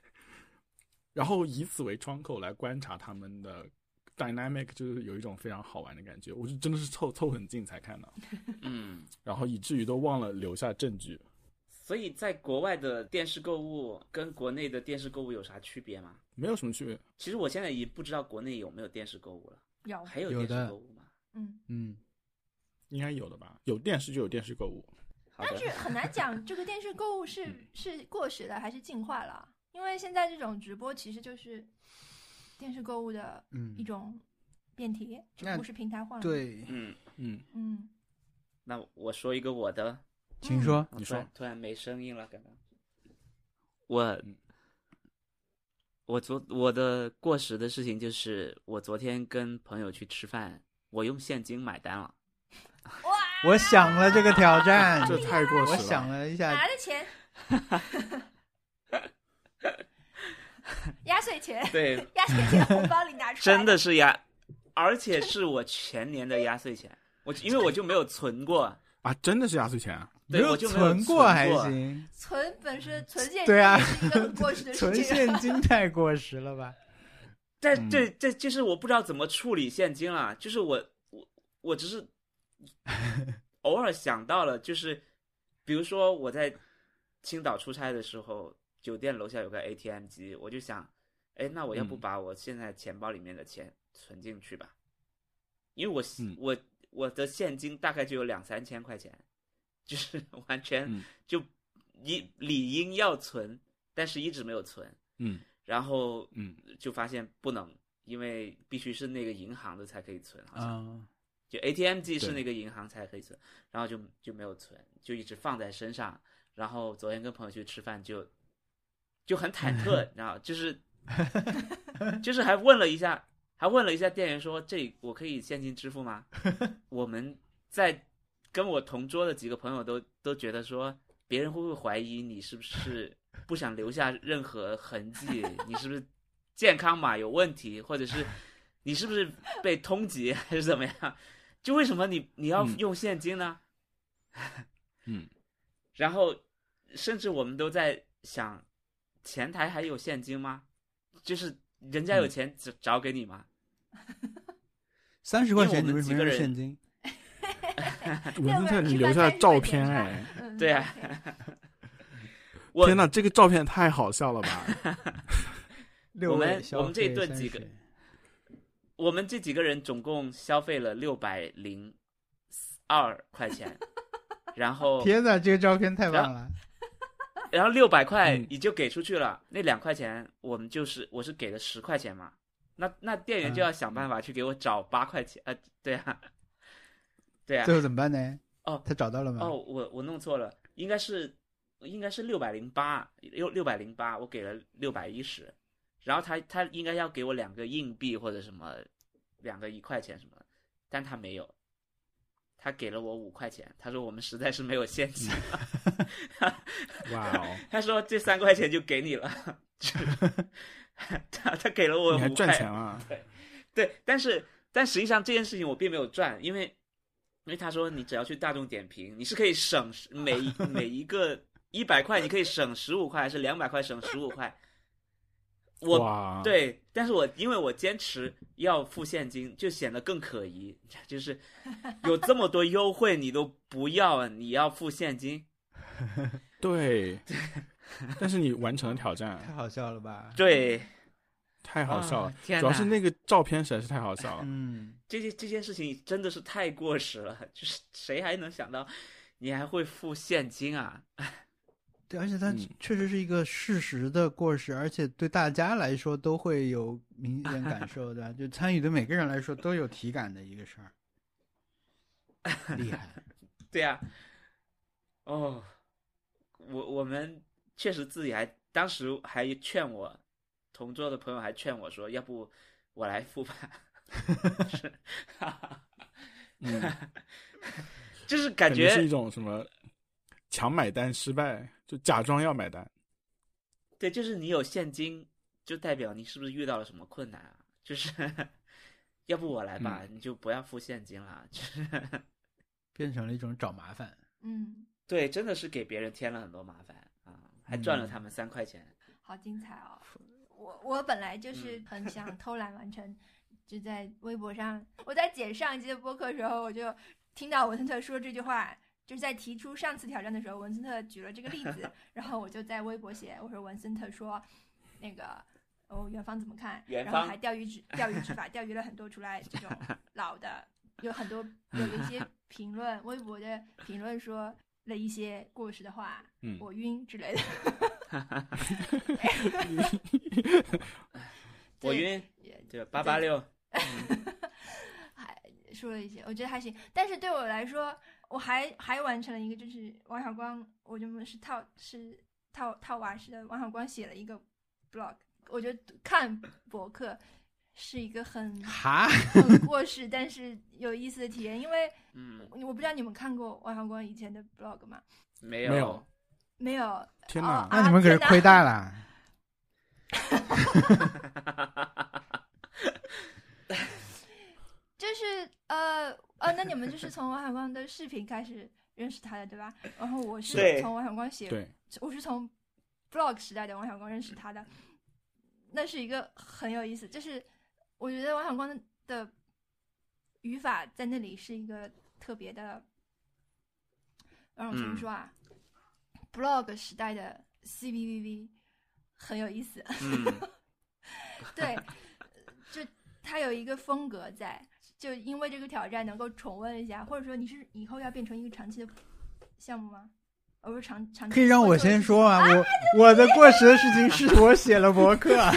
Speaker 1: 然后以此为窗口来观察他们的 dynamic，就是有一种非常好玩的感觉。我是真的是凑凑很近才看到，
Speaker 2: 嗯，
Speaker 1: 然后以至于都忘了留下证据。
Speaker 2: 所以在国外的电视购物跟国内的电视购物有啥区别吗？
Speaker 1: 没有什么区别，
Speaker 2: 其实我现在已经不知道国内有没有电视购物了，
Speaker 3: 有，
Speaker 2: 还有
Speaker 5: 有
Speaker 2: 电
Speaker 5: 的
Speaker 2: 视购物吗？
Speaker 3: 嗯，
Speaker 5: 嗯，
Speaker 1: 应该有的吧？有电视就有电视购物，
Speaker 2: 好
Speaker 3: 但
Speaker 2: 的
Speaker 3: 是，很难讲这个电视购物是是过时了还是进化了，因为现在这种直播其实就是电视购物的
Speaker 5: 嗯
Speaker 3: 一种变体，只
Speaker 5: 那
Speaker 3: 不过是平台换了。，
Speaker 5: 对，
Speaker 2: 嗯，
Speaker 1: 嗯，
Speaker 3: 嗯，
Speaker 2: 那我说一个我的，
Speaker 5: 请说。
Speaker 1: 嗯你
Speaker 2: 突然
Speaker 1: 说
Speaker 2: 突然没声音了，刚刚我
Speaker 1: 嗯
Speaker 2: 我昨我的过时的事情就是，我昨天跟朋友去吃饭，我用现金买单了。
Speaker 5: 我想了这个挑战，
Speaker 1: 啊这太过时
Speaker 5: 哎我
Speaker 1: 了。
Speaker 5: 想了一
Speaker 3: 嗯，拿
Speaker 5: 下，
Speaker 3: 的钱，压岁钱，
Speaker 2: 对，
Speaker 3: 压岁钱红包里拿出来，
Speaker 2: 真的是压，而且是我全年的压岁钱。我因为我就没有存过，
Speaker 1: 啊，真的是压岁钱啊！
Speaker 2: 对
Speaker 5: 没
Speaker 2: 我
Speaker 5: 有
Speaker 2: 就没有
Speaker 5: 存
Speaker 2: 存过
Speaker 5: 还行，
Speaker 3: 存本是存现金，
Speaker 5: 对啊
Speaker 3: 是一个很过时的事
Speaker 5: 存
Speaker 3: 情。
Speaker 5: 现金太过时了吧？嗯
Speaker 2: 但这这就是我不知道怎么处理现金了。就是我我我 只是偶尔想到了，就是比如说我在青岛出差的时候，酒店楼下有个 ATM 机，我就想，哎，那我要不
Speaker 1: 嗯
Speaker 2: 把我现在钱包里面的钱存进去吧？因为我、
Speaker 1: 嗯
Speaker 2: 我我的现金大概就有两三千块钱，就是 完全
Speaker 1: 嗯
Speaker 2: 就理理应要存，但是一直没有存。
Speaker 1: 嗯
Speaker 2: 然后
Speaker 1: 嗯，
Speaker 2: 就发现不能，因为必须是那个银行的才可以存，好像、
Speaker 5: 嗯，
Speaker 2: 就 ATM 机是
Speaker 1: 啊对
Speaker 2: 那个银行才可以存，然后就就没有存，就一直放在身上。然后昨天跟朋友去吃饭就就很忐 忑，你知道，就是 就是还问了一下，还问了一下店员说这我可以现金支付吗？我们在跟我同桌的几个朋友都都觉得说，别人会不会怀疑你是不是不想留下任何痕迹？你是不是健康码有问题，或者是你是不是被通缉还是怎么样？就为什么你你要
Speaker 1: 嗯
Speaker 2: 用现金呢？
Speaker 1: 嗯，
Speaker 2: 然后甚至我们都在想，前台还有现金吗？就是人家有钱找找给你吗？
Speaker 4: 三十块钱
Speaker 2: 因
Speaker 4: 你
Speaker 2: 为我
Speaker 4: 为
Speaker 2: 们几
Speaker 4: 什么
Speaker 2: 个
Speaker 4: 要
Speaker 2: 人
Speaker 4: 现金？
Speaker 5: 哎
Speaker 3: 要
Speaker 1: 文森
Speaker 3: 不
Speaker 1: 特
Speaker 3: 然
Speaker 1: 你
Speaker 3: 吃
Speaker 1: 留
Speaker 3: 饭
Speaker 1: 下
Speaker 3: 30
Speaker 1: 照
Speaker 3: 块
Speaker 1: 片
Speaker 3: 钱差
Speaker 1: 哎，
Speaker 3: 嗯
Speaker 2: 对啊
Speaker 3: OK
Speaker 2: 我
Speaker 1: 天哪，这个照片太好笑了吧！
Speaker 4: 六
Speaker 2: 我们
Speaker 4: 位消
Speaker 2: 我们这一
Speaker 4: 费
Speaker 2: 顿几个
Speaker 4: 30
Speaker 2: 我们这几个人总共消费了六百零二块钱，然后
Speaker 4: 天哪，这个照片太
Speaker 2: 然
Speaker 4: 棒了！
Speaker 2: 然后六百块
Speaker 4: 嗯
Speaker 2: 你就给出去了，那两块钱我们就是我是给了十块钱嘛，那那店员就要想办法去给我找八块钱，呃，对啊，对啊
Speaker 4: 最，后怎么办呢？
Speaker 2: 哦
Speaker 4: 他找
Speaker 1: 嗯
Speaker 4: 到了吗？
Speaker 2: 哦，我我弄错了，应该是应该是六百零八，六六百零八，我给了六百一十，然后他他应该要给我两个硬币或者什么，两个一块钱什么的，但他没有，他给了我五块钱，他说我们实在是没有 现金，
Speaker 1: 哇哦，
Speaker 2: 他说这三块钱就给你了， 他他给了 我
Speaker 1: 你还
Speaker 2: 五
Speaker 1: 赚
Speaker 2: 块
Speaker 1: 钱了？
Speaker 2: 对，但是但实际上这件事情我并没有赚，因为因为他说你只要去大众点评，你是可以省十每每一 个一百块，你可以省十五块，还是两百块省十五 块？我
Speaker 1: 哇，，
Speaker 2: 对，但是我因为我坚持要付现金，就显得更可疑， 就是有这么多优惠你都不要，啊，你要付现金？
Speaker 1: 对，但是你完成了挑
Speaker 4: 太
Speaker 1: 战，
Speaker 4: 好笑了吧？
Speaker 2: 对，
Speaker 1: 太 好笑了
Speaker 2: 啊。天
Speaker 1: 主要是
Speaker 2: 哪
Speaker 1: 那个照片实在是太好笑了。
Speaker 4: 嗯，
Speaker 2: 这件这件事情真的是太过时了， 就是谁还能想到你还会付现金啊？
Speaker 4: 对，而且
Speaker 1: 它
Speaker 4: 他
Speaker 1: 嗯
Speaker 4: 确实是一个事实的过失，而且对大家来说都会有明显感受的，就参与的每个人来说都有体感的一个事儿，厉害。
Speaker 2: 对呀、哦，我我们确实自己还当时还劝我，同桌的朋友还劝我说，要不我来付吧，是，
Speaker 1: 嗯，
Speaker 2: 就是感
Speaker 1: 感
Speaker 2: 觉
Speaker 1: 是一种什么强买单失败，就假装要买单。
Speaker 2: 对，就是你有现金，就代表你是不是遇到了什么困难啊？就是 要不我来吧，
Speaker 1: 嗯
Speaker 2: 你就不要付现金了， 就是
Speaker 4: 变成了一种找麻烦。
Speaker 3: 嗯，
Speaker 2: 对，真的是给别人添了很多麻烦啊，还赚
Speaker 1: 嗯
Speaker 2: 了他们三块钱，
Speaker 3: 好精彩哦！我我本来就是
Speaker 2: 嗯
Speaker 3: 很想偷懒完成，就在微博上，我在剪上一期的播客的时候，我就听到文森特说这句话，就是在提出上次挑战的时候，文森特举了这个例 子，然后我就在微博写，我说文森特说那个。哦，元芳怎么看？
Speaker 2: 元
Speaker 3: 然后
Speaker 2: 芳
Speaker 3: 还钓鱼执钓鱼执法，钓鱼了很多出来 这种老的，有很多有一些评论，微博的评论说了一些过时的话，
Speaker 1: 嗯，
Speaker 3: 我晕之类 的。
Speaker 2: 我
Speaker 3: 对
Speaker 2: 晕，
Speaker 3: 也
Speaker 2: 对，八八六，嗯
Speaker 3: 还说了一些，我觉得还行。但是对我来说，我还还完成了一个，就是王小光，我们是套是套套娃式的，王小光写了一个 blog。我觉得看博客是一个很
Speaker 4: 哈，
Speaker 3: 很过时，但是有意思的体验，因为
Speaker 2: 嗯，
Speaker 3: 我不知道你们看过王小光以前的 blog 吗？
Speaker 2: 没
Speaker 1: 没有
Speaker 3: 没有，
Speaker 1: 天
Speaker 3: 哦
Speaker 1: 哪！
Speaker 3: 啊
Speaker 4: 那你们可是
Speaker 3: 天哪
Speaker 4: 亏大 了。
Speaker 3: 就是呃呃，那你们就是从王小光的视频开始认识他的，对吧？然后我是
Speaker 2: 对
Speaker 3: 从王小光写
Speaker 1: 对，
Speaker 3: 我是从 blog 时代的王小光认识他的，那是一个很有意思，就是我觉得王小光的语法在那里是一个特别的，让我怎么
Speaker 2: 嗯
Speaker 3: 说啊、b l o g 时代的 CVVV 很有意思，
Speaker 2: 嗯，
Speaker 3: 对，就它有一个风格在，就因为这个挑战能够重温一下，或者说你是以后要变成一个长期的项目吗？我说长长期
Speaker 4: 可以让
Speaker 3: 会
Speaker 4: 我
Speaker 3: 做的
Speaker 4: 先
Speaker 3: 事情
Speaker 4: 说吗？我我的过时的事情是我写了 博客，啊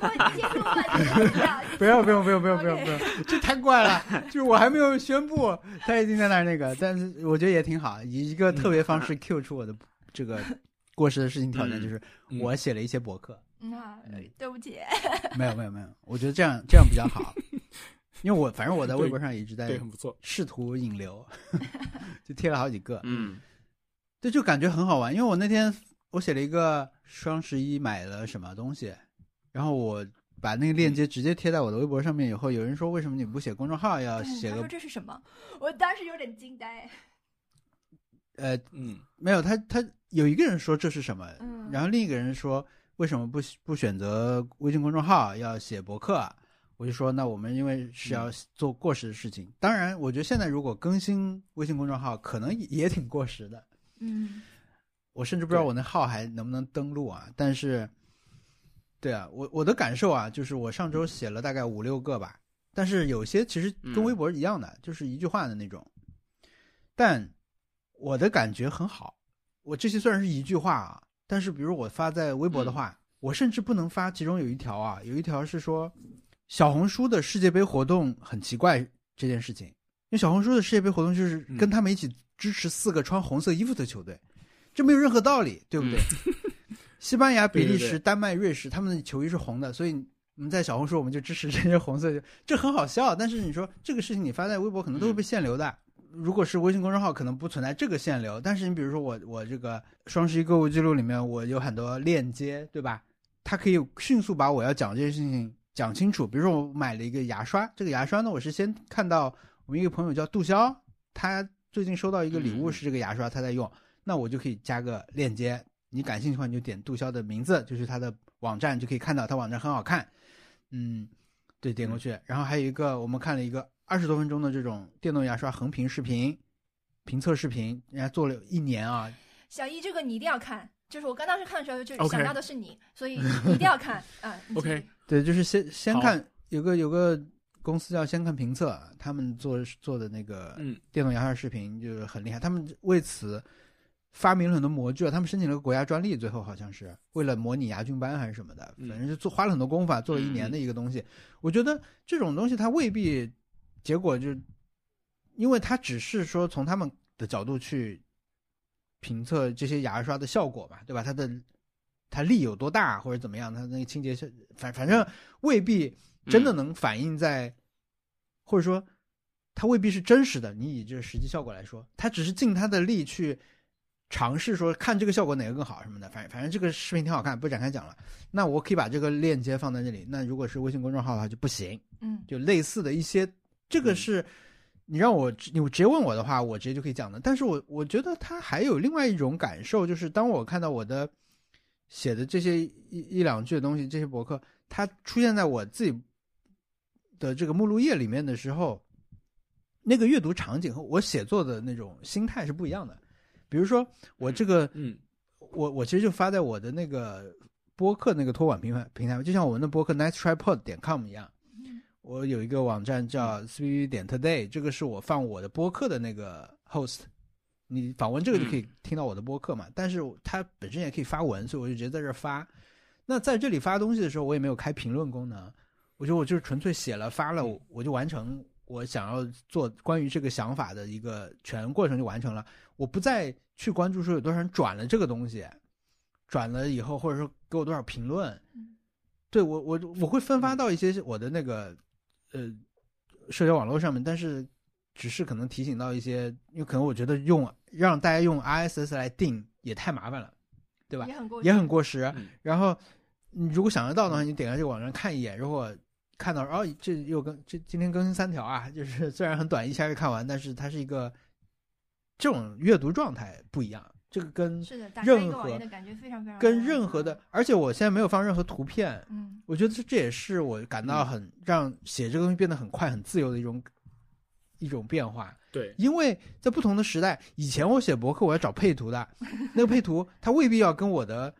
Speaker 3: 我已经说完了你不要你
Speaker 4: 不要不用不用不用不用
Speaker 3: OK
Speaker 4: 不用，这太怪了，就是我还没有宣布，他已经在那儿那个，但是我觉得也挺好，以一个特别方式 Q 出我的这个过时的事情挑战，
Speaker 2: 嗯
Speaker 4: 就是
Speaker 1: 嗯
Speaker 4: 我写了一些博客，
Speaker 3: 嗯啊
Speaker 4: 嗯，
Speaker 3: 对不起，
Speaker 4: 没有没有没有，我觉得这样这样比较好，因为我反正我在微博上一
Speaker 3: 哎
Speaker 4: 直
Speaker 1: 对，
Speaker 4: 在
Speaker 1: 很不错。
Speaker 4: 试图引流，就贴了好几个，
Speaker 2: 嗯，
Speaker 4: 对，就感觉很好玩。因为我那天我写了一个双十一买了什么东西，然后我把那个
Speaker 3: 嗯
Speaker 4: 链接直接贴在我的微博上面以后，有人说为什么啊你不写公众号，要
Speaker 3: 嗯
Speaker 4: 写
Speaker 3: 他
Speaker 4: 个
Speaker 3: 说这是什么？我当时有点惊呆。
Speaker 4: 呃，
Speaker 1: 嗯，
Speaker 4: 没有，他他有一个人说这是什么，
Speaker 3: 嗯
Speaker 4: 然后另一个人说为什么不不选择微信公众号，要写博客啊？我就说那我们因为是
Speaker 3: 嗯
Speaker 4: 要做过时的事情，当然我觉得现在如果更新微信公众号，可能也挺过时的。
Speaker 3: 嗯
Speaker 4: 我甚至不知道
Speaker 1: 对
Speaker 4: 我那号还能不能登录啊。但是，对啊，我我的感受啊，就是我上周写了大概五六个吧，但是有些其实跟微博一样的，就是一句话的那种。但我的感觉很好，我这些虽然是一句话啊，但是比如我发在微博的话，我甚至不能发。其中有一条啊，有一条是说小红书的世界杯活动很奇怪这件事情，因为小红书的世界杯活动就是跟他们一起支持四个穿红色衣服的球队，这没有任何道理，对不对？西班牙、比利
Speaker 1: 嗯 对对
Speaker 4: 时、丹麦、瑞士，他们的球衣是红的，所以我们在小红书我们就支持这些红色，这很好笑。但是你说这个事情你发在微博，可能都会被
Speaker 1: 嗯
Speaker 4: 限流的。如果是微信公众号，可能不存在这个限流。但是你比如说我，我这个双十一购物记录里面，我有很多链接，对吧？它可以迅速把我要讲这件事情讲清楚。比如说我买了一个牙刷，这个牙刷呢，我是先看到我们一个朋友叫杜潇，他最近收到一个礼物
Speaker 2: 嗯
Speaker 4: 是这个牙刷，他在用，那我就可以加个链接，你感兴趣的话你就点杜潇的名字，就是他的网站，就可以看到他网站很好看。嗯，对，点过去。然后还有一个，我们看了一个二十多分钟的这种电动牙刷横屏视频。评测视频，人家做了一年啊，
Speaker 3: 小一这个你一定要看，就是我刚当时看的时候就
Speaker 1: OK
Speaker 3: 想到的是你，所以你一定要看啊。 你
Speaker 1: OK
Speaker 3: 继续
Speaker 4: 对，就是先先
Speaker 1: 好
Speaker 4: 看有个有个公司叫先看评测，他们做做的那个
Speaker 1: 嗯
Speaker 4: 电动牙刷视频就是很厉害，他们为此发明了很多模具，啊，他们申请了个国家专利，最后好像是为了模拟牙菌斑还是什么的，
Speaker 1: 嗯
Speaker 4: 反正是做花了很多功法，做了一年的一个东西。我觉得这种东西它未必结果就，因为它只是说从他们的角度去评测这些牙刷的效果嘛，对吧？它的它力有多大或者怎么样，它那个清洁效，反反正未必真的能反映在，或者说它未必是真实的。你以这个实际效果来说，它只是尽它的力去尝试说看这个效果哪个更好什么的。反反正这个视频挺好看，不展开讲了。那我可以把这个链接放在这里。那如果是微信公众号的话就不行，
Speaker 3: 嗯
Speaker 4: 就类似的一些，这个是你让我直你直接问我的话，我直接就可以讲的。但是我我觉得它还有另外一种感受，就是当我看到我的写的这些一一两句的东西，这些博客，它出现在我自己的这个目录页里面的时候，那个阅读场景和我写作的那种心态是不一样的。比如说我这个
Speaker 1: 嗯
Speaker 4: 我我其实就发在我的那个播客那个托管平台平台，就像我们的播客 nice tripod 点 com 一样，我有一个网站叫 cbb 点 today，这个是我放我的播客的那个 host，你访问这个就可以听到我的播客嘛。但是它本身也可以发文，所以我就直接在这儿发。那在这里发东西的时候，我也没有开评论功能，我觉得我就是纯粹写了发了，我我就完成我想要做关于这个想法的一个全过程就完成了。我不再去关注说有多少人转了这个东西，转了以后或者说给我多少评论
Speaker 3: 嗯，
Speaker 4: 对我我我会分发到一些我的那个呃社交网络上面，但是只是可能提醒到一些，因为可能我觉得用让大家用 RSS 来定也太麻烦了，对吧？
Speaker 3: 也很过
Speaker 4: 也
Speaker 3: 瘾
Speaker 4: 很过时
Speaker 1: 嗯。
Speaker 4: 然后你如果想得到的话，你点开这个网站看一眼，如果看到哦，这又更这今天更新三条啊，就是虽然很短，一下就看完，但是它是一个这种阅读状态不一样，这个跟
Speaker 3: 是的，啊打开一
Speaker 4: 任
Speaker 3: 个网页
Speaker 4: 何
Speaker 3: 的感觉非常非常
Speaker 4: 跟
Speaker 3: 不一样
Speaker 4: 任何的，而且我现在没有放任何图片，
Speaker 3: 嗯
Speaker 4: 我觉得这这也是我感到很让写这个东西变得很快、很自由的一种一种变化。
Speaker 1: 对，
Speaker 4: 因为在不同的时代，以前我写博客我要找配图的，那个配图它未必要跟我的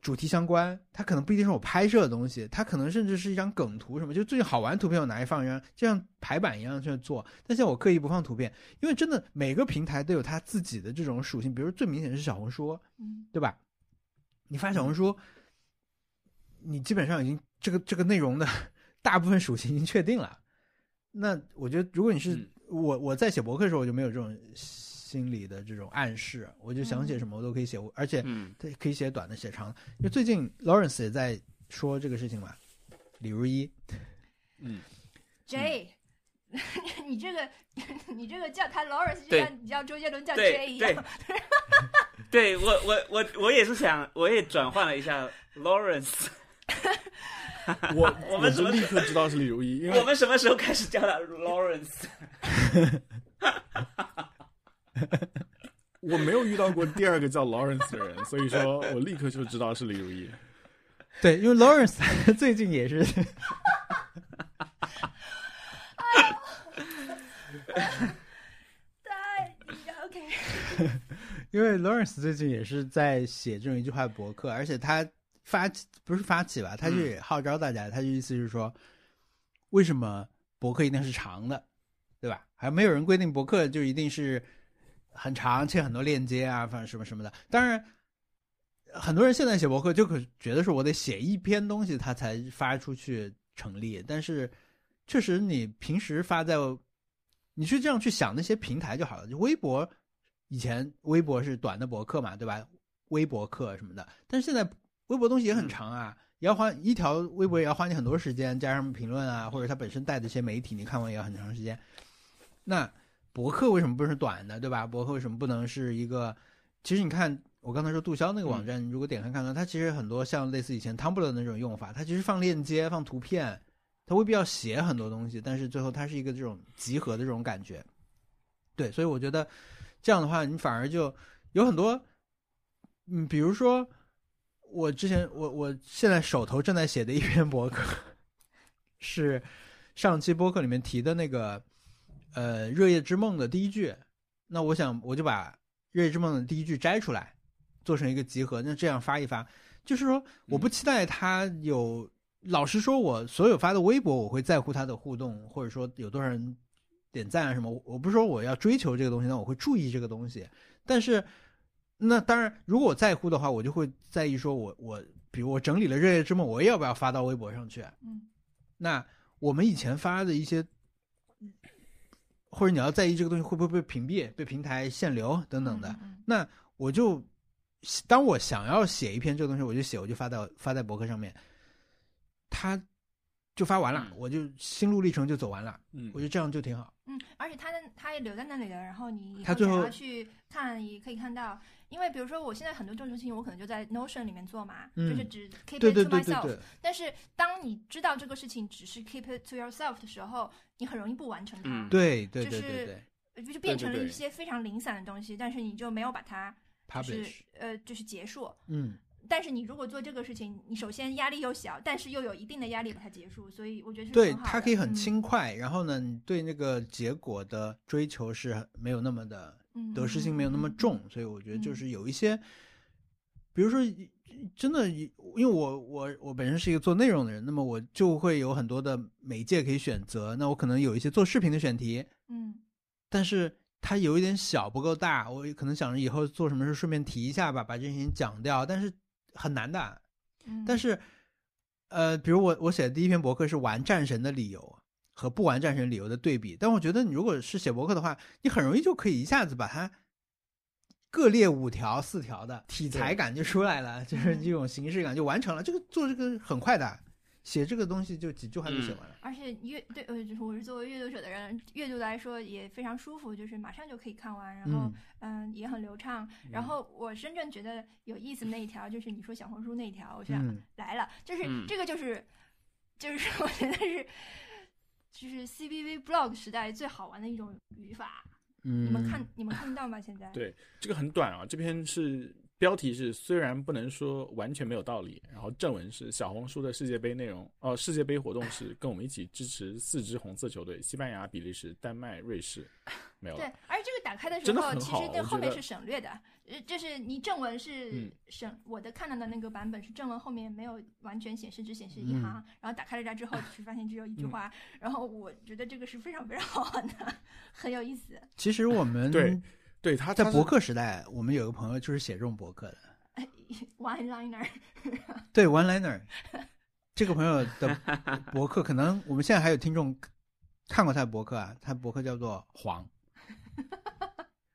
Speaker 4: 主题相关，它可能不一定是我拍摄的东西，它可能甚至是一张梗图什么，就最好玩的图片我拿一放一张，就像排版一样去做。但现在我刻意不放图片，因为真的每个平台都有它自己的这种属性，比如最明显是小红书，
Speaker 3: 嗯
Speaker 4: 对吧？你发小红书，你基本上已经这个这个内容的 大部分属性已经确定了。那我觉得，如果你是、
Speaker 1: 嗯
Speaker 4: 我我在写博客的时候，我就没有这种心理的这种暗示，我就想写什么我都可以写，而且
Speaker 2: 嗯
Speaker 4: 对，可以写短的，写长的。因为最近 Lawrence 也在说这个事情嘛，李如一，
Speaker 1: 嗯，
Speaker 3: J。你 这个，你这个叫他 Lawrence，就
Speaker 2: 嗯对
Speaker 3: 像你叫周杰伦叫 J 一
Speaker 2: 对对
Speaker 3: 样，
Speaker 2: 对，我我我我也是想，我也转换了一下 Lawrence，
Speaker 1: 嗯我
Speaker 2: 我
Speaker 1: 我
Speaker 2: 们怎
Speaker 1: 就
Speaker 2: 么
Speaker 1: 立刻知道是李如一，因
Speaker 2: 我
Speaker 1: 为
Speaker 2: 们什么时候开始叫他 Lawrence？
Speaker 1: 我没有遇到过第二个叫 Lawrence 的人，所以说我立刻就知道是李如一。
Speaker 4: 对，因为 Lawrence 最近也是，
Speaker 3: 对，OK，
Speaker 4: 因为 Lawrence 最近也是在写这种一句话博客，而且他发起不是发起吧，他就也号召大家，他就意思是说，为什么博客一定是长的，对吧？还没有人规定博客就一定是很长，且很多链接啊，反正什么什么的。当然，很多人现在写博客就可觉得说我得写一篇东西，它才发出去成立，但是确实你平时发在你去这样去想那些平台就好了。就微博，以前微博是短的博客嘛，对吧？微博客什么的，但是现在微博东西也很长啊，也要花一条微博也要花你很多时间，加上评论啊，或者它本身带的一些媒体，你看完也要很长时间。那博客为什么不是短的，对吧？博客为什么不能是一个？其实你看，我刚才说杜潇那个网站，你如果点开看看，它其实很多像类似以前 Tumblr 的那种用法，它其实放链接、放图片，它未必要写很多东西，但是最后它是一个这种集合的这种感觉。对，所以我觉得这样的话，你反而就有很多，嗯，比如说我之前我我现在手头正在写的一篇博客， 是上期播客里面提的那个呃《热夜之梦》的第一句，那我想我就把《热夜之梦》的第一句摘出来，做成一个集合，那这样发一发，就是说我不期待它有。老实说，我所有发的微博，我会在乎它的互动，或者说有多少人点赞啊什么。我我不是说我要追求这个东西，但我会注意这个东西。但是，那当然，如果我在乎的话，我就会在意说我我，比如我整理了《热夜之梦》，我要不要发到微博上去？
Speaker 3: 嗯，
Speaker 4: 那我们以前发的一些，或者你要在意这个东西会不会被屏蔽、被平台限流等等的，
Speaker 3: 嗯，嗯
Speaker 4: 那我就当我想要写一篇这个东西，我就写，我就发到发在博客上面，他就发完了，
Speaker 2: 嗯
Speaker 4: 我就心路历程就走完了，
Speaker 1: 嗯
Speaker 4: 我觉得这样就挺好。
Speaker 3: 嗯，而且它那它也留在那里了，然后你以
Speaker 4: 它
Speaker 3: 后
Speaker 4: 最
Speaker 3: 想
Speaker 4: 后
Speaker 3: 要去看也可以看到，因为比如说我现在很多这种事情，我可能就在 Notion 里面做嘛，
Speaker 4: 嗯
Speaker 3: 就是只 keep
Speaker 4: 对
Speaker 3: it to
Speaker 4: 对对对
Speaker 3: myself。
Speaker 4: 对，
Speaker 3: 但是当你知道这个事情只是 keep it to yourself 的时候，你很容易不完成它，
Speaker 2: 嗯
Speaker 4: 对对
Speaker 3: 就
Speaker 4: 对
Speaker 3: 是
Speaker 4: 对对
Speaker 3: 就就变成了
Speaker 1: 对对
Speaker 3: 一
Speaker 1: 对
Speaker 3: 些非常零散的东西，但是你就没有把它就是
Speaker 4: ，publish，
Speaker 3: 呃就是结束。
Speaker 4: 嗯，
Speaker 3: 但是你如果做这个事情，你首先压力又小，但是又有一定的压力把它结束，所以我觉得是
Speaker 4: 对，
Speaker 3: 很好的
Speaker 4: 它可以很
Speaker 3: 嗯
Speaker 4: 轻快，然后呢，你对那个结果的追求是没有那么的
Speaker 3: 嗯
Speaker 4: 得失心没有那么重，所以我觉得就是有一些，比如说一真的一，因为我我我本身是一个做内容的人，那么我就会有很多的媒介可以选择。那我可能有一些做视频的选题，
Speaker 3: 嗯
Speaker 4: 但是它有一点小不够大，我可能想着以后做什么事顺便提一下吧，把这些事情讲掉，但是很难的。
Speaker 3: 嗯，
Speaker 4: 但是，呃，比如我我写的第一篇博客是玩战神的理由和不玩战神理由的对比，但我觉得你如果是写博客的话，你很容易就可以一下子把它各列五条、四条的题材感就出来了，
Speaker 1: 嗯
Speaker 4: 就是这种形式感就完成了。这个做这个很快的，写这个东西就几句话就写
Speaker 1: 嗯
Speaker 4: 完了。
Speaker 3: 而且阅对呃，就是我是作为阅读者的人，阅读来说也非常舒服，就是马上就可以看完，然后
Speaker 4: 嗯
Speaker 3: 嗯、也很流畅。然后我真正觉得有意思那一条，就是你说小红书那一条，我想、
Speaker 4: 嗯，
Speaker 3: 来了，就是、
Speaker 2: 嗯
Speaker 3: 这个就是就是 我觉得是就是 CBV blog 时代最好玩的一种语法。
Speaker 4: 嗯
Speaker 3: 你们看你们看得到吗？现在
Speaker 1: 对这个很短啊，这篇是标题是虽然不能说完全没有道理，然后正文是小红书的世界杯内容，哦、世界杯活动是跟我们一起支持四支红色球队：西班牙、比利时、丹麦、瑞士，没有
Speaker 3: 对
Speaker 1: 了。，
Speaker 3: 而这个打开的时
Speaker 1: 真的
Speaker 3: 候，
Speaker 1: 很
Speaker 3: 其
Speaker 1: 好
Speaker 3: 实那
Speaker 1: 我
Speaker 3: 后
Speaker 1: 觉
Speaker 3: 面
Speaker 1: 得
Speaker 3: 是省略的，呃，就是你正文是
Speaker 1: 嗯
Speaker 3: 省、我的看到的那个版本是正文后面没有完全显示，只显示一行，然后打开了它 之后，只发现只有一句
Speaker 1: 嗯
Speaker 3: 话，然后我觉得这个是非常非常好玩的， 很有意思。
Speaker 4: 其实我们
Speaker 1: 对对他
Speaker 4: 在博
Speaker 1: 博
Speaker 4: 客时代，我们有个朋友就是写这种博客的，
Speaker 3: One liner，
Speaker 4: 对 one liner。这个朋友的 博客，可能我们现在还有听众看过他的博客啊，他博客叫做黄。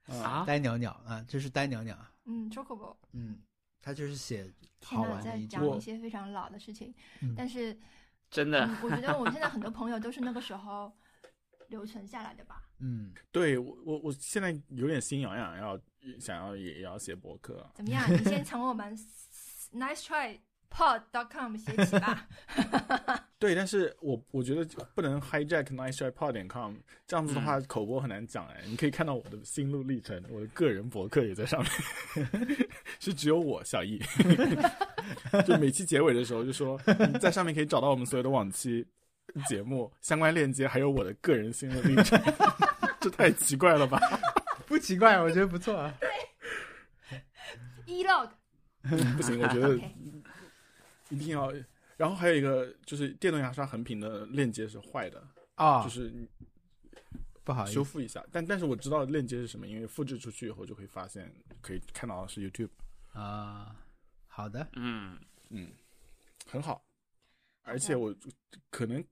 Speaker 2: 啊，
Speaker 4: 呆鸟鸟啊，这是呆鸟鸟，
Speaker 3: 嗯，Chocobo，
Speaker 4: 嗯，他就是写
Speaker 3: 天
Speaker 4: 好
Speaker 3: 呐，
Speaker 4: 玩的
Speaker 3: 在
Speaker 4: 一句
Speaker 3: 讲
Speaker 1: 我
Speaker 3: 一些非常老的事情，
Speaker 4: 嗯
Speaker 3: 但是、
Speaker 2: 真的
Speaker 3: 嗯、我觉得我们现在很多朋友都是那个时候留存下来的吧。
Speaker 4: 嗯，
Speaker 1: 对我我我现在有点心痒痒，要想要也也要写博客。啊
Speaker 3: 怎么样？你先从我们 Nice Try pod.com 写起吧。
Speaker 1: 对，但是我我觉得就不能 hijack nicetripod 点 com，这样子的话口播很难讲哎。你可以看到我的心路历程，我的个人博客也在上面， 是只有我小易。 就每期结尾的时候就说，你在上面可以找到我们所有的往期节目相关链接，还有我的个人心路历程。 这太奇怪了吧？
Speaker 4: 不奇怪，我觉得不错啊。
Speaker 3: Elog
Speaker 1: 不行，我 觉 得
Speaker 3: OK
Speaker 1: 一定要。然后还有一个就是电动牙刷横屏的链接是坏的，
Speaker 4: 啊、
Speaker 1: 就是你
Speaker 4: 不好意
Speaker 1: 修
Speaker 4: 思，
Speaker 1: 复一下。但但是我知道链接是什么，因为复制出去以后就会发现可以看到是 YouTube，
Speaker 4: 啊，好的，
Speaker 2: 嗯，
Speaker 1: 嗯，很好。而且我可能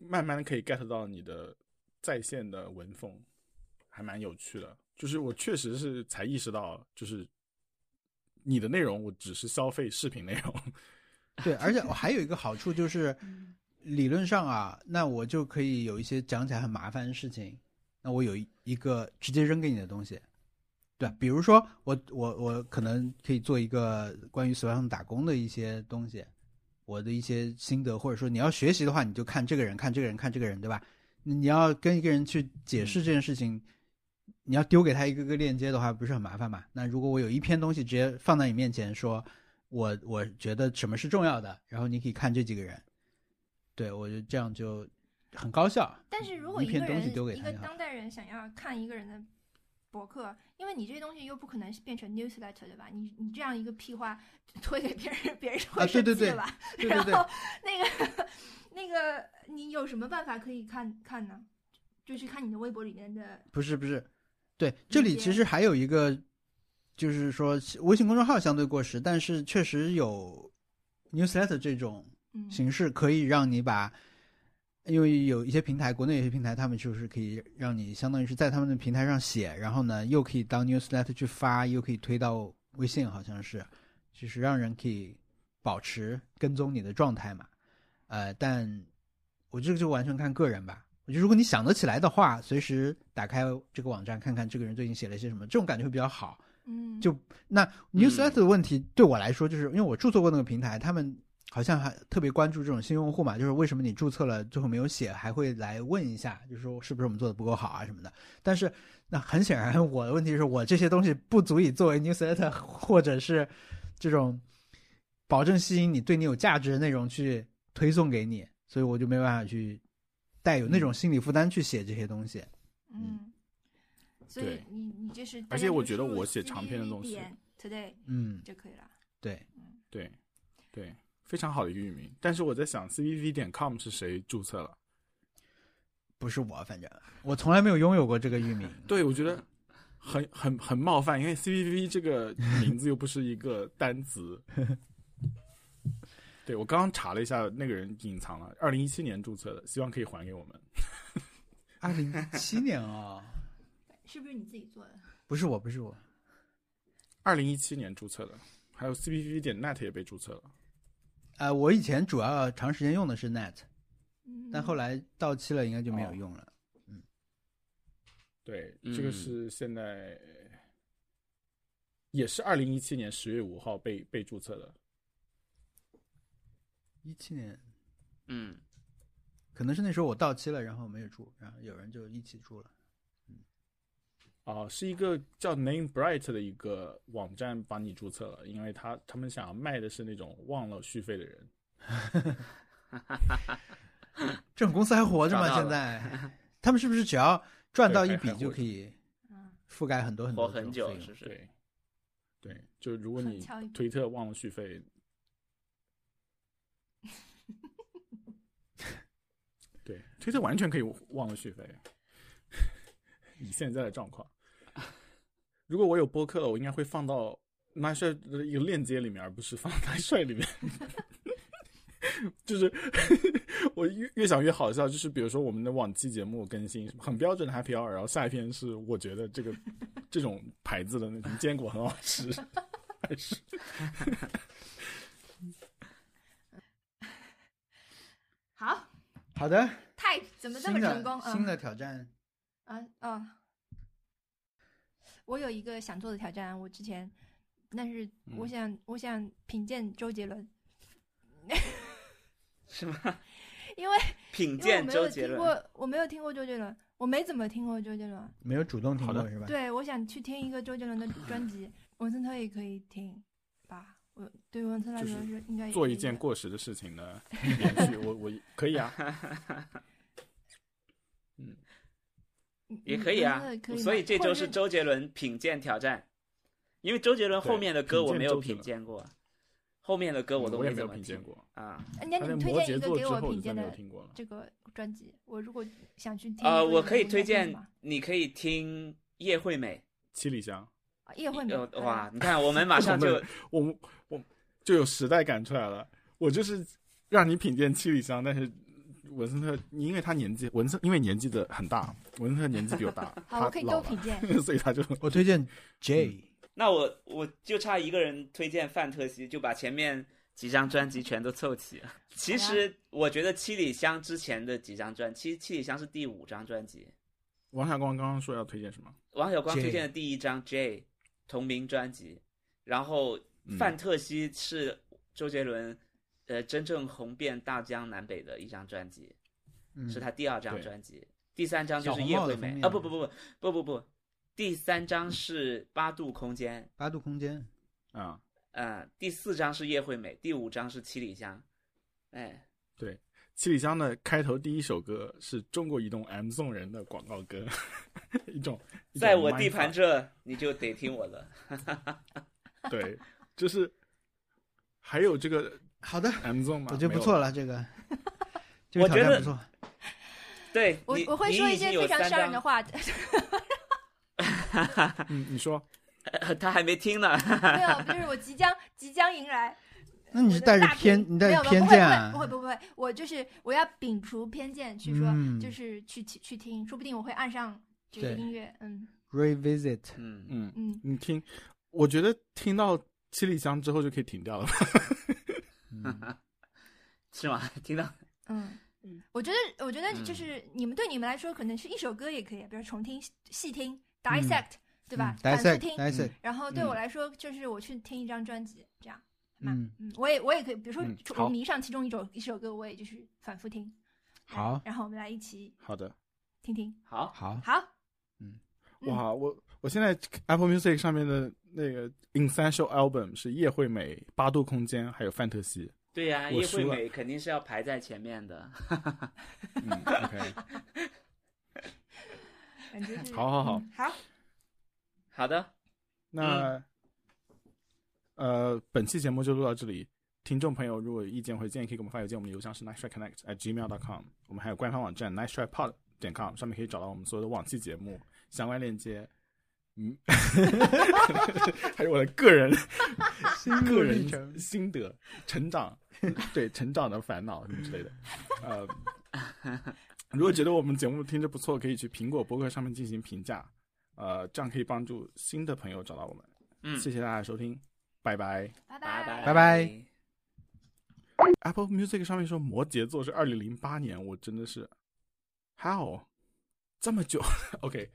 Speaker 1: 慢慢可以 get 到你的在线的文风，还蛮有趣的。就是我确实是才意识到，就是你的内容我只是消费视频内容，
Speaker 4: 对，而且我还有一个好处就是，理论上啊，那我就可以有一些讲起来很麻烦的事情，那我有一一个直接扔给你的东西，对吧，比如说我我我可能可以做一个关于 s w a 打工的一些东西，我的一些心得，或者说你要学习的话，你就看这个人，看这个人，看这个人，对吧？你要跟一个人去解释这件事情，你要丢给他一个个链接的话，不是很麻烦嘛？那如果我有一篇东西直接放在你面前说。我我觉得什么是重要的，然后你可以看这几个人，对我觉得这样就很高效。
Speaker 3: 但是如果
Speaker 4: 一
Speaker 3: 一个
Speaker 4: 篇东
Speaker 3: 人
Speaker 4: 西丢给
Speaker 3: 一
Speaker 4: 他
Speaker 3: 个
Speaker 4: 就好
Speaker 3: 当代人想要看一个人的博客，因为你这些东西又不可能是变成 newsletter 对吧？你你这样一个屁话推给别人，别人会
Speaker 4: 啊对
Speaker 3: 生
Speaker 4: 对
Speaker 3: 气
Speaker 4: 对
Speaker 3: 的吧？
Speaker 4: 对
Speaker 3: 然
Speaker 4: 对
Speaker 3: 后
Speaker 4: 对，
Speaker 3: 那个那个，你有什么办法可以看看呢？就是看你的微博里面的
Speaker 4: 不是不是，对，这里其实还有一个，就是说微信公众号相对过时，但是确实有 newsletter 这种
Speaker 3: 嗯
Speaker 4: 形式可以让你把，因为有一些平台，国内有些平台，他们就是可以让你相当于是在他们的平台上写，然后呢又可以当 newsletter 去发，又可以推到微信，好像是，就是让人可以保持跟踪你的状态嘛。呃，但我这个就完全看个人吧。我觉得如果你想得起来的话，随时打开这个网站看看这个人最近写了些什么，这种感觉会比较好。
Speaker 3: 嗯
Speaker 4: 就那 newsletter 的问题对我来说，就是因为我注册过那个平台，他们好像还特别关注这种新用户嘛，就是为什么你注册了最后没有写，还会来问一下，就是说是不是我们做的不够好啊什么的。但是那很显然，我的问题是我这些东西不足以作为 newsletter 或者是这种保证吸引你、对你有价值的内容去推送给你，所以我就没办法去带有那种心理负担去写这些东西。
Speaker 3: 嗯，所以
Speaker 1: 对
Speaker 3: 你你就是大家
Speaker 1: 而且我
Speaker 3: 就
Speaker 1: 觉得
Speaker 3: 输入
Speaker 1: 我写长篇的
Speaker 3: CDD
Speaker 1: 东西
Speaker 3: 点 today
Speaker 4: 嗯，
Speaker 3: 就可以了。
Speaker 4: 对，
Speaker 1: 对，对，非常好的一个域名。但是我在想，cvv 点 com 是谁注册了？
Speaker 4: 不是我，反正我从来没有拥有过这个域名。
Speaker 1: 对，我觉得很很很冒犯，因为 cvv 这个名字又不是一个单词。对，我刚刚查了一下，那个人隐藏了，二零一七年注册的，希望可以还给我们。
Speaker 4: 二零一七年哦，
Speaker 3: 是不是你自己做的？
Speaker 4: 不是我，不是我。
Speaker 1: 二零一七年注册的，还有 cvv 点 net 也被注册了。
Speaker 4: 呃，我以前主要长时间用的是 Net，
Speaker 3: 嗯，
Speaker 4: 但后来到期了，应该就没有用了。
Speaker 1: 对，
Speaker 2: 嗯
Speaker 1: 这个是现在也是二零一七年十月五号被被注册的。
Speaker 4: 一七、年
Speaker 2: 嗯，
Speaker 4: 可能是那时候我到期了，然后没有住，然后有人就一起住了。
Speaker 1: 哦，是一个叫 Name Bright 的一个网站把你注册了，因为他他们想要卖的是那种忘了续费的人。
Speaker 4: 这种公司还活着吗？
Speaker 2: 找到
Speaker 4: 现
Speaker 2: 了
Speaker 4: 在 他们是不是只要赚到一
Speaker 1: 对还
Speaker 4: 笔
Speaker 1: 还活着
Speaker 4: 就可以
Speaker 3: 嗯，
Speaker 4: 覆盖很多很
Speaker 2: 活很
Speaker 4: 多这种
Speaker 2: 久
Speaker 4: 费用
Speaker 2: 是不是？
Speaker 1: 对，对，就如果
Speaker 3: 很
Speaker 1: 你
Speaker 3: 敲一笔
Speaker 1: 推特忘了续费，对，推特完全可以忘了续费。以现在的状况，如果我有播客了，我应该会放到 n i 帅的一个链接里面，而不是放 n i 帅里面。就是 我越越想越好笑，就是比如说我们的往期节目更新什么很标准的 Happy Hour，然后下一篇是我觉得这个这种牌子的那种坚果很好吃，还是
Speaker 3: 好
Speaker 4: 好的，
Speaker 3: ，Type 怎么这么
Speaker 4: 新
Speaker 3: 成
Speaker 4: 的
Speaker 3: 功？
Speaker 4: 新
Speaker 3: 嗯
Speaker 4: 的挑战，
Speaker 3: 啊哦，我有一个想做的挑战，我之前，但是我
Speaker 1: 嗯
Speaker 3: 想、我想品鉴周杰伦，
Speaker 2: 是吗？
Speaker 3: 因为
Speaker 2: 品
Speaker 3: 因为我
Speaker 2: 鉴
Speaker 3: 没
Speaker 2: 周
Speaker 3: 有
Speaker 2: 杰
Speaker 3: 听
Speaker 2: 伦，
Speaker 3: 过，我没有听过周杰伦，我没怎么听过周杰伦。
Speaker 5: 没有主动听
Speaker 1: 好
Speaker 5: 过
Speaker 1: 的
Speaker 5: 是吧？
Speaker 3: 对，我想去听一个周杰伦的专辑，文森特也可以听吧。我对文森特来说
Speaker 1: 就是
Speaker 3: 应该也
Speaker 1: 做
Speaker 3: 可
Speaker 1: 一
Speaker 3: 以
Speaker 1: 件
Speaker 3: 的
Speaker 1: 过时的事情呢，延 续我我可以 啊，
Speaker 3: 嗯
Speaker 2: 也
Speaker 3: 嗯
Speaker 2: 可以啊
Speaker 3: 文森特可。以
Speaker 2: 所以
Speaker 3: 吧
Speaker 2: 这
Speaker 3: 或
Speaker 2: 周
Speaker 3: 者
Speaker 2: 是周杰伦品鉴挑战，因为周杰伦后
Speaker 1: 对
Speaker 2: 面的歌
Speaker 1: 品
Speaker 2: 我
Speaker 1: 鉴
Speaker 2: 没有
Speaker 1: 周杰
Speaker 2: 品
Speaker 1: 伦嗯
Speaker 2: 鉴过，后面的歌
Speaker 1: 我
Speaker 2: 都
Speaker 1: 也
Speaker 2: 没
Speaker 1: 没
Speaker 2: 怎
Speaker 1: 有
Speaker 2: 么
Speaker 1: 品
Speaker 2: 听
Speaker 1: 鉴过。
Speaker 2: 啊。
Speaker 3: 哎那
Speaker 1: 他在
Speaker 3: 你推
Speaker 1: 摩羯
Speaker 3: 荐一个
Speaker 1: 座
Speaker 3: 给
Speaker 1: 之
Speaker 3: 我
Speaker 1: 后
Speaker 3: 品
Speaker 1: 就再
Speaker 3: 鉴
Speaker 1: 没有
Speaker 3: 的
Speaker 1: 听过了。
Speaker 3: 这个专辑，我如果想去听
Speaker 2: 呃，
Speaker 3: 周杰
Speaker 2: 我
Speaker 3: 伦
Speaker 2: 可以
Speaker 3: 应该
Speaker 2: 推
Speaker 3: 听什
Speaker 2: 荐
Speaker 3: 么，
Speaker 2: 你可以听叶惠美。
Speaker 1: 七里香，
Speaker 3: 啊叶惠美
Speaker 2: 呃
Speaker 3: 好的
Speaker 2: 哇，你看我们马上就
Speaker 1: 我我就有时代感出来了。我就是让你品鉴七里香，但是文森特，因为他年纪，文森因为年纪的很大，文森特年纪比我 大，
Speaker 3: 好，
Speaker 1: 他
Speaker 3: 我可以
Speaker 1: 老了，
Speaker 3: 都品鉴。
Speaker 1: 所以他就
Speaker 5: 我推荐 J，
Speaker 2: 那我我就差一个人推荐范特西，就把前面几张专辑全都凑齐了。其实我觉得七里香之前的几张专，其实七里香是第五张专辑，
Speaker 1: 王小光刚刚说要推荐什么？
Speaker 2: 王小光
Speaker 5: J
Speaker 2: 推荐的第一张 J 同名专辑，然后
Speaker 1: 嗯
Speaker 2: 范特西是周杰伦，呃，真正红遍大江南北的一张专辑。
Speaker 5: 嗯
Speaker 2: 是他第二张
Speaker 1: 对
Speaker 2: 专辑，第三张就
Speaker 5: 小
Speaker 2: 是
Speaker 5: 红
Speaker 2: 叶
Speaker 5: 帽
Speaker 2: 惠
Speaker 5: 的
Speaker 2: 美
Speaker 5: 封
Speaker 2: 啊，
Speaker 5: 面
Speaker 2: 不不不不不不不，第三张是八度空间，
Speaker 5: 八度空间，
Speaker 1: 啊、
Speaker 2: 嗯，第四张是叶惠美，第五张是七里香，哎，
Speaker 1: 七里香的开头第一首歌是中国移动 M 送人的广告歌， 一种一种
Speaker 2: 在我地
Speaker 1: mindfuck
Speaker 2: 盘这你就得听我的，
Speaker 1: 对，就是还有这个
Speaker 5: 好的，
Speaker 1: M 送嘛，
Speaker 5: 我觉得
Speaker 1: 没有
Speaker 5: 不错了，这个这
Speaker 2: 我
Speaker 5: 个
Speaker 2: 觉
Speaker 5: 挑战
Speaker 2: 得
Speaker 5: 不错。
Speaker 2: 对
Speaker 3: 我
Speaker 2: 你
Speaker 3: 我会
Speaker 2: 你
Speaker 3: 说
Speaker 2: 已
Speaker 3: 一
Speaker 2: 经
Speaker 3: 些
Speaker 2: 有
Speaker 3: 非常
Speaker 2: 三
Speaker 3: 伤人的
Speaker 2: 张，
Speaker 3: 话，
Speaker 1: 了。嗯，你说
Speaker 2: 他还没 听呢，
Speaker 3: 没有，就是我即将即将迎来
Speaker 5: 那你是
Speaker 3: 我的
Speaker 5: 带着
Speaker 3: 大
Speaker 5: 偏，
Speaker 3: 屏
Speaker 5: 你带
Speaker 3: 没有
Speaker 5: 着
Speaker 3: 没有
Speaker 5: 偏
Speaker 3: 不会
Speaker 5: 见啊
Speaker 3: 不？会不会不会，我就是我要摒除偏见去说，
Speaker 5: 嗯
Speaker 3: 就是去去去听，说不定我会爱上这个
Speaker 5: 对
Speaker 3: 音乐。嗯
Speaker 5: revisit，
Speaker 2: 嗯，
Speaker 1: 嗯，
Speaker 3: 嗯，
Speaker 1: 你听，我觉得听到七里香之后就可以停掉了。
Speaker 5: 嗯
Speaker 2: 是吗？听到
Speaker 3: 嗯，我觉得，我觉得
Speaker 2: 嗯
Speaker 3: 就是你们对你们来说，可能是一首歌也可以，比如重听、细听、dissect，、对
Speaker 5: 嗯
Speaker 3: 吧？反复听。
Speaker 5: ？dissect，dissect，
Speaker 3: 然后对我
Speaker 1: 嗯
Speaker 3: 来说，就是我去听一张专辑，这样，嘛
Speaker 5: 嗯，
Speaker 3: 嗯，我也我也可以，比如说
Speaker 1: 嗯
Speaker 3: 我
Speaker 1: 好
Speaker 3: 迷上其中一首一首歌，我也就是反复听。来
Speaker 5: 好
Speaker 3: 然后我们来一起
Speaker 1: 好的，
Speaker 3: 听听。
Speaker 2: 好，
Speaker 5: 好，
Speaker 3: 好，嗯
Speaker 1: 哇，我我现在 Apple Music 上面的那个 Essential Album 是叶惠美、八度空间还有范特西。
Speaker 2: 对呀，
Speaker 1: 我
Speaker 2: 叶惠
Speaker 1: 输了
Speaker 2: 美肯定是要排在前面的，
Speaker 1: 嗯，OK，
Speaker 3: 感觉是
Speaker 1: 好好好
Speaker 3: 嗯好，
Speaker 2: 好的，
Speaker 1: 那、呃，本期节目就录到这里。听众朋友，如果有意见或者建议，可以给我们发邮件，我们的邮箱是 nice try connect at gmail dot com。我们还有官方网站 nice try pod 点 com，上面可以找到我们所有的往期节目相关链接。嗯， 还有我的个人
Speaker 5: 嗯
Speaker 1: 个人心得、成长， 对成长的烦恼什么之类的。呃，如果觉得我们节目听着不错，可以去苹果播客上面进行评价，呃，这样可以帮助新的朋友找到我们。
Speaker 2: 嗯，
Speaker 1: 谢谢大家的收听，拜拜。
Speaker 3: 拜
Speaker 2: 拜拜
Speaker 5: 拜拜。
Speaker 1: Apple Music 上面说摩羯座是二零零八年，我真的是 how 这么久 ？OK，